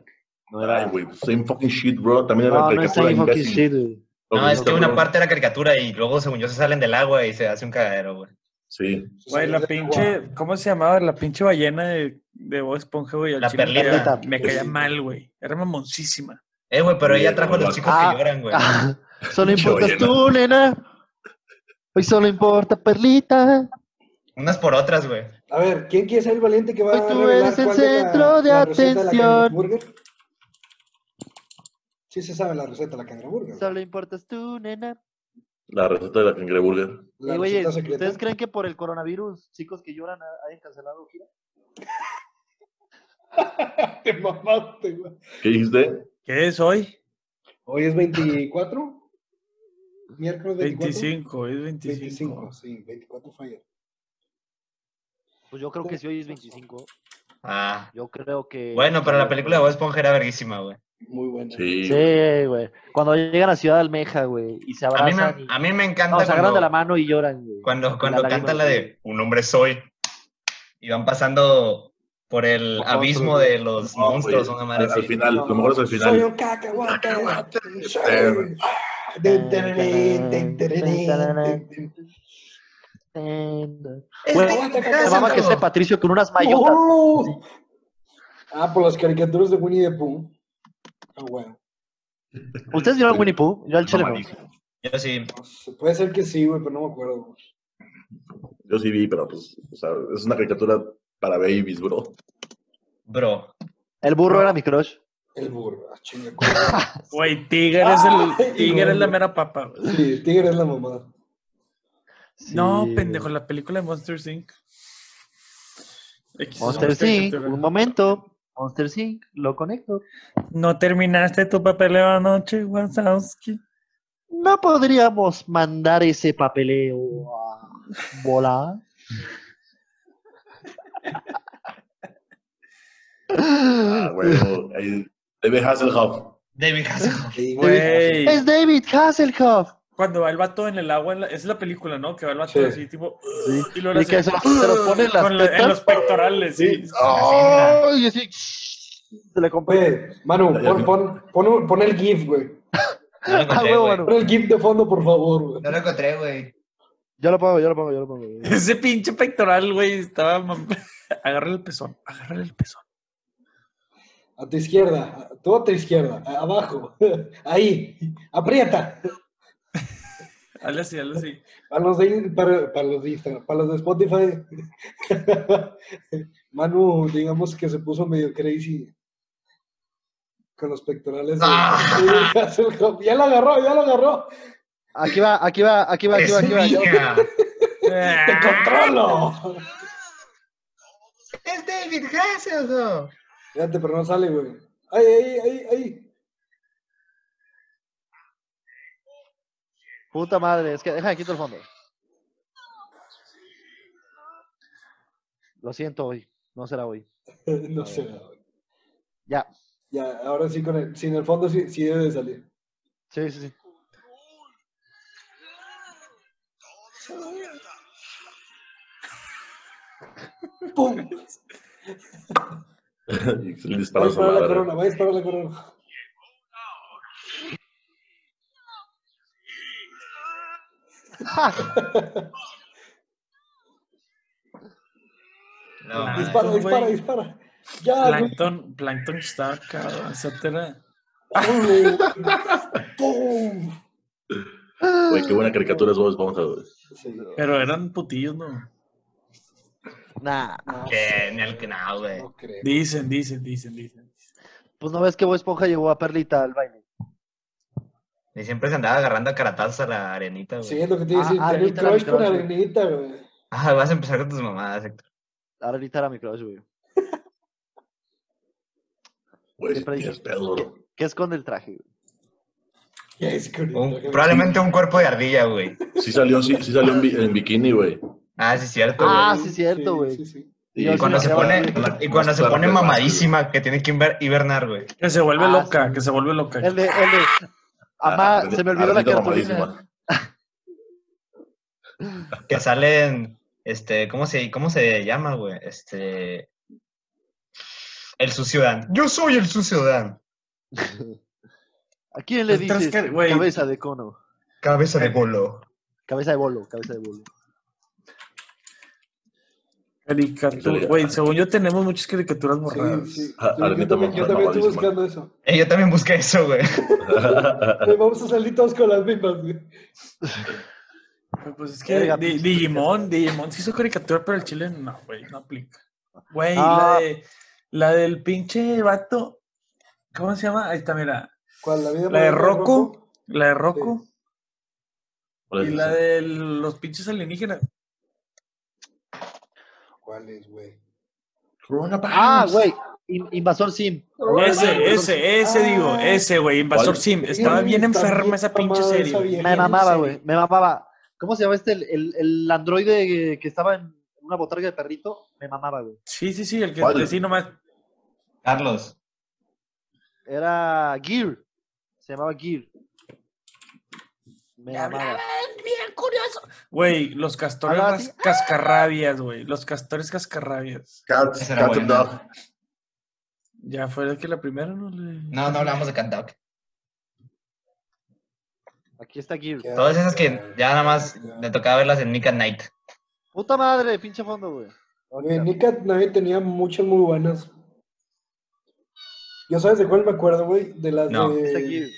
[SPEAKER 3] No, era-
[SPEAKER 4] Ay, güey, same fucking shit, bro. También
[SPEAKER 3] no,
[SPEAKER 4] era
[SPEAKER 3] no es
[SPEAKER 4] caricatura
[SPEAKER 3] ahí fucking
[SPEAKER 4] imbécil.
[SPEAKER 3] shit, güey.
[SPEAKER 4] Lo
[SPEAKER 1] No, es que
[SPEAKER 4] hiciste,
[SPEAKER 1] una
[SPEAKER 4] bro.
[SPEAKER 1] parte era caricatura y luego, según yo, se salen del agua y se hace un cagadero, güey.
[SPEAKER 4] Sí.
[SPEAKER 5] Güey, la pinche. ¿Cómo se llamaba? La pinche ballena de, de Bob Esponja, güey. al
[SPEAKER 1] La
[SPEAKER 5] chile me
[SPEAKER 1] perlita.
[SPEAKER 5] caía- Me caía mal, güey. Era mamoncísima.
[SPEAKER 1] Eh, güey, pero ella
[SPEAKER 4] Sí,
[SPEAKER 1] trajo a los
[SPEAKER 4] güey.
[SPEAKER 1] chicos
[SPEAKER 3] Ah.
[SPEAKER 1] que lloran, güey.
[SPEAKER 3] solo
[SPEAKER 4] Pinche
[SPEAKER 3] importas
[SPEAKER 4] ballena.
[SPEAKER 3] tú, nena. Hoy solo importa Perlita.
[SPEAKER 1] Unas por otras, güey.
[SPEAKER 2] A ver, ¿quién quiere ser el valiente que va
[SPEAKER 3] Hoy
[SPEAKER 2] a
[SPEAKER 3] tú
[SPEAKER 2] revelar
[SPEAKER 3] eres el
[SPEAKER 2] cuál es la-
[SPEAKER 3] centro de
[SPEAKER 2] la receta la
[SPEAKER 3] atención.
[SPEAKER 2] cangreburger? sí se sabe la receta de la cangreburger. güey.
[SPEAKER 3] Solo importas tú, nena.
[SPEAKER 4] La receta de la cangreburger.
[SPEAKER 2] La
[SPEAKER 3] Y, güey,
[SPEAKER 2] receta secreta.
[SPEAKER 3] ¿ustedes creen que por el coronavirus chicos que lloran ha- hayan cancelado gira?
[SPEAKER 2] Te mamaste, güey.
[SPEAKER 4] ¿Qué dijiste?
[SPEAKER 5] ¿Qué es hoy?
[SPEAKER 2] Hoy es 24. Miércoles 24.
[SPEAKER 5] 25, es 25.
[SPEAKER 2] 25, sí, 24 fue ayer.
[SPEAKER 3] Pues yo creo que si hoy es 25,
[SPEAKER 1] Ah.
[SPEAKER 3] yo creo que...
[SPEAKER 1] Bueno, pero la película de Bob Esponja era verguísima, güey.
[SPEAKER 2] Muy buena.
[SPEAKER 4] Sí,
[SPEAKER 3] Sí, güey. Cuando llegan a Ciudad de Almeja, güey, y se
[SPEAKER 1] A mí
[SPEAKER 3] abrazan.
[SPEAKER 1] me,
[SPEAKER 3] y-
[SPEAKER 1] a mí me
[SPEAKER 3] No,
[SPEAKER 1] encanta
[SPEAKER 3] se agarran de la
[SPEAKER 1] cuando,
[SPEAKER 3] mano y lloran, güey.
[SPEAKER 1] cuando, cuando
[SPEAKER 3] lágrima
[SPEAKER 1] canta la
[SPEAKER 3] de-
[SPEAKER 1] de Un hombre soy y van pasando por el
[SPEAKER 2] Por
[SPEAKER 1] abismo
[SPEAKER 2] monstruos,
[SPEAKER 1] de los
[SPEAKER 4] No,
[SPEAKER 1] monstruos,
[SPEAKER 4] güey,
[SPEAKER 1] una madre
[SPEAKER 4] al, al
[SPEAKER 1] así.
[SPEAKER 4] final, lo mejor es al
[SPEAKER 2] Soy
[SPEAKER 4] final.
[SPEAKER 2] un cacahuate. Soy-
[SPEAKER 4] Eterno.
[SPEAKER 2] Ah, dun, tararán, dun, tararán, dun, dun.
[SPEAKER 3] Güey,
[SPEAKER 2] Aguanta,
[SPEAKER 1] me
[SPEAKER 3] Me
[SPEAKER 2] cacahuate.
[SPEAKER 3] mama que esté Patricio con unas mayotas.
[SPEAKER 2] Oh. Ah, por las caricaturas de Winnie the Pooh. Ah, bueno.
[SPEAKER 3] ¿Ustedes vieron a Winnie Pooh? Yo al chile no.
[SPEAKER 1] Yo sí.
[SPEAKER 2] no sé, Puede ser que sí, güey, pero no me acuerdo.
[SPEAKER 4] Yo sí vi, pero pues, o sea, es una caricatura para babies, bro.
[SPEAKER 1] Bro,
[SPEAKER 3] El burro era mi crush.
[SPEAKER 2] El burro. Ah, chinga.
[SPEAKER 5] Güey, Tigre es, el,
[SPEAKER 2] Ay,
[SPEAKER 5] Tigre
[SPEAKER 2] no,
[SPEAKER 5] es la
[SPEAKER 2] güey.
[SPEAKER 5] mera papa. güey.
[SPEAKER 2] Sí, el tigre es la mamá.
[SPEAKER 5] No,
[SPEAKER 3] Sí.
[SPEAKER 5] pendejo, la película de Monsters Inc. X es
[SPEAKER 3] Monster
[SPEAKER 5] una
[SPEAKER 3] Sync,
[SPEAKER 5] caricatura.
[SPEAKER 3] un momento. Monster Sync, lo conecto.
[SPEAKER 5] No terminaste tu papeleo anoche, Wazowski.
[SPEAKER 3] No podríamos mandar ese papeleo a volar.
[SPEAKER 4] Ah, güey. ahí- David Hasselhoff.
[SPEAKER 1] David Hasselhoff.
[SPEAKER 2] Sí,
[SPEAKER 5] Güey.
[SPEAKER 3] Es David Hasselhoff.
[SPEAKER 5] Cuando va el vato en el agua, en la- es la película, ¿no? Que va el vato
[SPEAKER 2] Sí.
[SPEAKER 5] así, tipo.
[SPEAKER 3] Sí.
[SPEAKER 5] Y luego le
[SPEAKER 3] Y que
[SPEAKER 5] hace-
[SPEAKER 3] se- se los pone en las
[SPEAKER 5] con la-
[SPEAKER 3] tetas.
[SPEAKER 5] los pectorales, sí.
[SPEAKER 3] ¡Oh! Y así. Se le compré.
[SPEAKER 2] Oye, Manu, pon, pon, pon, un- pon el GIF, güey.
[SPEAKER 1] No lo encontré,
[SPEAKER 3] Ah, huevo,
[SPEAKER 1] güey.
[SPEAKER 3] bueno.
[SPEAKER 2] Pon el GIF de fondo, por favor, güey.
[SPEAKER 1] No lo encontré, güey.
[SPEAKER 3] Yo lo pongo, yo lo pongo, yo lo pongo.
[SPEAKER 5] Ese pinche pectoral, güey, estaba. mam- Agárrale el pezón, agárrale el pezón.
[SPEAKER 2] A tu izquierda, a- tú a tu izquierda, a- abajo, ahí, aprieta.
[SPEAKER 5] Hazle así, hazle así.
[SPEAKER 2] Para los de, In- para, para los de Instagram, para los de Spotify. Manu, digamos que se puso medio crazy con los pectorales. de-
[SPEAKER 1] Ah.
[SPEAKER 2] de Hasselhoff. ya lo agarró, ya lo agarró.
[SPEAKER 3] Aquí va, aquí va, aquí va, aquí va,
[SPEAKER 1] Es
[SPEAKER 3] aquí va. Yo-
[SPEAKER 1] mía.
[SPEAKER 2] ¡Te controlo!
[SPEAKER 1] Es David Hasselhoff.
[SPEAKER 2] Fíjate, pero no sale, güey. ¡Ay, ay, ay, ay!
[SPEAKER 3] Puta madre, es que deja aquí todo el fondo. Lo siento hoy, no será hoey.
[SPEAKER 2] No sé. güey.
[SPEAKER 3] Ya.
[SPEAKER 2] Ya, ahora sí, con el, sin el fondo sí, sí debe de salir.
[SPEAKER 3] Sí, sí, sí.
[SPEAKER 2] ¡Pum!
[SPEAKER 4] Y se le
[SPEAKER 2] Va a
[SPEAKER 4] dispara a su
[SPEAKER 2] disparar la
[SPEAKER 4] madre.
[SPEAKER 2] corona, va a disparar la corona.
[SPEAKER 1] No,
[SPEAKER 4] Pues
[SPEAKER 5] Ah,
[SPEAKER 1] mames.
[SPEAKER 2] Dispara,
[SPEAKER 5] tú,
[SPEAKER 2] dispara,
[SPEAKER 5] güey.
[SPEAKER 2] dispara. Ya, güey.
[SPEAKER 5] Plankton, Plankton está cabrón, etcétera.
[SPEAKER 2] Uy, ¡Pum!
[SPEAKER 4] Güey, qué buena caricatura es Bob Esponja, güey.
[SPEAKER 2] Sí, no,
[SPEAKER 5] Pero eran putillos, ¿no?
[SPEAKER 3] Nah,
[SPEAKER 1] Que ni al que no, güey.
[SPEAKER 2] no creo.
[SPEAKER 5] Dicen, dicen, dicen, dicen.
[SPEAKER 3] pues no ves que Bob Esponja llevó a Perlita al baile.
[SPEAKER 1] Y siempre se andaba agarrando a caratazos a la arenita, güey.
[SPEAKER 2] Sí, es lo que te iba a decir.
[SPEAKER 3] Ah,
[SPEAKER 2] Tenía un
[SPEAKER 3] arenita la
[SPEAKER 2] crush con
[SPEAKER 3] microondas.
[SPEAKER 2] arenita, güey.
[SPEAKER 1] Ah, vas a empezar con tus mamadas, Héctor.
[SPEAKER 3] Ahora ahorita era mi crush, güey.
[SPEAKER 4] Güey,
[SPEAKER 3] Siempre
[SPEAKER 4] tienes pedo, bro.
[SPEAKER 3] ¿Qué esconde el traje, güey?
[SPEAKER 2] Ya es con
[SPEAKER 1] Un- probablemente un cuerpo de ardilla, güey.
[SPEAKER 4] Sí salió, sí, sí salió en, bi- en bikini, güey.
[SPEAKER 1] Ah, sí, cierto, güey.
[SPEAKER 3] Ah, sí, cierto, güey.
[SPEAKER 2] Sí, sí,
[SPEAKER 4] Y
[SPEAKER 3] Yo
[SPEAKER 1] Y
[SPEAKER 3] sí
[SPEAKER 1] cuando
[SPEAKER 3] me
[SPEAKER 1] se
[SPEAKER 3] quedaba-
[SPEAKER 1] pone, y cuando se pone
[SPEAKER 4] Más-
[SPEAKER 1] mamadísima, que tiene que hiber- hibernar, güey.
[SPEAKER 5] Que se vuelve
[SPEAKER 3] Ah,
[SPEAKER 5] loca,
[SPEAKER 3] sí.
[SPEAKER 5] que se vuelve loca.
[SPEAKER 3] El de, el de.
[SPEAKER 4] Ah,
[SPEAKER 3] Amá, se me olvidó la
[SPEAKER 4] Ardita
[SPEAKER 3] cartulina.
[SPEAKER 4] mamadísima.
[SPEAKER 1] Que salen, este, ¿cómo se, cómo se llama, güey? Este, el sucio Dan. Yo soy el sucio Dan.
[SPEAKER 3] ¿A quién le
[SPEAKER 5] El Pues, tras-
[SPEAKER 3] dices
[SPEAKER 5] que- güey.
[SPEAKER 3] cabeza de cono?
[SPEAKER 1] Cabeza de bolo.
[SPEAKER 3] Cabeza de bolo, cabeza de bolo.
[SPEAKER 5] Caricatura. Güey, según yo tenemos muchas caricaturas
[SPEAKER 2] sí.
[SPEAKER 5] borradas.
[SPEAKER 2] sí, sí.
[SPEAKER 4] Ah,
[SPEAKER 2] Yo
[SPEAKER 4] arenita
[SPEAKER 2] también, yo también estoy
[SPEAKER 4] mamadísima.
[SPEAKER 2] buscando eso.
[SPEAKER 1] Eh, yo también busqué eso, güey.
[SPEAKER 2] Güey, Vamos a salir todos con las mismas, güey.
[SPEAKER 5] Pues es que
[SPEAKER 3] Verga,
[SPEAKER 5] Di-
[SPEAKER 3] pinche
[SPEAKER 5] Digimon, Digimon sí hizo caricatura, pero el chile no, güey, no aplica. Güey,
[SPEAKER 3] Ah.
[SPEAKER 5] la, de- la del pinche vato, ¿cómo se llama? Ahí está, mira.
[SPEAKER 2] ¿Cuál? ¿La vida
[SPEAKER 5] La de
[SPEAKER 2] moderna
[SPEAKER 5] Rocco, la de Rocco
[SPEAKER 4] ¿Cuál es
[SPEAKER 5] y la
[SPEAKER 4] esa?
[SPEAKER 5] de los pinches alienígenas.
[SPEAKER 2] ¿Cuál es, güey?
[SPEAKER 3] Ah, güey. In- Invasor Sim.
[SPEAKER 5] Ese, ese, ese
[SPEAKER 2] Ah.
[SPEAKER 5] digo, ese, güey, Invasor
[SPEAKER 4] ¿Cuál?
[SPEAKER 5] Sim. Estaba bien
[SPEAKER 2] Está
[SPEAKER 5] enferma esa pinche
[SPEAKER 2] mamada
[SPEAKER 5] serie.
[SPEAKER 2] esa
[SPEAKER 5] güey.
[SPEAKER 2] vieja,
[SPEAKER 3] Me
[SPEAKER 2] no
[SPEAKER 3] mamaba,
[SPEAKER 2] sé.
[SPEAKER 3] güey. Me mamaba. ¿Cómo se llama este? El, el, el androide que estaba en una botarga de perrito. Me mamaba, güey.
[SPEAKER 5] Sí, sí, sí, el que
[SPEAKER 4] ¿Cuál?
[SPEAKER 5] te sí nomás.
[SPEAKER 1] Carlos,
[SPEAKER 3] Era Gear. Se llamaba Gear. Me mamaba.
[SPEAKER 8] bien curioso.
[SPEAKER 5] Güey, los castores
[SPEAKER 3] Ahora sí.
[SPEAKER 5] cas- cascarrabias, güey. Los castores cascarrabias.
[SPEAKER 4] Cats,
[SPEAKER 1] Esa era
[SPEAKER 4] Cats and
[SPEAKER 1] buena.
[SPEAKER 4] Dog.
[SPEAKER 5] Ya fue que la primera no le.
[SPEAKER 1] no, no hablamos de Cat Dog.
[SPEAKER 3] Aquí está Gear.
[SPEAKER 1] Todas esas que ya nada más le tocaba verlas en Nick at Night.
[SPEAKER 3] Puta madre, pinche fondo, güey.
[SPEAKER 2] Güey, Nick at Night tenía muchas muy buenas. ¿Ya sabes de cuál me acuerdo, güey? De las
[SPEAKER 1] No.
[SPEAKER 2] de...
[SPEAKER 3] Aquí está Gear.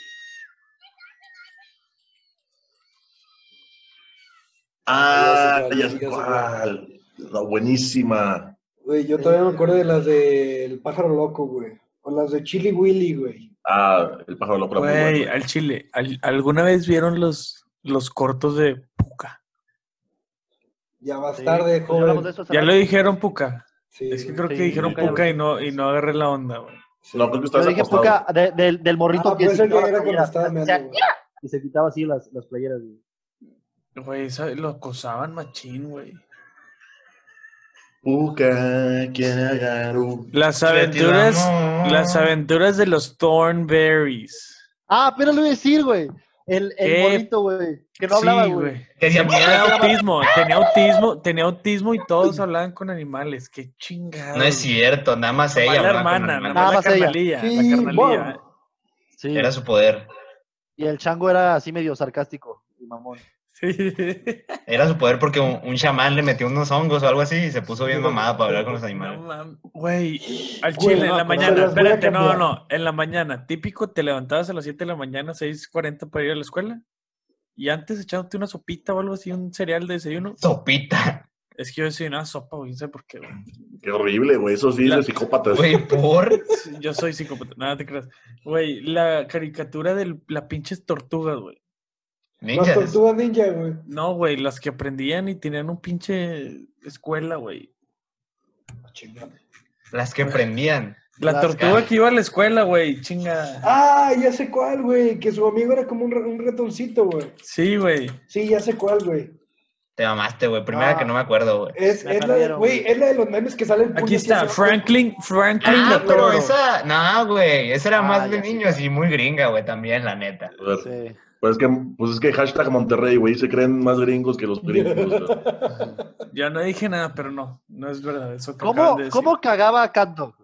[SPEAKER 4] Ah,
[SPEAKER 2] Ya
[SPEAKER 4] ya
[SPEAKER 2] sé
[SPEAKER 4] sé
[SPEAKER 2] cuál,
[SPEAKER 4] cuál. La buenísima.
[SPEAKER 2] Güey, yo todavía
[SPEAKER 3] Eh,
[SPEAKER 2] me acuerdo de las del pájaro loco, güey. O las de Chili Willy, güey.
[SPEAKER 4] Ah, el pájaro loco. era muy
[SPEAKER 5] Güey,
[SPEAKER 4] bueno.
[SPEAKER 5] al chile. al- ¿Alguna vez vieron los, los cortos de Puka?
[SPEAKER 2] Ya más
[SPEAKER 3] Sí.
[SPEAKER 2] tarde,
[SPEAKER 3] Hablamos
[SPEAKER 2] joven.
[SPEAKER 3] de eso hace
[SPEAKER 5] Ya lo
[SPEAKER 3] rato.
[SPEAKER 5] dijeron Puka.
[SPEAKER 2] Sí,
[SPEAKER 5] Es que
[SPEAKER 2] güey.
[SPEAKER 5] creo que
[SPEAKER 3] Sí,
[SPEAKER 5] dijeron
[SPEAKER 4] claro.
[SPEAKER 5] Puka y no, y no agarré la onda, güey.
[SPEAKER 4] No, creo que
[SPEAKER 3] Yo
[SPEAKER 4] ustedes
[SPEAKER 3] dije poca de- del, del morrito
[SPEAKER 2] Ah,
[SPEAKER 3] que,
[SPEAKER 2] pues
[SPEAKER 3] se
[SPEAKER 2] el Ah, que
[SPEAKER 3] quitaba
[SPEAKER 2] era cuando
[SPEAKER 3] las playeras,
[SPEAKER 2] estaba
[SPEAKER 3] o sea,
[SPEAKER 2] meando, güey.
[SPEAKER 3] que se quitaba así las, las playeras. güey.
[SPEAKER 5] Güey, esa- lo acosaban machín, güey.
[SPEAKER 4] Puka, que agarró.
[SPEAKER 5] Las aventuras, las aventuras de los Thornberries.
[SPEAKER 3] Ah, pero lo iba a decir, güey. El, el
[SPEAKER 5] ¿Qué?
[SPEAKER 3] morrito, güey. Que no hablaba,
[SPEAKER 5] Sí,
[SPEAKER 3] güey.
[SPEAKER 1] Que decía,
[SPEAKER 5] Tenía autismo, tenía autismo, tenía autismo y todos hablaban con animales. Qué chingada.
[SPEAKER 1] no es cierto, nada más ella.
[SPEAKER 5] la
[SPEAKER 1] hablaba con
[SPEAKER 5] hermana,
[SPEAKER 1] animales.
[SPEAKER 5] nada más la
[SPEAKER 3] Nada más ella.
[SPEAKER 5] carnalilla.
[SPEAKER 2] Sí,
[SPEAKER 5] la carnalilla.
[SPEAKER 3] Sí.
[SPEAKER 1] Era su poder,
[SPEAKER 3] Y el chango era así medio sarcástico y mamón.
[SPEAKER 5] Sí.
[SPEAKER 1] era su poder porque un, un chamán le metió unos hongos o algo así y se puso bien mamada para hablar con los
[SPEAKER 5] No
[SPEAKER 1] animales.
[SPEAKER 5] mames. Güey, al
[SPEAKER 2] Güey,
[SPEAKER 5] chile,
[SPEAKER 2] no,
[SPEAKER 5] en
[SPEAKER 2] pero se
[SPEAKER 5] la mañana.
[SPEAKER 2] las voy a
[SPEAKER 5] Espérate, no,
[SPEAKER 2] cambiar.
[SPEAKER 5] no. En la mañana, típico, te levantabas a las 7 de la mañana, 6:40 para ir a la escuela. Y antes echándote una sopita o algo así, un cereal de desayuno.
[SPEAKER 1] Sopita,
[SPEAKER 5] Es que yo desayunaba sopa, güey, no sé por qué, güey.
[SPEAKER 4] Qué horrible, güey. Eso sí,
[SPEAKER 5] La-
[SPEAKER 4] de psicópatas.
[SPEAKER 1] güey, por.
[SPEAKER 5] Sí, Yo soy psicópata, nada te creas. Güey, la caricatura de la pinches tortugas, güey.
[SPEAKER 2] Las
[SPEAKER 1] Ninjas.
[SPEAKER 2] tortugas ninja, güey.
[SPEAKER 5] No, güey, las que aprendían y tenían un pinche escuela, güey.
[SPEAKER 1] Las que prendían.
[SPEAKER 5] La
[SPEAKER 3] Las
[SPEAKER 5] tortuga
[SPEAKER 1] caras.
[SPEAKER 5] que iba a la escuela, güey, chinga.
[SPEAKER 2] Ah, ya sé cuál, güey. Que su amigo era como un, re- un ratoncito, güey.
[SPEAKER 5] Sí, güey.
[SPEAKER 2] Sí, ya sé cuál, güey.
[SPEAKER 1] Te mamaste, güey. Primera
[SPEAKER 2] Ah.
[SPEAKER 1] que no me acuerdo, güey.
[SPEAKER 2] Es,
[SPEAKER 3] La
[SPEAKER 2] es la, de,
[SPEAKER 3] perdieron,
[SPEAKER 2] güey,
[SPEAKER 3] güey.
[SPEAKER 2] es la de los memes que sale el puño
[SPEAKER 5] Aquí
[SPEAKER 2] así
[SPEAKER 5] está,
[SPEAKER 2] hacia-
[SPEAKER 5] Franklin, Franklin
[SPEAKER 1] Ah,
[SPEAKER 5] la
[SPEAKER 1] pero
[SPEAKER 5] Toro.
[SPEAKER 1] esa, no, güey, esa era
[SPEAKER 3] Ah,
[SPEAKER 1] más de
[SPEAKER 3] ya sé
[SPEAKER 1] niños y muy gringa, güey, también, la neta.
[SPEAKER 4] A ver,
[SPEAKER 3] Sí.
[SPEAKER 4] Pues es que, pues es que hashtag Monterrey, güey, se creen más gringos que los gringos. güey.
[SPEAKER 5] Yo no dije nada, pero no, no es verdad. Eso que
[SPEAKER 3] ¿Cómo,
[SPEAKER 5] acaban de decir.
[SPEAKER 3] ¿Cómo cagaba a Canto?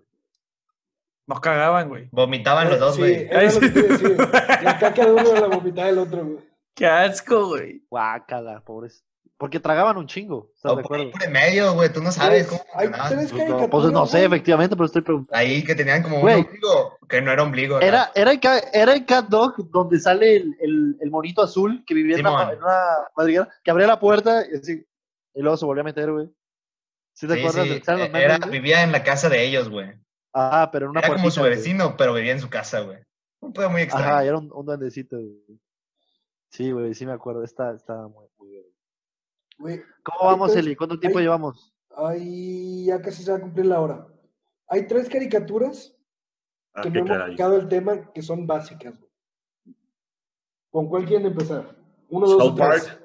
[SPEAKER 5] Nos cagaban, güey.
[SPEAKER 1] Vomitaban los dos,
[SPEAKER 2] Eh,
[SPEAKER 1] güey.
[SPEAKER 2] Sí, era lo que te iba a decir. La caca de uno y la vomitada del otro, güey.
[SPEAKER 5] Qué asco, güey.
[SPEAKER 3] Guácala, pobres. Porque tragaban un chingo, ¿estás
[SPEAKER 1] O
[SPEAKER 3] de acuerdo?
[SPEAKER 1] por por en medio, güey, tú no sabes
[SPEAKER 2] Pues,
[SPEAKER 1] cómo
[SPEAKER 2] Hay
[SPEAKER 1] funcionaban.
[SPEAKER 2] tres
[SPEAKER 3] Pues
[SPEAKER 2] caricaturas.
[SPEAKER 3] no, pues no sé,
[SPEAKER 2] güey.
[SPEAKER 3] efectivamente, pero estoy preguntando.
[SPEAKER 1] Ahí que tenían como
[SPEAKER 3] Güey.
[SPEAKER 1] un ombligo, que no era ombligo. ¿no?
[SPEAKER 3] Era, era, en, Ca- era en Cat Dog donde sale el, el, el monito azul que vivía en una,
[SPEAKER 1] Simón.
[SPEAKER 3] ma- en una madriguera, que abría la puerta y, así, y luego se volvió a meter, güey. ¿Sí te
[SPEAKER 1] Sí,
[SPEAKER 3] acuerdas?
[SPEAKER 1] sí, eh, e,
[SPEAKER 3] de que salen los memes,
[SPEAKER 1] era-
[SPEAKER 3] güey?
[SPEAKER 1] vivía en la casa de ellos, güey.
[SPEAKER 3] Ajá, pero en una
[SPEAKER 1] Era como su
[SPEAKER 3] puertita, güey.
[SPEAKER 1] vecino, pero vivía en su casa, güey. Un pedo muy extraño.
[SPEAKER 3] Ajá, era un, un duendecito, güey. Sí, güey, sí me acuerdo. Está, está muy, muy bien.
[SPEAKER 2] Güey,
[SPEAKER 3] ¿Cómo vamos,
[SPEAKER 2] Entonces,
[SPEAKER 3] Eli? ¿Cuánto tiempo
[SPEAKER 2] ahí-
[SPEAKER 3] llevamos?
[SPEAKER 2] ahí ya casi se va a cumplir la hora. Hay tres caricaturas
[SPEAKER 4] Ah,
[SPEAKER 2] que
[SPEAKER 4] qué
[SPEAKER 2] no hemos
[SPEAKER 4] caray.
[SPEAKER 2] tocado el tema que son básicas. güey. ¿Con cuál quieren empezar? Uno, dos,
[SPEAKER 4] South
[SPEAKER 2] o tres.
[SPEAKER 4] Park.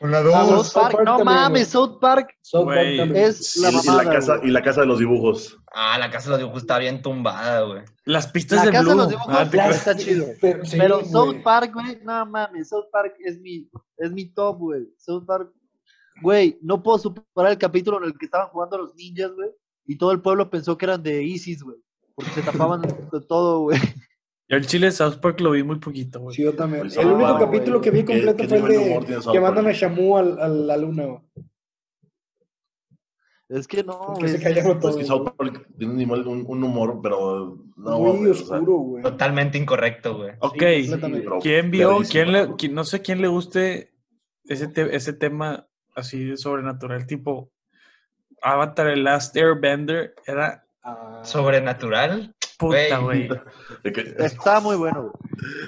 [SPEAKER 1] Una,
[SPEAKER 2] Ah,
[SPEAKER 1] dos.
[SPEAKER 2] bueno.
[SPEAKER 3] South Park, no
[SPEAKER 2] también,
[SPEAKER 3] mames, South Park
[SPEAKER 2] South Park
[SPEAKER 5] Güey,
[SPEAKER 2] también.
[SPEAKER 3] es
[SPEAKER 4] Y,
[SPEAKER 3] la
[SPEAKER 4] y
[SPEAKER 3] mamada.
[SPEAKER 4] la casa,
[SPEAKER 3] güey.
[SPEAKER 4] y la casa de los dibujos.
[SPEAKER 1] Ah, la casa de los dibujos está bien tumbada, güey.
[SPEAKER 5] Las pistas
[SPEAKER 3] La
[SPEAKER 5] de
[SPEAKER 3] casa de
[SPEAKER 5] Este Blue.
[SPEAKER 3] los dibujos
[SPEAKER 5] Ah, te
[SPEAKER 3] blancos.
[SPEAKER 5] creas.
[SPEAKER 3] está chido.
[SPEAKER 2] Pero, sí,
[SPEAKER 3] Pero
[SPEAKER 2] güey.
[SPEAKER 3] South Park, güey, no mames, South Park es mi, es mi top, güey. South Park, güey, no puedo superar el capítulo en el que estaban jugando los ninjas, güey, y todo el pueblo pensó que eran de ISIS, güey, porque se tapaban de todo, güey.
[SPEAKER 5] Yo el chile de South Park lo vi muy poquito, güey.
[SPEAKER 2] Sí, yo también.
[SPEAKER 4] Pues,
[SPEAKER 2] el
[SPEAKER 4] ah,
[SPEAKER 2] único
[SPEAKER 4] güey.
[SPEAKER 2] capítulo que vi
[SPEAKER 4] ¿Qué-
[SPEAKER 2] completo
[SPEAKER 4] qué
[SPEAKER 2] fue el
[SPEAKER 4] nivel de humor
[SPEAKER 2] de
[SPEAKER 4] tiene South
[SPEAKER 2] que mandan a
[SPEAKER 4] Park?
[SPEAKER 2] Shamu al- a la luna. güey.
[SPEAKER 3] Es que no,
[SPEAKER 2] Porque
[SPEAKER 3] güey.
[SPEAKER 2] se callaron
[SPEAKER 4] Pues es que
[SPEAKER 2] todos.
[SPEAKER 4] South Park tiene un, nivel- un- un humor, pero no.
[SPEAKER 2] Muy
[SPEAKER 4] güey, o sea,
[SPEAKER 2] oscuro, güey.
[SPEAKER 1] Totalmente incorrecto, güey.
[SPEAKER 5] Ok,
[SPEAKER 2] completamente.
[SPEAKER 4] pero
[SPEAKER 5] ¿quién vio?
[SPEAKER 4] verguísima.
[SPEAKER 5] ¿Quién le, qui- no sé quién le guste ese, te- ese tema así de sobrenatural, tipo Avatar, el Last Airbender, era
[SPEAKER 2] Ah.
[SPEAKER 1] Sobrenatural.
[SPEAKER 5] puta,
[SPEAKER 1] Güey.
[SPEAKER 5] güey.
[SPEAKER 4] De que-
[SPEAKER 3] Está muy bueno, güey.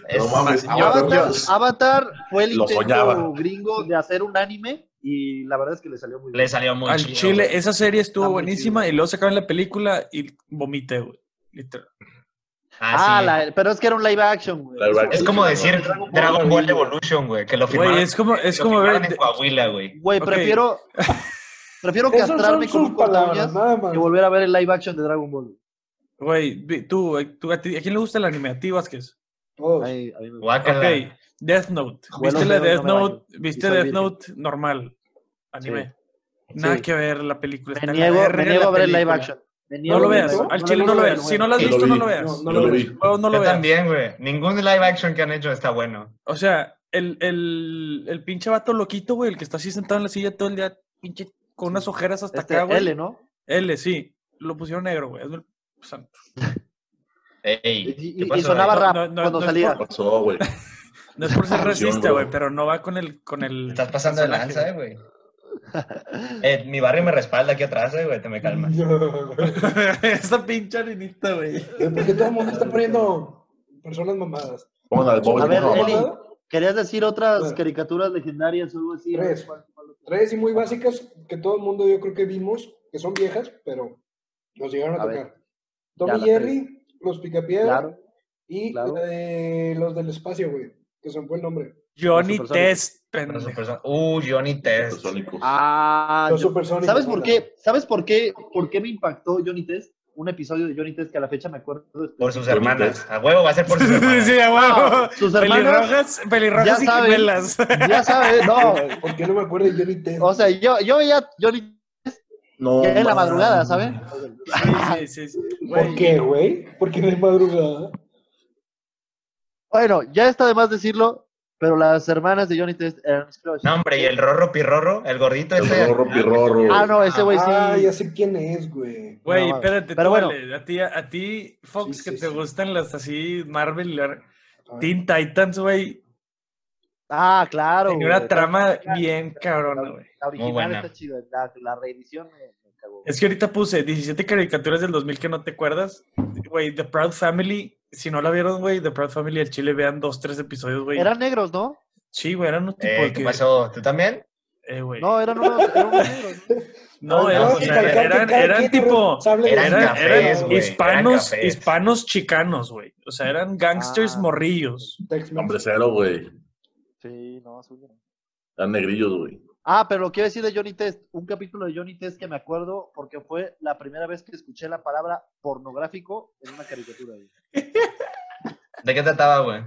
[SPEAKER 1] Es-
[SPEAKER 4] mames,
[SPEAKER 1] yo-
[SPEAKER 4] Avatar.
[SPEAKER 3] Avatar, Avatar fue el
[SPEAKER 4] Lo soñaba.
[SPEAKER 3] intento gringo de hacer un anime y la verdad es que le salió muy bien.
[SPEAKER 1] Le salió muy
[SPEAKER 5] Al
[SPEAKER 1] chido,
[SPEAKER 5] Chile,
[SPEAKER 1] güey.
[SPEAKER 5] esa serie estuvo
[SPEAKER 3] Está muy
[SPEAKER 5] buenísima
[SPEAKER 3] chido.
[SPEAKER 5] y luego sacaron la película y vomité, güey. Literal.
[SPEAKER 1] Ah,
[SPEAKER 3] Ah,
[SPEAKER 1] sí.
[SPEAKER 3] la- pero es que era un live action, güey.
[SPEAKER 4] Live action.
[SPEAKER 1] Es como
[SPEAKER 4] Sí,
[SPEAKER 1] decir
[SPEAKER 3] Dragon Ball
[SPEAKER 1] Dragon Ball
[SPEAKER 3] Evolution.
[SPEAKER 1] Evolution, güey, que lo
[SPEAKER 5] Güey,
[SPEAKER 1] firmaron.
[SPEAKER 5] es como- es
[SPEAKER 1] lo
[SPEAKER 5] como
[SPEAKER 1] firmaron
[SPEAKER 5] ver-
[SPEAKER 1] en Coahuila, güey.
[SPEAKER 3] Güey,
[SPEAKER 5] Ok.
[SPEAKER 3] prefiero, prefiero
[SPEAKER 2] Esas son
[SPEAKER 3] castrarme con
[SPEAKER 2] sus
[SPEAKER 3] un
[SPEAKER 2] palabras,
[SPEAKER 3] cortaúñas
[SPEAKER 2] nada más.
[SPEAKER 3] que volver a ver el live action de Dragon Ball.
[SPEAKER 5] Güey, vi- tú, eh, tú, a, ti- ¿a quién le gusta el anime? ¿A ti, Vázquez?
[SPEAKER 2] Todos.
[SPEAKER 3] Ay, a mí me-
[SPEAKER 1] Guácala.
[SPEAKER 5] Ok, Death Note.
[SPEAKER 3] Abuelo,
[SPEAKER 5] ¿Viste la
[SPEAKER 3] no me
[SPEAKER 5] Death
[SPEAKER 3] baño.
[SPEAKER 5] Note? ¿Viste
[SPEAKER 3] soy
[SPEAKER 5] Death
[SPEAKER 3] virgen.
[SPEAKER 5] Norte normal? Anime. Nada
[SPEAKER 3] Sí.
[SPEAKER 5] que ver la película.
[SPEAKER 3] Me
[SPEAKER 5] está la
[SPEAKER 3] niego,
[SPEAKER 5] verga
[SPEAKER 3] me niego
[SPEAKER 5] la
[SPEAKER 3] a ver el live
[SPEAKER 5] película.
[SPEAKER 3] action. Me niego
[SPEAKER 5] No lo
[SPEAKER 3] a
[SPEAKER 5] veas.
[SPEAKER 3] verlo.
[SPEAKER 5] Al
[SPEAKER 3] No
[SPEAKER 5] chile no lo
[SPEAKER 3] veo,
[SPEAKER 5] veas. Si no lo has
[SPEAKER 4] Yo lo
[SPEAKER 5] visto, no
[SPEAKER 4] vi.
[SPEAKER 5] lo veas.
[SPEAKER 2] No, no
[SPEAKER 4] Yo
[SPEAKER 2] lo
[SPEAKER 4] lo
[SPEAKER 2] vi.
[SPEAKER 4] vi.
[SPEAKER 5] Luego no lo
[SPEAKER 1] Yo
[SPEAKER 5] veas.
[SPEAKER 1] también, güey. Ningún live action que han hecho está bueno.
[SPEAKER 5] O sea, el, el, el pinche vato loquito, güey, el que está así sentado en la silla todo el día, pinche, con unas ojeras hasta
[SPEAKER 3] Este,
[SPEAKER 5] acá, güey.
[SPEAKER 3] L, ¿no?
[SPEAKER 5] L, sí. Lo pusieron negro, güey. Hazme el- o sea,
[SPEAKER 1] Ey,
[SPEAKER 3] Y,
[SPEAKER 1] ¿qué
[SPEAKER 3] y- y
[SPEAKER 1] pasó,
[SPEAKER 3] sonaba
[SPEAKER 1] güey?
[SPEAKER 5] güey?
[SPEAKER 3] rap
[SPEAKER 5] No, no,
[SPEAKER 3] cuando
[SPEAKER 5] no es
[SPEAKER 3] salía.
[SPEAKER 5] por-
[SPEAKER 4] Pasó, güey.
[SPEAKER 5] No es por ser
[SPEAKER 4] Ah, sí,
[SPEAKER 5] racista,
[SPEAKER 4] bro.
[SPEAKER 5] güey, pero no va con el. Con el
[SPEAKER 1] Estás pasando de
[SPEAKER 5] personaje,
[SPEAKER 1] lanza, eh, güey. Eh, mi barrio me respalda aquí atrás, eh, güey. Te me calmas.
[SPEAKER 5] güey. Esa pinche arenita, güey.
[SPEAKER 2] ¿Por qué Eh, pues, todo el mundo está poniendo personas mamadas?
[SPEAKER 4] Pongan al Bob
[SPEAKER 3] A ver,
[SPEAKER 4] Esponja,
[SPEAKER 3] Eli.
[SPEAKER 4] mamá.
[SPEAKER 3] ¿Querías decir otras
[SPEAKER 2] Bueno.
[SPEAKER 3] caricaturas legendarias o algo así?
[SPEAKER 2] Tres.
[SPEAKER 3] ¿Cuál- cuál otra?
[SPEAKER 2] Tres y muy básicas que todo el mundo yo creo que vimos, que son viejas, pero nos llegaron a,
[SPEAKER 3] A ver.
[SPEAKER 2] tocar.
[SPEAKER 3] Ya,
[SPEAKER 2] Tommy
[SPEAKER 3] las
[SPEAKER 2] Jerry, Los Picapiedra
[SPEAKER 3] Claro.
[SPEAKER 2] y
[SPEAKER 3] claro.
[SPEAKER 2] la de los del espacio, güey, que se me fue el nombre.
[SPEAKER 5] Johnny
[SPEAKER 3] Los supersónicos.
[SPEAKER 5] Test,
[SPEAKER 1] Pero su
[SPEAKER 5] pendejo.
[SPEAKER 1] perso- Uh, Johnny Test.
[SPEAKER 4] Supersónicos.
[SPEAKER 3] Ah,
[SPEAKER 2] Los
[SPEAKER 3] yo-
[SPEAKER 2] supersónicos.
[SPEAKER 3] ¿Sabes por
[SPEAKER 2] hola.
[SPEAKER 3] qué? ¿Sabes por qué? ¿Por qué me impactó Johnny Test? Un episodio de Johnny Test que a la fecha me acuerdo.
[SPEAKER 1] Por sus
[SPEAKER 4] Johnny
[SPEAKER 1] hermanas.
[SPEAKER 4] Test.
[SPEAKER 1] A huevo va a ser por sus
[SPEAKER 5] Sí,
[SPEAKER 1] hermanas.
[SPEAKER 5] sí, a huevo.
[SPEAKER 3] sus hermanas,
[SPEAKER 5] Pelirrojas, pelirrojas
[SPEAKER 3] ya
[SPEAKER 5] y
[SPEAKER 3] saben.
[SPEAKER 5] gemelas.
[SPEAKER 3] ya sabes, no. güey.
[SPEAKER 2] ¿Por qué no me acuerdo de Johnny Test?
[SPEAKER 3] O sea, yo, yo veía Johnny
[SPEAKER 4] No,
[SPEAKER 3] Test en la
[SPEAKER 4] mames.
[SPEAKER 3] madrugada, ¿sabes?
[SPEAKER 5] Sí, sí, sí, sí.
[SPEAKER 2] ¿Por
[SPEAKER 5] Güey,
[SPEAKER 2] qué, güey? Porque no es madrugada.
[SPEAKER 3] Bueno, ya está de más decirlo, pero las hermanas de Johnny Test eran mis crush.
[SPEAKER 1] No, hombre, y el Rorro Pirrorro, el gordito
[SPEAKER 4] El
[SPEAKER 1] ese. eh,
[SPEAKER 4] Rorro Pirrorro.
[SPEAKER 3] Ah, no, ese güey sí.
[SPEAKER 2] Ah, ya sé quién es, güey.
[SPEAKER 5] Güey,
[SPEAKER 3] No, mames.
[SPEAKER 5] espérate,
[SPEAKER 3] Pero
[SPEAKER 5] tú,
[SPEAKER 3] bueno.
[SPEAKER 5] Ale, a ti, a ti, Fox,
[SPEAKER 2] Sí,
[SPEAKER 5] que
[SPEAKER 2] sí,
[SPEAKER 5] te
[SPEAKER 2] sí.
[SPEAKER 5] gustan las así, Marvel, la-
[SPEAKER 2] Ah.
[SPEAKER 5] Teen Titans, güey,
[SPEAKER 3] Ah, claro.
[SPEAKER 5] tenía
[SPEAKER 3] güey.
[SPEAKER 5] una trama
[SPEAKER 3] está-
[SPEAKER 5] bien cabrona, güey.
[SPEAKER 1] Muy
[SPEAKER 3] La original
[SPEAKER 1] buena.
[SPEAKER 3] está chida, la, la reedición me, me cagó.
[SPEAKER 5] Es que ahorita puse 17 caricaturas del 2000 que no te acuerdas. Güey, The Proud Family, si no la vieron, güey, The Proud Family al Chile, vean dos, tres episodios, güey.
[SPEAKER 3] Eran negros, ¿no?
[SPEAKER 5] Sí, güey, eran unos tipos
[SPEAKER 1] Eh, ¿Qué
[SPEAKER 5] que...
[SPEAKER 1] pasó? ¿Tú también?
[SPEAKER 5] Eh, güey. No,
[SPEAKER 3] No, eran unos, eran unos negros. ¿no?
[SPEAKER 1] no,
[SPEAKER 5] eran,
[SPEAKER 1] no,
[SPEAKER 5] o
[SPEAKER 1] sí,
[SPEAKER 5] sea,
[SPEAKER 1] claro, claro,
[SPEAKER 5] eran, eran tipo...
[SPEAKER 1] Eran
[SPEAKER 5] Eran,
[SPEAKER 1] cafés,
[SPEAKER 5] eran
[SPEAKER 1] güey, eran
[SPEAKER 5] hispanos,
[SPEAKER 1] cafés.
[SPEAKER 5] hispanos chicanos, güey. O sea, eran gangsters
[SPEAKER 3] Ah.
[SPEAKER 5] morrillos.
[SPEAKER 4] Hombre cero, güey.
[SPEAKER 3] Sí, no, azul no.
[SPEAKER 4] Eran negrillos, güey.
[SPEAKER 3] Ah, pero lo quiero decir de Johnny Test, un capítulo de Johnny Test que me acuerdo porque fue la primera vez que escuché la palabra pornográfico en una caricatura. güey.
[SPEAKER 1] ¿De qué trataba, güey?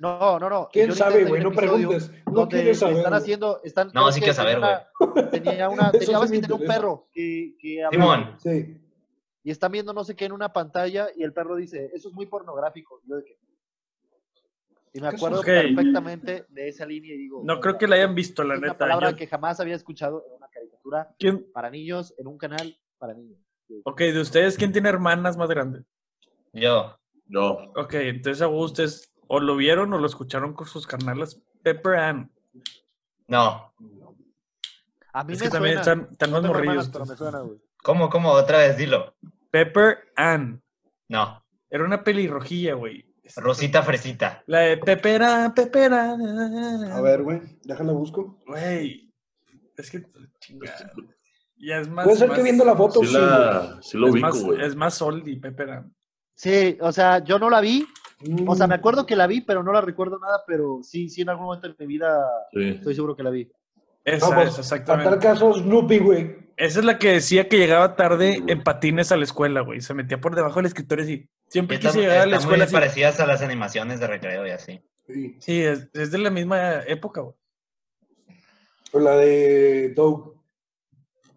[SPEAKER 3] No, no, no.
[SPEAKER 2] ¿Quién
[SPEAKER 3] Johnny
[SPEAKER 2] sabe,
[SPEAKER 3] Test hay
[SPEAKER 2] güey?
[SPEAKER 3] un
[SPEAKER 2] No
[SPEAKER 3] episodio
[SPEAKER 2] preguntes. No
[SPEAKER 3] donde
[SPEAKER 2] quieres saber.
[SPEAKER 3] Están
[SPEAKER 2] güey.
[SPEAKER 3] haciendo, están.
[SPEAKER 1] No,
[SPEAKER 3] creo
[SPEAKER 1] sí
[SPEAKER 3] que
[SPEAKER 1] quiero saber,
[SPEAKER 3] tenía una- Tenía una,
[SPEAKER 2] Eso
[SPEAKER 3] tenía,
[SPEAKER 2] sí
[SPEAKER 3] ves
[SPEAKER 2] me
[SPEAKER 3] que tenía un
[SPEAKER 2] interesa.
[SPEAKER 3] perro que, que hablaba,
[SPEAKER 1] Simón.
[SPEAKER 2] Sí.
[SPEAKER 3] y están viendo no sé qué en una pantalla y el perro dice, eso es muy pornográfico. Y yo de que- Y me
[SPEAKER 2] ¿Qué es
[SPEAKER 3] acuerdo
[SPEAKER 5] eso? Ok.
[SPEAKER 3] perfectamente de esa línea y digo.
[SPEAKER 5] No creo que la hayan visto, la
[SPEAKER 3] Es una
[SPEAKER 5] neta.
[SPEAKER 3] palabra
[SPEAKER 5] Yo-
[SPEAKER 3] que jamás había escuchado en una caricatura
[SPEAKER 5] ¿quién-
[SPEAKER 3] para niños, en un canal para niños.
[SPEAKER 5] Ok, de ustedes, ¿quién tiene hermanas más grandes?
[SPEAKER 1] Yo.
[SPEAKER 4] Yo.
[SPEAKER 5] Ok, entonces a ustedes o lo vieron o lo escucharon con sus carnalas Pepper Ann.
[SPEAKER 1] No.
[SPEAKER 3] A mí
[SPEAKER 5] Es
[SPEAKER 3] me
[SPEAKER 5] que también
[SPEAKER 3] suena.
[SPEAKER 5] están, están
[SPEAKER 3] No
[SPEAKER 5] más
[SPEAKER 3] tengo hermanas,
[SPEAKER 5] morrillos.
[SPEAKER 3] pero me suena, güey.
[SPEAKER 1] ¿Cómo, cómo? Otra vez, dilo.
[SPEAKER 5] Pepper Ann.
[SPEAKER 1] No.
[SPEAKER 5] Era una pelirrojilla, güey.
[SPEAKER 4] Este,
[SPEAKER 1] Rosita Fresita.
[SPEAKER 5] La de Pepera, Pepera.
[SPEAKER 2] A ver, güey. Déjala busco.
[SPEAKER 5] Güey. Es que. Chingada. Ya es más.
[SPEAKER 2] Puede ser
[SPEAKER 5] más-
[SPEAKER 2] que viendo la foto,
[SPEAKER 4] Sí,
[SPEAKER 2] sí. güey.
[SPEAKER 4] la, sí lo
[SPEAKER 5] es
[SPEAKER 4] ubico,
[SPEAKER 5] más-
[SPEAKER 4] güey.
[SPEAKER 5] Es más oldie, Pepper Ann.
[SPEAKER 3] Sí, o sea, yo no la vi. O sea, me
[SPEAKER 2] Mm.
[SPEAKER 3] acuerdo que la vi, pero no la recuerdo nada. Pero sí, sí, en algún momento de mi vida
[SPEAKER 4] Sí.
[SPEAKER 3] estoy seguro que la vi.
[SPEAKER 5] Esa
[SPEAKER 2] Vamos,
[SPEAKER 5] es,
[SPEAKER 2] A tal
[SPEAKER 5] exactamente.
[SPEAKER 2] caso, Snoopy, güey.
[SPEAKER 5] Esa es la que decía que llegaba tarde
[SPEAKER 4] Sí, güey.
[SPEAKER 5] en patines a la escuela, güey. Se metía por debajo del escritorio así. Siempre
[SPEAKER 1] Están,
[SPEAKER 5] quise llegar a la
[SPEAKER 1] están muy
[SPEAKER 5] escuela así.
[SPEAKER 1] parecidas a las animaciones de recreo y así.
[SPEAKER 2] Sí.
[SPEAKER 5] Sí, es, es de la misma época, güey.
[SPEAKER 2] O la de Doug.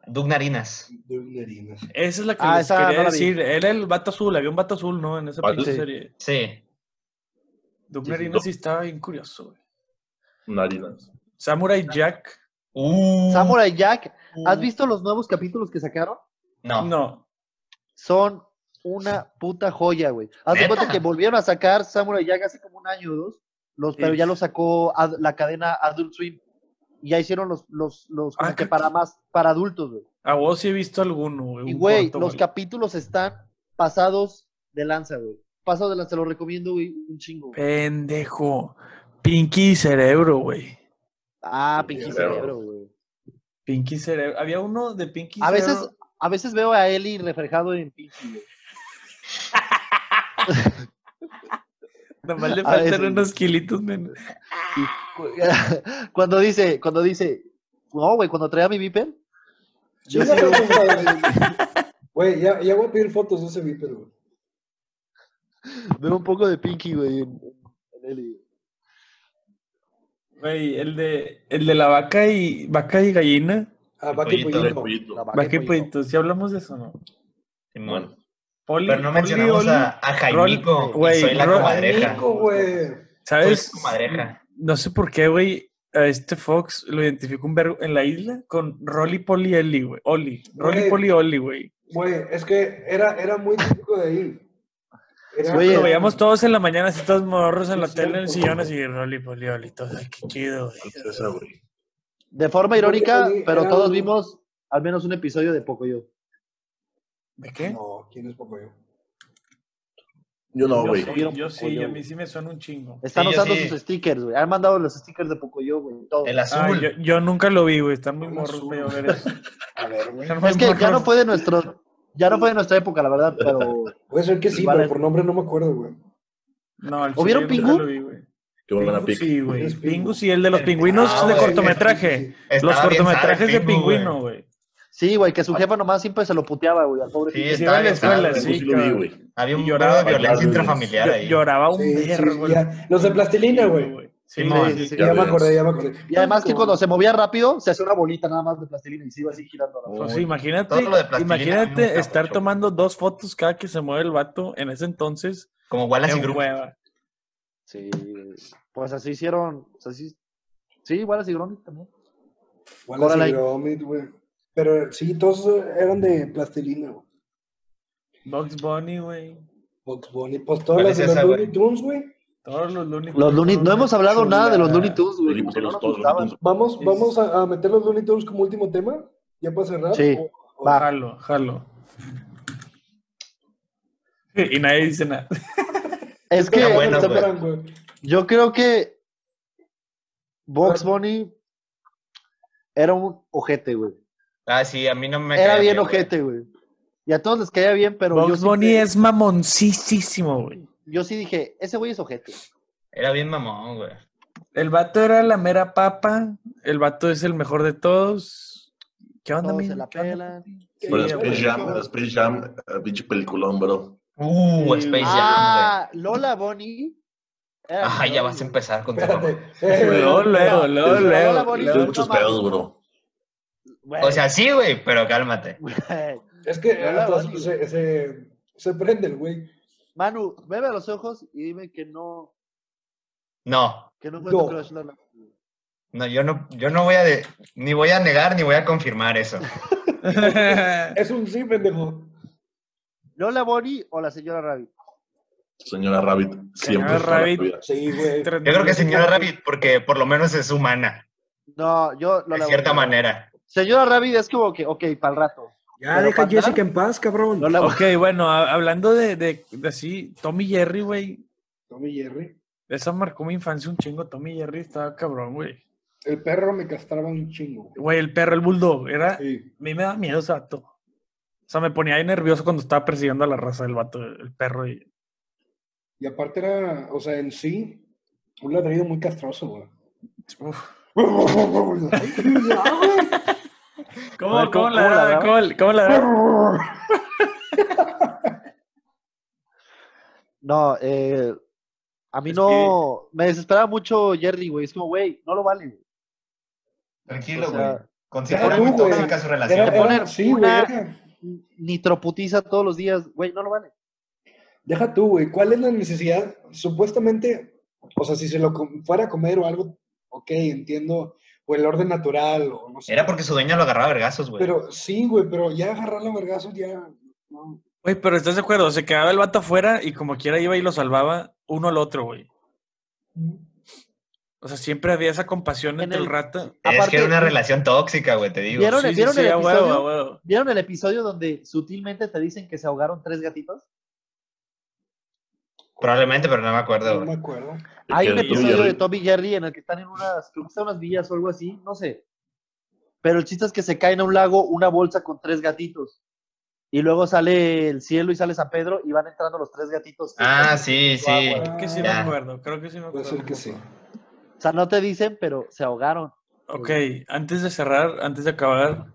[SPEAKER 1] Doug Narinas.
[SPEAKER 2] Doug Narinas.
[SPEAKER 5] Esa es la que
[SPEAKER 3] Ah,
[SPEAKER 5] les
[SPEAKER 3] esa
[SPEAKER 5] quería
[SPEAKER 3] no la vi.
[SPEAKER 5] decir. Era el vato azul, había un vato azul, ¿no? En esa
[SPEAKER 4] Vato
[SPEAKER 5] pinche
[SPEAKER 4] azul.
[SPEAKER 5] serie.
[SPEAKER 1] Sí.
[SPEAKER 5] Doug
[SPEAKER 4] Sí, sí,
[SPEAKER 5] Narinas
[SPEAKER 4] no.
[SPEAKER 5] sí estaba bien curioso, güey.
[SPEAKER 4] Narinas.
[SPEAKER 5] Samurai Jack.
[SPEAKER 1] Uh,
[SPEAKER 3] Samurai Jack, ¿has visto los nuevos capítulos que sacaron?
[SPEAKER 1] No.
[SPEAKER 5] No.
[SPEAKER 3] Son una puta joya, güey. Haz de
[SPEAKER 1] ¿Neta?
[SPEAKER 3] cuenta que volvieron a sacar Samurai Jack hace como un año o dos, los, pero
[SPEAKER 5] Sí.
[SPEAKER 3] ya lo sacó ad- la cadena Adult Swim. Y ya hicieron los, los, los como
[SPEAKER 5] Ah,
[SPEAKER 3] que
[SPEAKER 5] creo
[SPEAKER 3] para
[SPEAKER 5] que-
[SPEAKER 3] más, para adultos, güey.
[SPEAKER 5] A vos sí he visto alguno, güey.
[SPEAKER 3] Y,
[SPEAKER 5] un
[SPEAKER 3] güey,
[SPEAKER 5] corto,
[SPEAKER 3] los capítulos están pasados de lanza, güey. Pasados de lanza, te lo recomiendo, güey, un chingo. güey.
[SPEAKER 5] Pendejo. Pinky Cerebro, güey.
[SPEAKER 3] Ah, pinche
[SPEAKER 4] Cerebro.
[SPEAKER 3] cerebro, güey.
[SPEAKER 5] Pinky Cerebro. Había uno de Pinky
[SPEAKER 3] A veces,
[SPEAKER 5] Cerebro.
[SPEAKER 3] a veces veo a Eli reflejado en Pinky, güey.
[SPEAKER 5] Nomás le
[SPEAKER 3] a
[SPEAKER 5] faltan
[SPEAKER 3] veces.
[SPEAKER 5] unos kilitos menos.
[SPEAKER 8] Ah,
[SPEAKER 3] Y cu- cuando dice, cuando dice, no, güey, cuando traía mi viper,
[SPEAKER 2] Yo sí lo compadre. Güey, ya, ya voy a pedir fotos de ese viper, güey.
[SPEAKER 3] veo un poco de Pinky, güey, en, en Eli.
[SPEAKER 5] Güey, el de, el de la vaca y, vaca y gallina.
[SPEAKER 2] Ah, va que
[SPEAKER 4] Pollito, el
[SPEAKER 2] pollito.
[SPEAKER 4] pollito.
[SPEAKER 3] La vaca
[SPEAKER 5] Vaca
[SPEAKER 3] y
[SPEAKER 5] y
[SPEAKER 3] pollito.
[SPEAKER 5] pollito. Si hablamos de eso, ¿no?
[SPEAKER 1] Simón.
[SPEAKER 4] Bueno,
[SPEAKER 5] Poli,
[SPEAKER 1] Pero no
[SPEAKER 5] Poli,
[SPEAKER 1] mencionamos
[SPEAKER 5] Oli.
[SPEAKER 1] a, a Jaimico,
[SPEAKER 5] Rol-
[SPEAKER 1] y
[SPEAKER 5] güey,
[SPEAKER 1] soy la
[SPEAKER 5] Rol-
[SPEAKER 1] comadreja.
[SPEAKER 2] Nico, güey.
[SPEAKER 5] ¿Sabes?
[SPEAKER 1] Soy comadreja.
[SPEAKER 5] No sé por qué, güey. A este Fox lo identificó un vergo en la isla con Rolly Polly Eli, güey. Oli. Rolly
[SPEAKER 2] Güey.
[SPEAKER 5] Polly Oli, güey.
[SPEAKER 2] Güey, es que era, era muy típico de ahí. Era-
[SPEAKER 3] Oye,
[SPEAKER 5] Lo veíamos todos en la mañana, así todos morros en la
[SPEAKER 2] Sí,
[SPEAKER 5] tele, en el
[SPEAKER 2] cierto.
[SPEAKER 5] sillón, así Rolly Polly Oli. Todos, ay, qué chido, güey.
[SPEAKER 4] esa, güey.
[SPEAKER 3] De forma irónica,
[SPEAKER 2] Oli
[SPEAKER 3] pero
[SPEAKER 2] eh, era
[SPEAKER 3] todos
[SPEAKER 2] un-
[SPEAKER 3] vimos al menos un episodio de Pocoyo.
[SPEAKER 5] ¿De qué?
[SPEAKER 2] No, ¿quién es Pocoyo?
[SPEAKER 4] Yo no,
[SPEAKER 5] Yo
[SPEAKER 4] güey.
[SPEAKER 5] sí,
[SPEAKER 3] vieron
[SPEAKER 5] Yo sí,
[SPEAKER 3] Pocoyo,
[SPEAKER 5] a mí
[SPEAKER 3] güey.
[SPEAKER 5] sí me suena un chingo.
[SPEAKER 3] Están
[SPEAKER 1] Sí, yo
[SPEAKER 3] usando
[SPEAKER 1] sí.
[SPEAKER 3] sus stickers, güey. Han mandado los stickers de Pocoyo, güey. todos.
[SPEAKER 1] El
[SPEAKER 5] Ah,
[SPEAKER 1] azul.
[SPEAKER 5] yo, yo nunca lo vi, güey. Están muy
[SPEAKER 2] Un
[SPEAKER 5] morros
[SPEAKER 2] azul.
[SPEAKER 5] para yo ver eso.
[SPEAKER 2] A ver, güey.
[SPEAKER 5] Están muy
[SPEAKER 3] Es que ya
[SPEAKER 5] morros.
[SPEAKER 3] no fue de nuestro, ya no fue de nuestra época, la verdad, pero
[SPEAKER 2] Puede ser que sí,
[SPEAKER 3] Vale.
[SPEAKER 2] pero por nombre no me acuerdo, güey.
[SPEAKER 5] No, al
[SPEAKER 3] ¿O vieron
[SPEAKER 5] chile yo
[SPEAKER 3] Pingu?
[SPEAKER 5] nunca lo vi, güey.
[SPEAKER 4] Qué buena
[SPEAKER 5] Pingu
[SPEAKER 4] pica.
[SPEAKER 5] Sí, güey.
[SPEAKER 2] Es Pingu.
[SPEAKER 5] Pingu sí, el de los pingüinos
[SPEAKER 1] Ah,
[SPEAKER 5] de
[SPEAKER 1] güey.
[SPEAKER 5] cortometraje.
[SPEAKER 1] Estaba
[SPEAKER 5] Los
[SPEAKER 1] bien
[SPEAKER 5] cortometrajes
[SPEAKER 1] sabe
[SPEAKER 5] de
[SPEAKER 1] Pingu, güey.
[SPEAKER 5] pingüino, güey.
[SPEAKER 3] sí, güey, que su jefa nomás siempre se lo puteaba, güey, al pobre
[SPEAKER 1] Sí,
[SPEAKER 5] Que se
[SPEAKER 1] estaba
[SPEAKER 5] iba a la
[SPEAKER 1] bien sabe,
[SPEAKER 5] escuela,
[SPEAKER 1] Pingu
[SPEAKER 5] sí,
[SPEAKER 4] Ah, Sí, lo vi,
[SPEAKER 5] cabrón.
[SPEAKER 4] güey.
[SPEAKER 1] Había un
[SPEAKER 5] Y
[SPEAKER 1] grado de
[SPEAKER 5] lloraba
[SPEAKER 1] violencia
[SPEAKER 4] bastante.
[SPEAKER 1] intrafamiliar
[SPEAKER 5] Yo-
[SPEAKER 1] ahí.
[SPEAKER 5] Lloraba un
[SPEAKER 2] Sí, sí,
[SPEAKER 5] perro, güey.
[SPEAKER 2] ya. Los de plastilina, güey.
[SPEAKER 5] Sí,
[SPEAKER 1] Simón.
[SPEAKER 5] sí, sí.
[SPEAKER 4] Ya
[SPEAKER 2] Ya me
[SPEAKER 4] ves.
[SPEAKER 2] acordé, ya me acordé.
[SPEAKER 3] Y además que cuando se movía rápido, se hacía una bolita nada más de plastilina y se iba así girando.
[SPEAKER 1] Uy,
[SPEAKER 5] O sea, imagínate,
[SPEAKER 1] todo lo de plastilina a mí me
[SPEAKER 5] imagínate
[SPEAKER 1] gusta
[SPEAKER 5] estar
[SPEAKER 1] mucho.
[SPEAKER 5] tomando dos fotos cada que se mueve el vato en ese entonces.
[SPEAKER 1] Como Wallace y
[SPEAKER 5] en
[SPEAKER 1] Grupo.
[SPEAKER 5] hueva.
[SPEAKER 3] Sí, güey. pues así hicieron, o sea, sí, sí, igual así Gromit también.
[SPEAKER 2] Wallace y
[SPEAKER 3] Coraline.
[SPEAKER 2] Gromit, güey. Pero sí, todos eran de plastilina, güey.
[SPEAKER 5] Box Bunny, güey.
[SPEAKER 2] Box Bunny, pues todas
[SPEAKER 1] ¿Cuál es
[SPEAKER 2] las de los
[SPEAKER 1] esa, güey?
[SPEAKER 2] Looney Tunes, güey.
[SPEAKER 5] Todos los Looney
[SPEAKER 3] Los Looney, no hemos hablado nada de los Looney
[SPEAKER 5] Lunis
[SPEAKER 3] Tunes, güey.
[SPEAKER 4] Sí,
[SPEAKER 3] como
[SPEAKER 4] pues,
[SPEAKER 3] que no
[SPEAKER 4] los-
[SPEAKER 3] nos
[SPEAKER 4] todos los
[SPEAKER 3] gustaban.
[SPEAKER 4] Looney
[SPEAKER 2] Vamos,
[SPEAKER 5] Es-
[SPEAKER 2] vamos a, a meter los Looney Tunes como último tema, ya para cerrar.
[SPEAKER 3] Sí,
[SPEAKER 2] O- o-
[SPEAKER 3] va.
[SPEAKER 5] Jalo, jalo. Y nadie dice nada.
[SPEAKER 3] Es que este,
[SPEAKER 1] Está bueno,
[SPEAKER 2] se
[SPEAKER 1] güey.
[SPEAKER 2] paran, güey.
[SPEAKER 3] yo creo que Box Bunny era un ojete, güey.
[SPEAKER 1] Ah, sí, a mí no me
[SPEAKER 3] Era
[SPEAKER 1] caía
[SPEAKER 3] bien
[SPEAKER 1] güey.
[SPEAKER 3] ojete, güey. Y a todos les caía bien, pero yo,
[SPEAKER 5] Box
[SPEAKER 3] siempre-
[SPEAKER 5] Bunny es mamoncísimo, güey.
[SPEAKER 3] yo sí dije, ese güey es ojete.
[SPEAKER 1] Era bien mamón, güey.
[SPEAKER 5] El vato era la mera papa. El vato es el mejor de todos. ¿Qué onda,
[SPEAKER 3] Todos
[SPEAKER 5] mi?
[SPEAKER 3] se la
[SPEAKER 5] ¿Qué onda,
[SPEAKER 3] pelan.
[SPEAKER 5] papi?
[SPEAKER 4] Pero
[SPEAKER 5] Sí,
[SPEAKER 4] Space
[SPEAKER 5] güey.
[SPEAKER 4] Jam, Space Jam, eh, pinche peliculón, bro.
[SPEAKER 1] Uh,
[SPEAKER 5] Sí,
[SPEAKER 1] Space Jam, güey.
[SPEAKER 3] Ah, Lola Bunny. era
[SPEAKER 1] Ajá, ya
[SPEAKER 3] Lola,
[SPEAKER 1] vas a
[SPEAKER 3] güey.
[SPEAKER 1] empezar con tu
[SPEAKER 2] Espérate.
[SPEAKER 1] mamá.
[SPEAKER 2] Eh,
[SPEAKER 5] Luego, luego, luego,
[SPEAKER 3] Lola
[SPEAKER 5] luego.
[SPEAKER 3] Bonnie.
[SPEAKER 5] luego.
[SPEAKER 4] Tiene muchos
[SPEAKER 3] no mames.
[SPEAKER 4] pedos, bro.
[SPEAKER 3] Güey,
[SPEAKER 1] O sea, sí, güey, pero cálmate.
[SPEAKER 3] güey.
[SPEAKER 2] Es que
[SPEAKER 3] No la
[SPEAKER 2] entonces,
[SPEAKER 3] odio.
[SPEAKER 2] se, se- se prende el güey.
[SPEAKER 3] Manu, veme a los ojos y dime que no,
[SPEAKER 1] No,
[SPEAKER 3] que no fue tu
[SPEAKER 2] No.
[SPEAKER 3] crush Lola.
[SPEAKER 1] no, yo no, yo no voy a de- ni voy a negar ni voy a confirmar eso.
[SPEAKER 2] Es un sí, pendejo.
[SPEAKER 3] ¿Lola Bonnie o la señora Rabbit?
[SPEAKER 4] Señora Rabbit, siempre.
[SPEAKER 5] Señora
[SPEAKER 4] fue la
[SPEAKER 5] Rabbit.
[SPEAKER 4] vida.
[SPEAKER 2] Sí, güey.
[SPEAKER 1] Yo creo que señora Rabbit, porque por lo menos es humana,
[SPEAKER 3] No, yo Lola
[SPEAKER 1] de cierta
[SPEAKER 3] Bunny.
[SPEAKER 1] manera.
[SPEAKER 3] Señora Rabbit es como que, ok, para el rato.
[SPEAKER 9] Ya
[SPEAKER 3] Pero
[SPEAKER 9] deja a
[SPEAKER 3] para andar-
[SPEAKER 9] Jessica en paz, cabrón.
[SPEAKER 3] Lola Bunny.
[SPEAKER 5] Ok, bueno, a- hablando de, de, de así, Tommy Jerry, güey.
[SPEAKER 2] Tommy Jerry.
[SPEAKER 5] Esa marcó mi infancia un chingo. Tommy Jerry estaba cabrón, güey.
[SPEAKER 2] El perro me castraba un chingo. güey.
[SPEAKER 5] Güey, el perro, el bulldog. Era,
[SPEAKER 2] Sí.
[SPEAKER 5] A mí me da miedo ese vato. O sea, me ponía ahí nervioso cuando estaba persiguiendo a la raza del vato, el perro. Y...
[SPEAKER 2] Y aparte era, o sea, en sí, un ladrido muy castroso, güey.
[SPEAKER 5] Uf.
[SPEAKER 2] Ay,
[SPEAKER 5] ¿Cómo,
[SPEAKER 3] A ver, ¿cómo-
[SPEAKER 5] cómo
[SPEAKER 3] cómo
[SPEAKER 5] ladraba?
[SPEAKER 3] ladraba?
[SPEAKER 5] ¿Cómo, cómo ladraba?
[SPEAKER 3] No, eh, a mí
[SPEAKER 5] Es
[SPEAKER 3] no, me desesperaba mucho Jerry, güey. Es como, güey, no lo vale. güey.
[SPEAKER 1] Tranquilo,
[SPEAKER 3] O
[SPEAKER 1] güey.
[SPEAKER 3] sea,
[SPEAKER 1] Considera
[SPEAKER 2] tú,
[SPEAKER 1] muy
[SPEAKER 2] güey.
[SPEAKER 1] tóxica su
[SPEAKER 2] Era,
[SPEAKER 1] relación.
[SPEAKER 2] era-
[SPEAKER 3] poner
[SPEAKER 2] sí, güey.
[SPEAKER 3] una-
[SPEAKER 2] era.
[SPEAKER 3] Nitroputiza todos los días, güey, no lo vale.
[SPEAKER 2] Deja tú, güey. ¿Cuál es la necesidad? Supuestamente, o sea, si se lo com- fuera a comer o algo, ok, entiendo. O el orden natural, o no sé.
[SPEAKER 1] Era porque su dueño lo agarraba a vergazos, güey.
[SPEAKER 2] Pero sí, güey, pero ya agarrar la vergazos ya. No.
[SPEAKER 5] Güey, pero ¿estás de acuerdo? Se quedaba el vato afuera y como quiera iba y lo salvaba uno al otro, güey. O sea, siempre había esa compasión
[SPEAKER 3] En
[SPEAKER 5] entre el,
[SPEAKER 3] el-
[SPEAKER 5] rata.
[SPEAKER 1] es que
[SPEAKER 3] aparte-
[SPEAKER 1] era una relación tóxica, güey, te digo.
[SPEAKER 3] ¿Vieron? ¿Vieron el
[SPEAKER 5] a huevo,
[SPEAKER 3] episodio?
[SPEAKER 5] a huevo.
[SPEAKER 3] ¿Vieron el episodio donde sutilmente te dicen que se ahogaron tres gatitos?
[SPEAKER 1] Probablemente, pero no me acuerdo,
[SPEAKER 2] No me
[SPEAKER 1] güey.
[SPEAKER 2] acuerdo.
[SPEAKER 3] Hay un
[SPEAKER 4] Jerry,
[SPEAKER 3] episodio
[SPEAKER 4] Jerry.
[SPEAKER 3] de Tommy y Jerry en el que están en unas, creo que están en unas villas o algo así, no sé. Pero el chiste es que se cae en un lago una bolsa con tres gatitos. Y luego sale el cielo y sale San Pedro y van entrando los tres gatitos. que
[SPEAKER 1] Ah,
[SPEAKER 3] están-
[SPEAKER 1] sí, sí.
[SPEAKER 5] Creo que sí me
[SPEAKER 1] Ya.
[SPEAKER 5] acuerdo, creo que sí me
[SPEAKER 2] Ah, Puede
[SPEAKER 3] Pues
[SPEAKER 5] acuerdo.
[SPEAKER 2] ser que sí.
[SPEAKER 3] O sea, no te dicen, pero se ahogaron.
[SPEAKER 5] Ok, antes de cerrar, antes de acabar,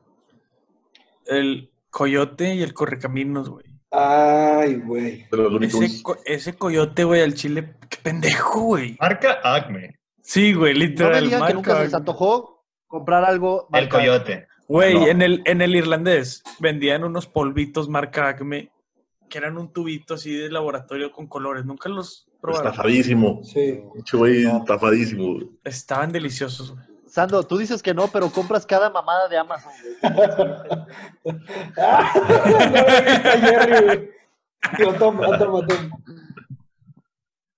[SPEAKER 5] el coyote y el correcaminos, güey.
[SPEAKER 2] Ay, güey.
[SPEAKER 4] De los Looney
[SPEAKER 5] Ese,
[SPEAKER 4] Tunes.
[SPEAKER 5] co- ese coyote, güey, al chile, qué pendejo, güey.
[SPEAKER 1] Marca Acme.
[SPEAKER 5] Sí, güey,
[SPEAKER 3] No
[SPEAKER 5] literal.
[SPEAKER 3] me digan que
[SPEAKER 5] marca,
[SPEAKER 3] nunca se les
[SPEAKER 5] güey.
[SPEAKER 3] antojó comprar algo.
[SPEAKER 1] El
[SPEAKER 3] marca-
[SPEAKER 1] coyote.
[SPEAKER 5] Güey,
[SPEAKER 4] No.
[SPEAKER 5] en, el, en el irlandés vendían unos polvitos marca Acme, que eran un tubito así de laboratorio con colores. Nunca los probaron.
[SPEAKER 4] Estafadísimo.
[SPEAKER 2] Sí.
[SPEAKER 4] Pinche güey, estafadísimo. güey.
[SPEAKER 5] Estaban deliciosos, güey.
[SPEAKER 3] Sando, tú dices que no, pero compras cada mamada de Amazon. güey.
[SPEAKER 2] Ah, está Jerry, güey. Digo, toma, toma, toma.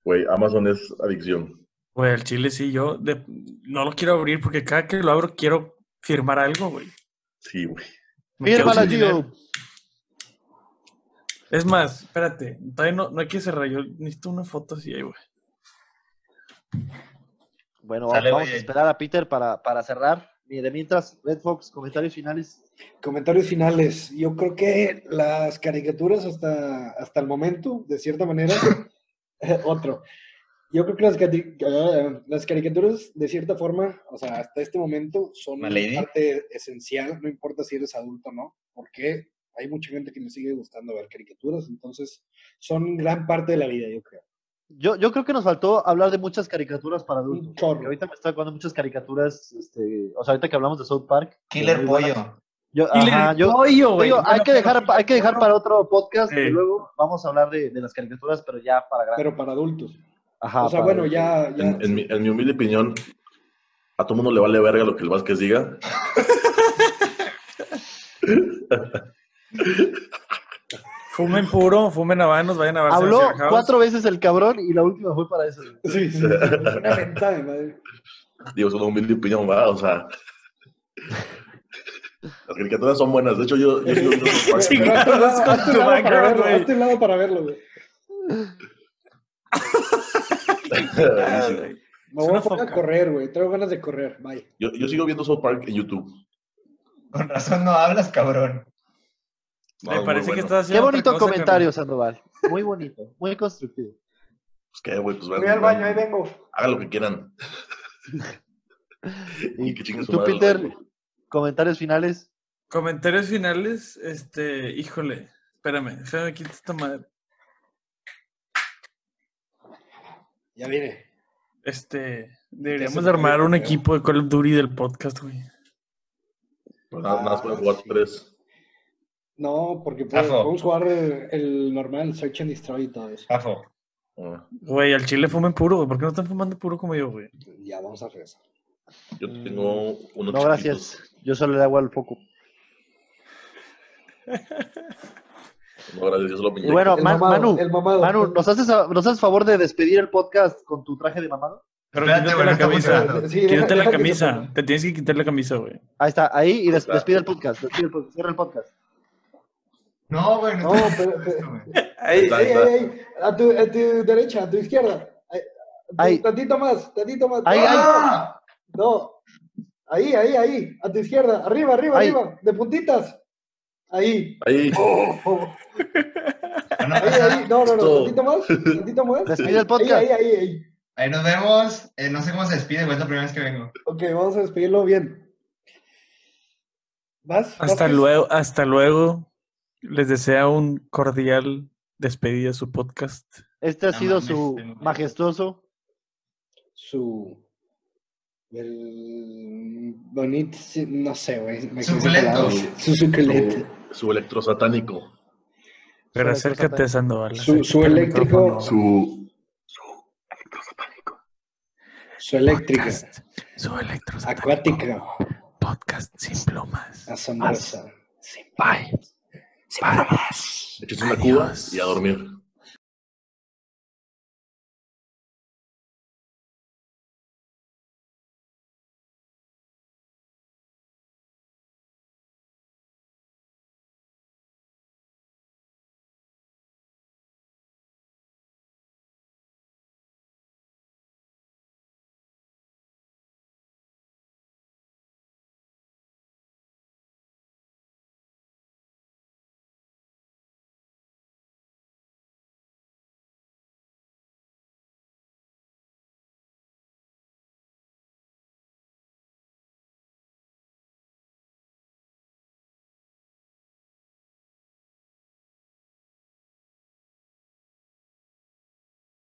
[SPEAKER 4] Güey, Amazon es adicción.
[SPEAKER 5] Güey, el chile sí, yo de- no lo quiero abrir porque cada que lo abro quiero firmar algo, güey.
[SPEAKER 4] Sí, güey.
[SPEAKER 5] Me quedo
[SPEAKER 3] Fírmala,
[SPEAKER 5] sin dinero.
[SPEAKER 3] Gio.
[SPEAKER 5] Es más, espérate, todavía no, no hay que cerrar. Yo necesito una foto así, ahí, güey.
[SPEAKER 3] Bueno,
[SPEAKER 1] Sale,
[SPEAKER 3] vamos
[SPEAKER 1] güey.
[SPEAKER 3] a esperar a Peter para, para cerrar. Mire, mientras, Red Fox, comentarios finales.
[SPEAKER 2] Comentarios finales. Yo creo que las caricaturas hasta, hasta el momento, de cierta manera, eh, otro. Yo creo que las, cari- eh, las caricaturas, de cierta forma, o sea, hasta este momento, son
[SPEAKER 1] My lady.
[SPEAKER 2] parte esencial, no importa si eres adulto o no, porque hay mucha gente que me sigue gustando ver caricaturas, entonces son gran parte de la vida, yo creo.
[SPEAKER 3] Yo, yo creo que nos faltó hablar de muchas caricaturas para adultos.
[SPEAKER 2] Un chorro.
[SPEAKER 3] Y ahorita me está acordando muchas caricaturas, este, o sea, ahorita que hablamos de South Park.
[SPEAKER 1] Killer
[SPEAKER 3] muy buenas.
[SPEAKER 1] pollo.
[SPEAKER 3] Yo,
[SPEAKER 5] Killer
[SPEAKER 3] ajá, yo-
[SPEAKER 5] pollo, güey.
[SPEAKER 3] digo, hay,
[SPEAKER 5] Bueno,
[SPEAKER 3] que dejar, hay que dejar para otro podcast
[SPEAKER 5] Sí.
[SPEAKER 3] y luego vamos a hablar de, de las caricaturas, pero ya para grandes.
[SPEAKER 2] Pero para adultos.
[SPEAKER 3] Ajá,
[SPEAKER 2] o sea,
[SPEAKER 3] Ah, para-
[SPEAKER 2] bueno, ya... ya
[SPEAKER 4] En, en mi, en mi humilde opinión, a todo mundo le vale verga lo que el Vázquez diga.
[SPEAKER 5] Fumen puro, fumen habanos, vayan a verse.
[SPEAKER 3] Habló
[SPEAKER 5] en Cigar House.
[SPEAKER 3] cuatro veces el cabrón y la última fue para eso. güey.
[SPEAKER 2] Sí, sí, sí, una mentada de madre.
[SPEAKER 4] Digo, solo humilde opinión, va, o sea. Las caricaturas son buenas. De hecho, yo. yo, yo- yo-
[SPEAKER 2] Pero hazte un lado- hazte un
[SPEAKER 5] tu
[SPEAKER 2] lado para
[SPEAKER 5] background,
[SPEAKER 2] verlo,
[SPEAKER 5] güey.
[SPEAKER 2] hazte un lado para verlo, güey.
[SPEAKER 5] Ah,
[SPEAKER 4] Buenísimo.
[SPEAKER 5] güey.
[SPEAKER 2] Me
[SPEAKER 5] Es
[SPEAKER 2] voy
[SPEAKER 5] una
[SPEAKER 2] a poner a
[SPEAKER 5] foca.
[SPEAKER 2] correr, güey. Tengo ganas de correr. Bye.
[SPEAKER 4] Yo- yo sigo viendo South Park en YouTube.
[SPEAKER 1] Con razón no hablas, cabrón.
[SPEAKER 4] No,
[SPEAKER 5] Me
[SPEAKER 4] Ah, muy
[SPEAKER 5] parece que
[SPEAKER 4] bueno.
[SPEAKER 5] estás
[SPEAKER 3] Qué
[SPEAKER 5] haciendo. otra
[SPEAKER 3] bonito
[SPEAKER 5] cosa,
[SPEAKER 3] comentario, Sandoval. Muy bonito, muy constructivo.
[SPEAKER 4] Pues qué, güey, pues
[SPEAKER 2] Voy
[SPEAKER 4] vean-
[SPEAKER 2] al baño, ahí
[SPEAKER 4] vean-
[SPEAKER 2] vengo.
[SPEAKER 4] Hagan lo que quieran.
[SPEAKER 3] Y,
[SPEAKER 4] Y que chingue su
[SPEAKER 3] tú,
[SPEAKER 4] madre,
[SPEAKER 3] Peter,
[SPEAKER 4] güey.
[SPEAKER 3] comentarios finales.
[SPEAKER 5] Comentarios finales, este, híjole, espérame, déjame quitar esta madre.
[SPEAKER 2] Ya viene.
[SPEAKER 5] Este, deberíamos
[SPEAKER 2] se
[SPEAKER 5] de armar
[SPEAKER 2] cayó,
[SPEAKER 5] un
[SPEAKER 2] creo.
[SPEAKER 5] equipo de Call of Duty del podcast, güey.
[SPEAKER 4] Pues nada, nada más pueden jugar
[SPEAKER 2] sí.
[SPEAKER 4] tres.
[SPEAKER 2] No, porque puedo-
[SPEAKER 1] Zafo.
[SPEAKER 2] podemos jugar el, el normal, Search and Destroy y todo eso.
[SPEAKER 1] Jafo.
[SPEAKER 4] Ah,
[SPEAKER 5] Güey, al chile fumen puro, güey. ¿Por qué no están fumando puro como yo, güey?
[SPEAKER 2] Ya vamos a regresar.
[SPEAKER 4] Yo tengo unos
[SPEAKER 3] No, gracias. Yo solo le hago al foco.
[SPEAKER 4] chiquitos. No, gracias, yo solo me
[SPEAKER 3] Y bueno,
[SPEAKER 2] El
[SPEAKER 3] Man-
[SPEAKER 2] mamado,
[SPEAKER 3] Manu,
[SPEAKER 2] el mamado.
[SPEAKER 3] Manu, ¿nos haces, ¿nos haces favor de despedir el podcast con tu traje de mamado?
[SPEAKER 5] Pero
[SPEAKER 1] Espérate, güey, Ah,
[SPEAKER 5] quítate
[SPEAKER 1] no
[SPEAKER 5] la
[SPEAKER 1] estamos
[SPEAKER 5] camisa.
[SPEAKER 1] grabando.
[SPEAKER 2] Sí, deja-
[SPEAKER 5] Quítate la
[SPEAKER 2] deja que se
[SPEAKER 5] camisa.
[SPEAKER 2] ponga.
[SPEAKER 5] Te tienes que quitar la camisa, güey.
[SPEAKER 3] Ahí está, ahí
[SPEAKER 1] Ah,
[SPEAKER 3] y des-
[SPEAKER 4] Claro.
[SPEAKER 3] despide el podcast. Despide el podcast, cierra el podcast.
[SPEAKER 1] No, güey, no.
[SPEAKER 2] No,
[SPEAKER 1] te-
[SPEAKER 2] pero. pero-
[SPEAKER 4] Ahí
[SPEAKER 2] Ey,
[SPEAKER 4] está, ahí
[SPEAKER 2] ey,
[SPEAKER 4] está.
[SPEAKER 2] ey, a, tu, a tu derecha, a tu izquierda. Ay, a tu-
[SPEAKER 3] Ahí.
[SPEAKER 2] Tantito más, tantito más.
[SPEAKER 3] Ahí, ahí.
[SPEAKER 1] ¡Ah!
[SPEAKER 2] No. Ahí, ahí, ahí. A tu izquierda. Arriba, arriba,
[SPEAKER 3] Ahí.
[SPEAKER 2] arriba. De puntitas. Ahí.
[SPEAKER 4] Ahí.
[SPEAKER 2] Oh, oh.
[SPEAKER 1] Bueno, pues,
[SPEAKER 2] Ahí, ahí. No, no, no.
[SPEAKER 4] Todo.
[SPEAKER 2] Tantito más. Tantito más.
[SPEAKER 3] Despide el
[SPEAKER 2] Ahí,
[SPEAKER 3] podcast.
[SPEAKER 2] ahí, ahí, ahí.
[SPEAKER 1] ahí nos vemos. Eh, no sé cómo se despide, güey, es la primera vez que vengo.
[SPEAKER 2] Ok, vamos a despedirlo bien. ¿Vas?
[SPEAKER 5] Hasta
[SPEAKER 2] Vázquez?
[SPEAKER 5] luego, hasta luego. Les desea un cordial despedida a su podcast.
[SPEAKER 3] Este ha
[SPEAKER 1] No
[SPEAKER 3] sido
[SPEAKER 1] mames,
[SPEAKER 3] su
[SPEAKER 1] tengo que-
[SPEAKER 3] majestuoso.
[SPEAKER 2] Su. El. Bonito. No sé, güey. me quedé sin
[SPEAKER 1] Suculento.
[SPEAKER 2] palabras. Su suculento.
[SPEAKER 4] Su, su electrosatánico.
[SPEAKER 5] Pero
[SPEAKER 3] Sobre todo
[SPEAKER 5] acércate, Sandoval.
[SPEAKER 2] Su- su
[SPEAKER 5] acércate al
[SPEAKER 2] eléctrico-
[SPEAKER 5] micrófono.
[SPEAKER 4] Su.
[SPEAKER 2] Su eléctrica.
[SPEAKER 5] Podcast. Su electrosatánico.
[SPEAKER 2] Acuática.
[SPEAKER 5] Podcast sin plumas.
[SPEAKER 2] Asombrosa.
[SPEAKER 5] Bye.
[SPEAKER 4] Eches una cuba y a dormir.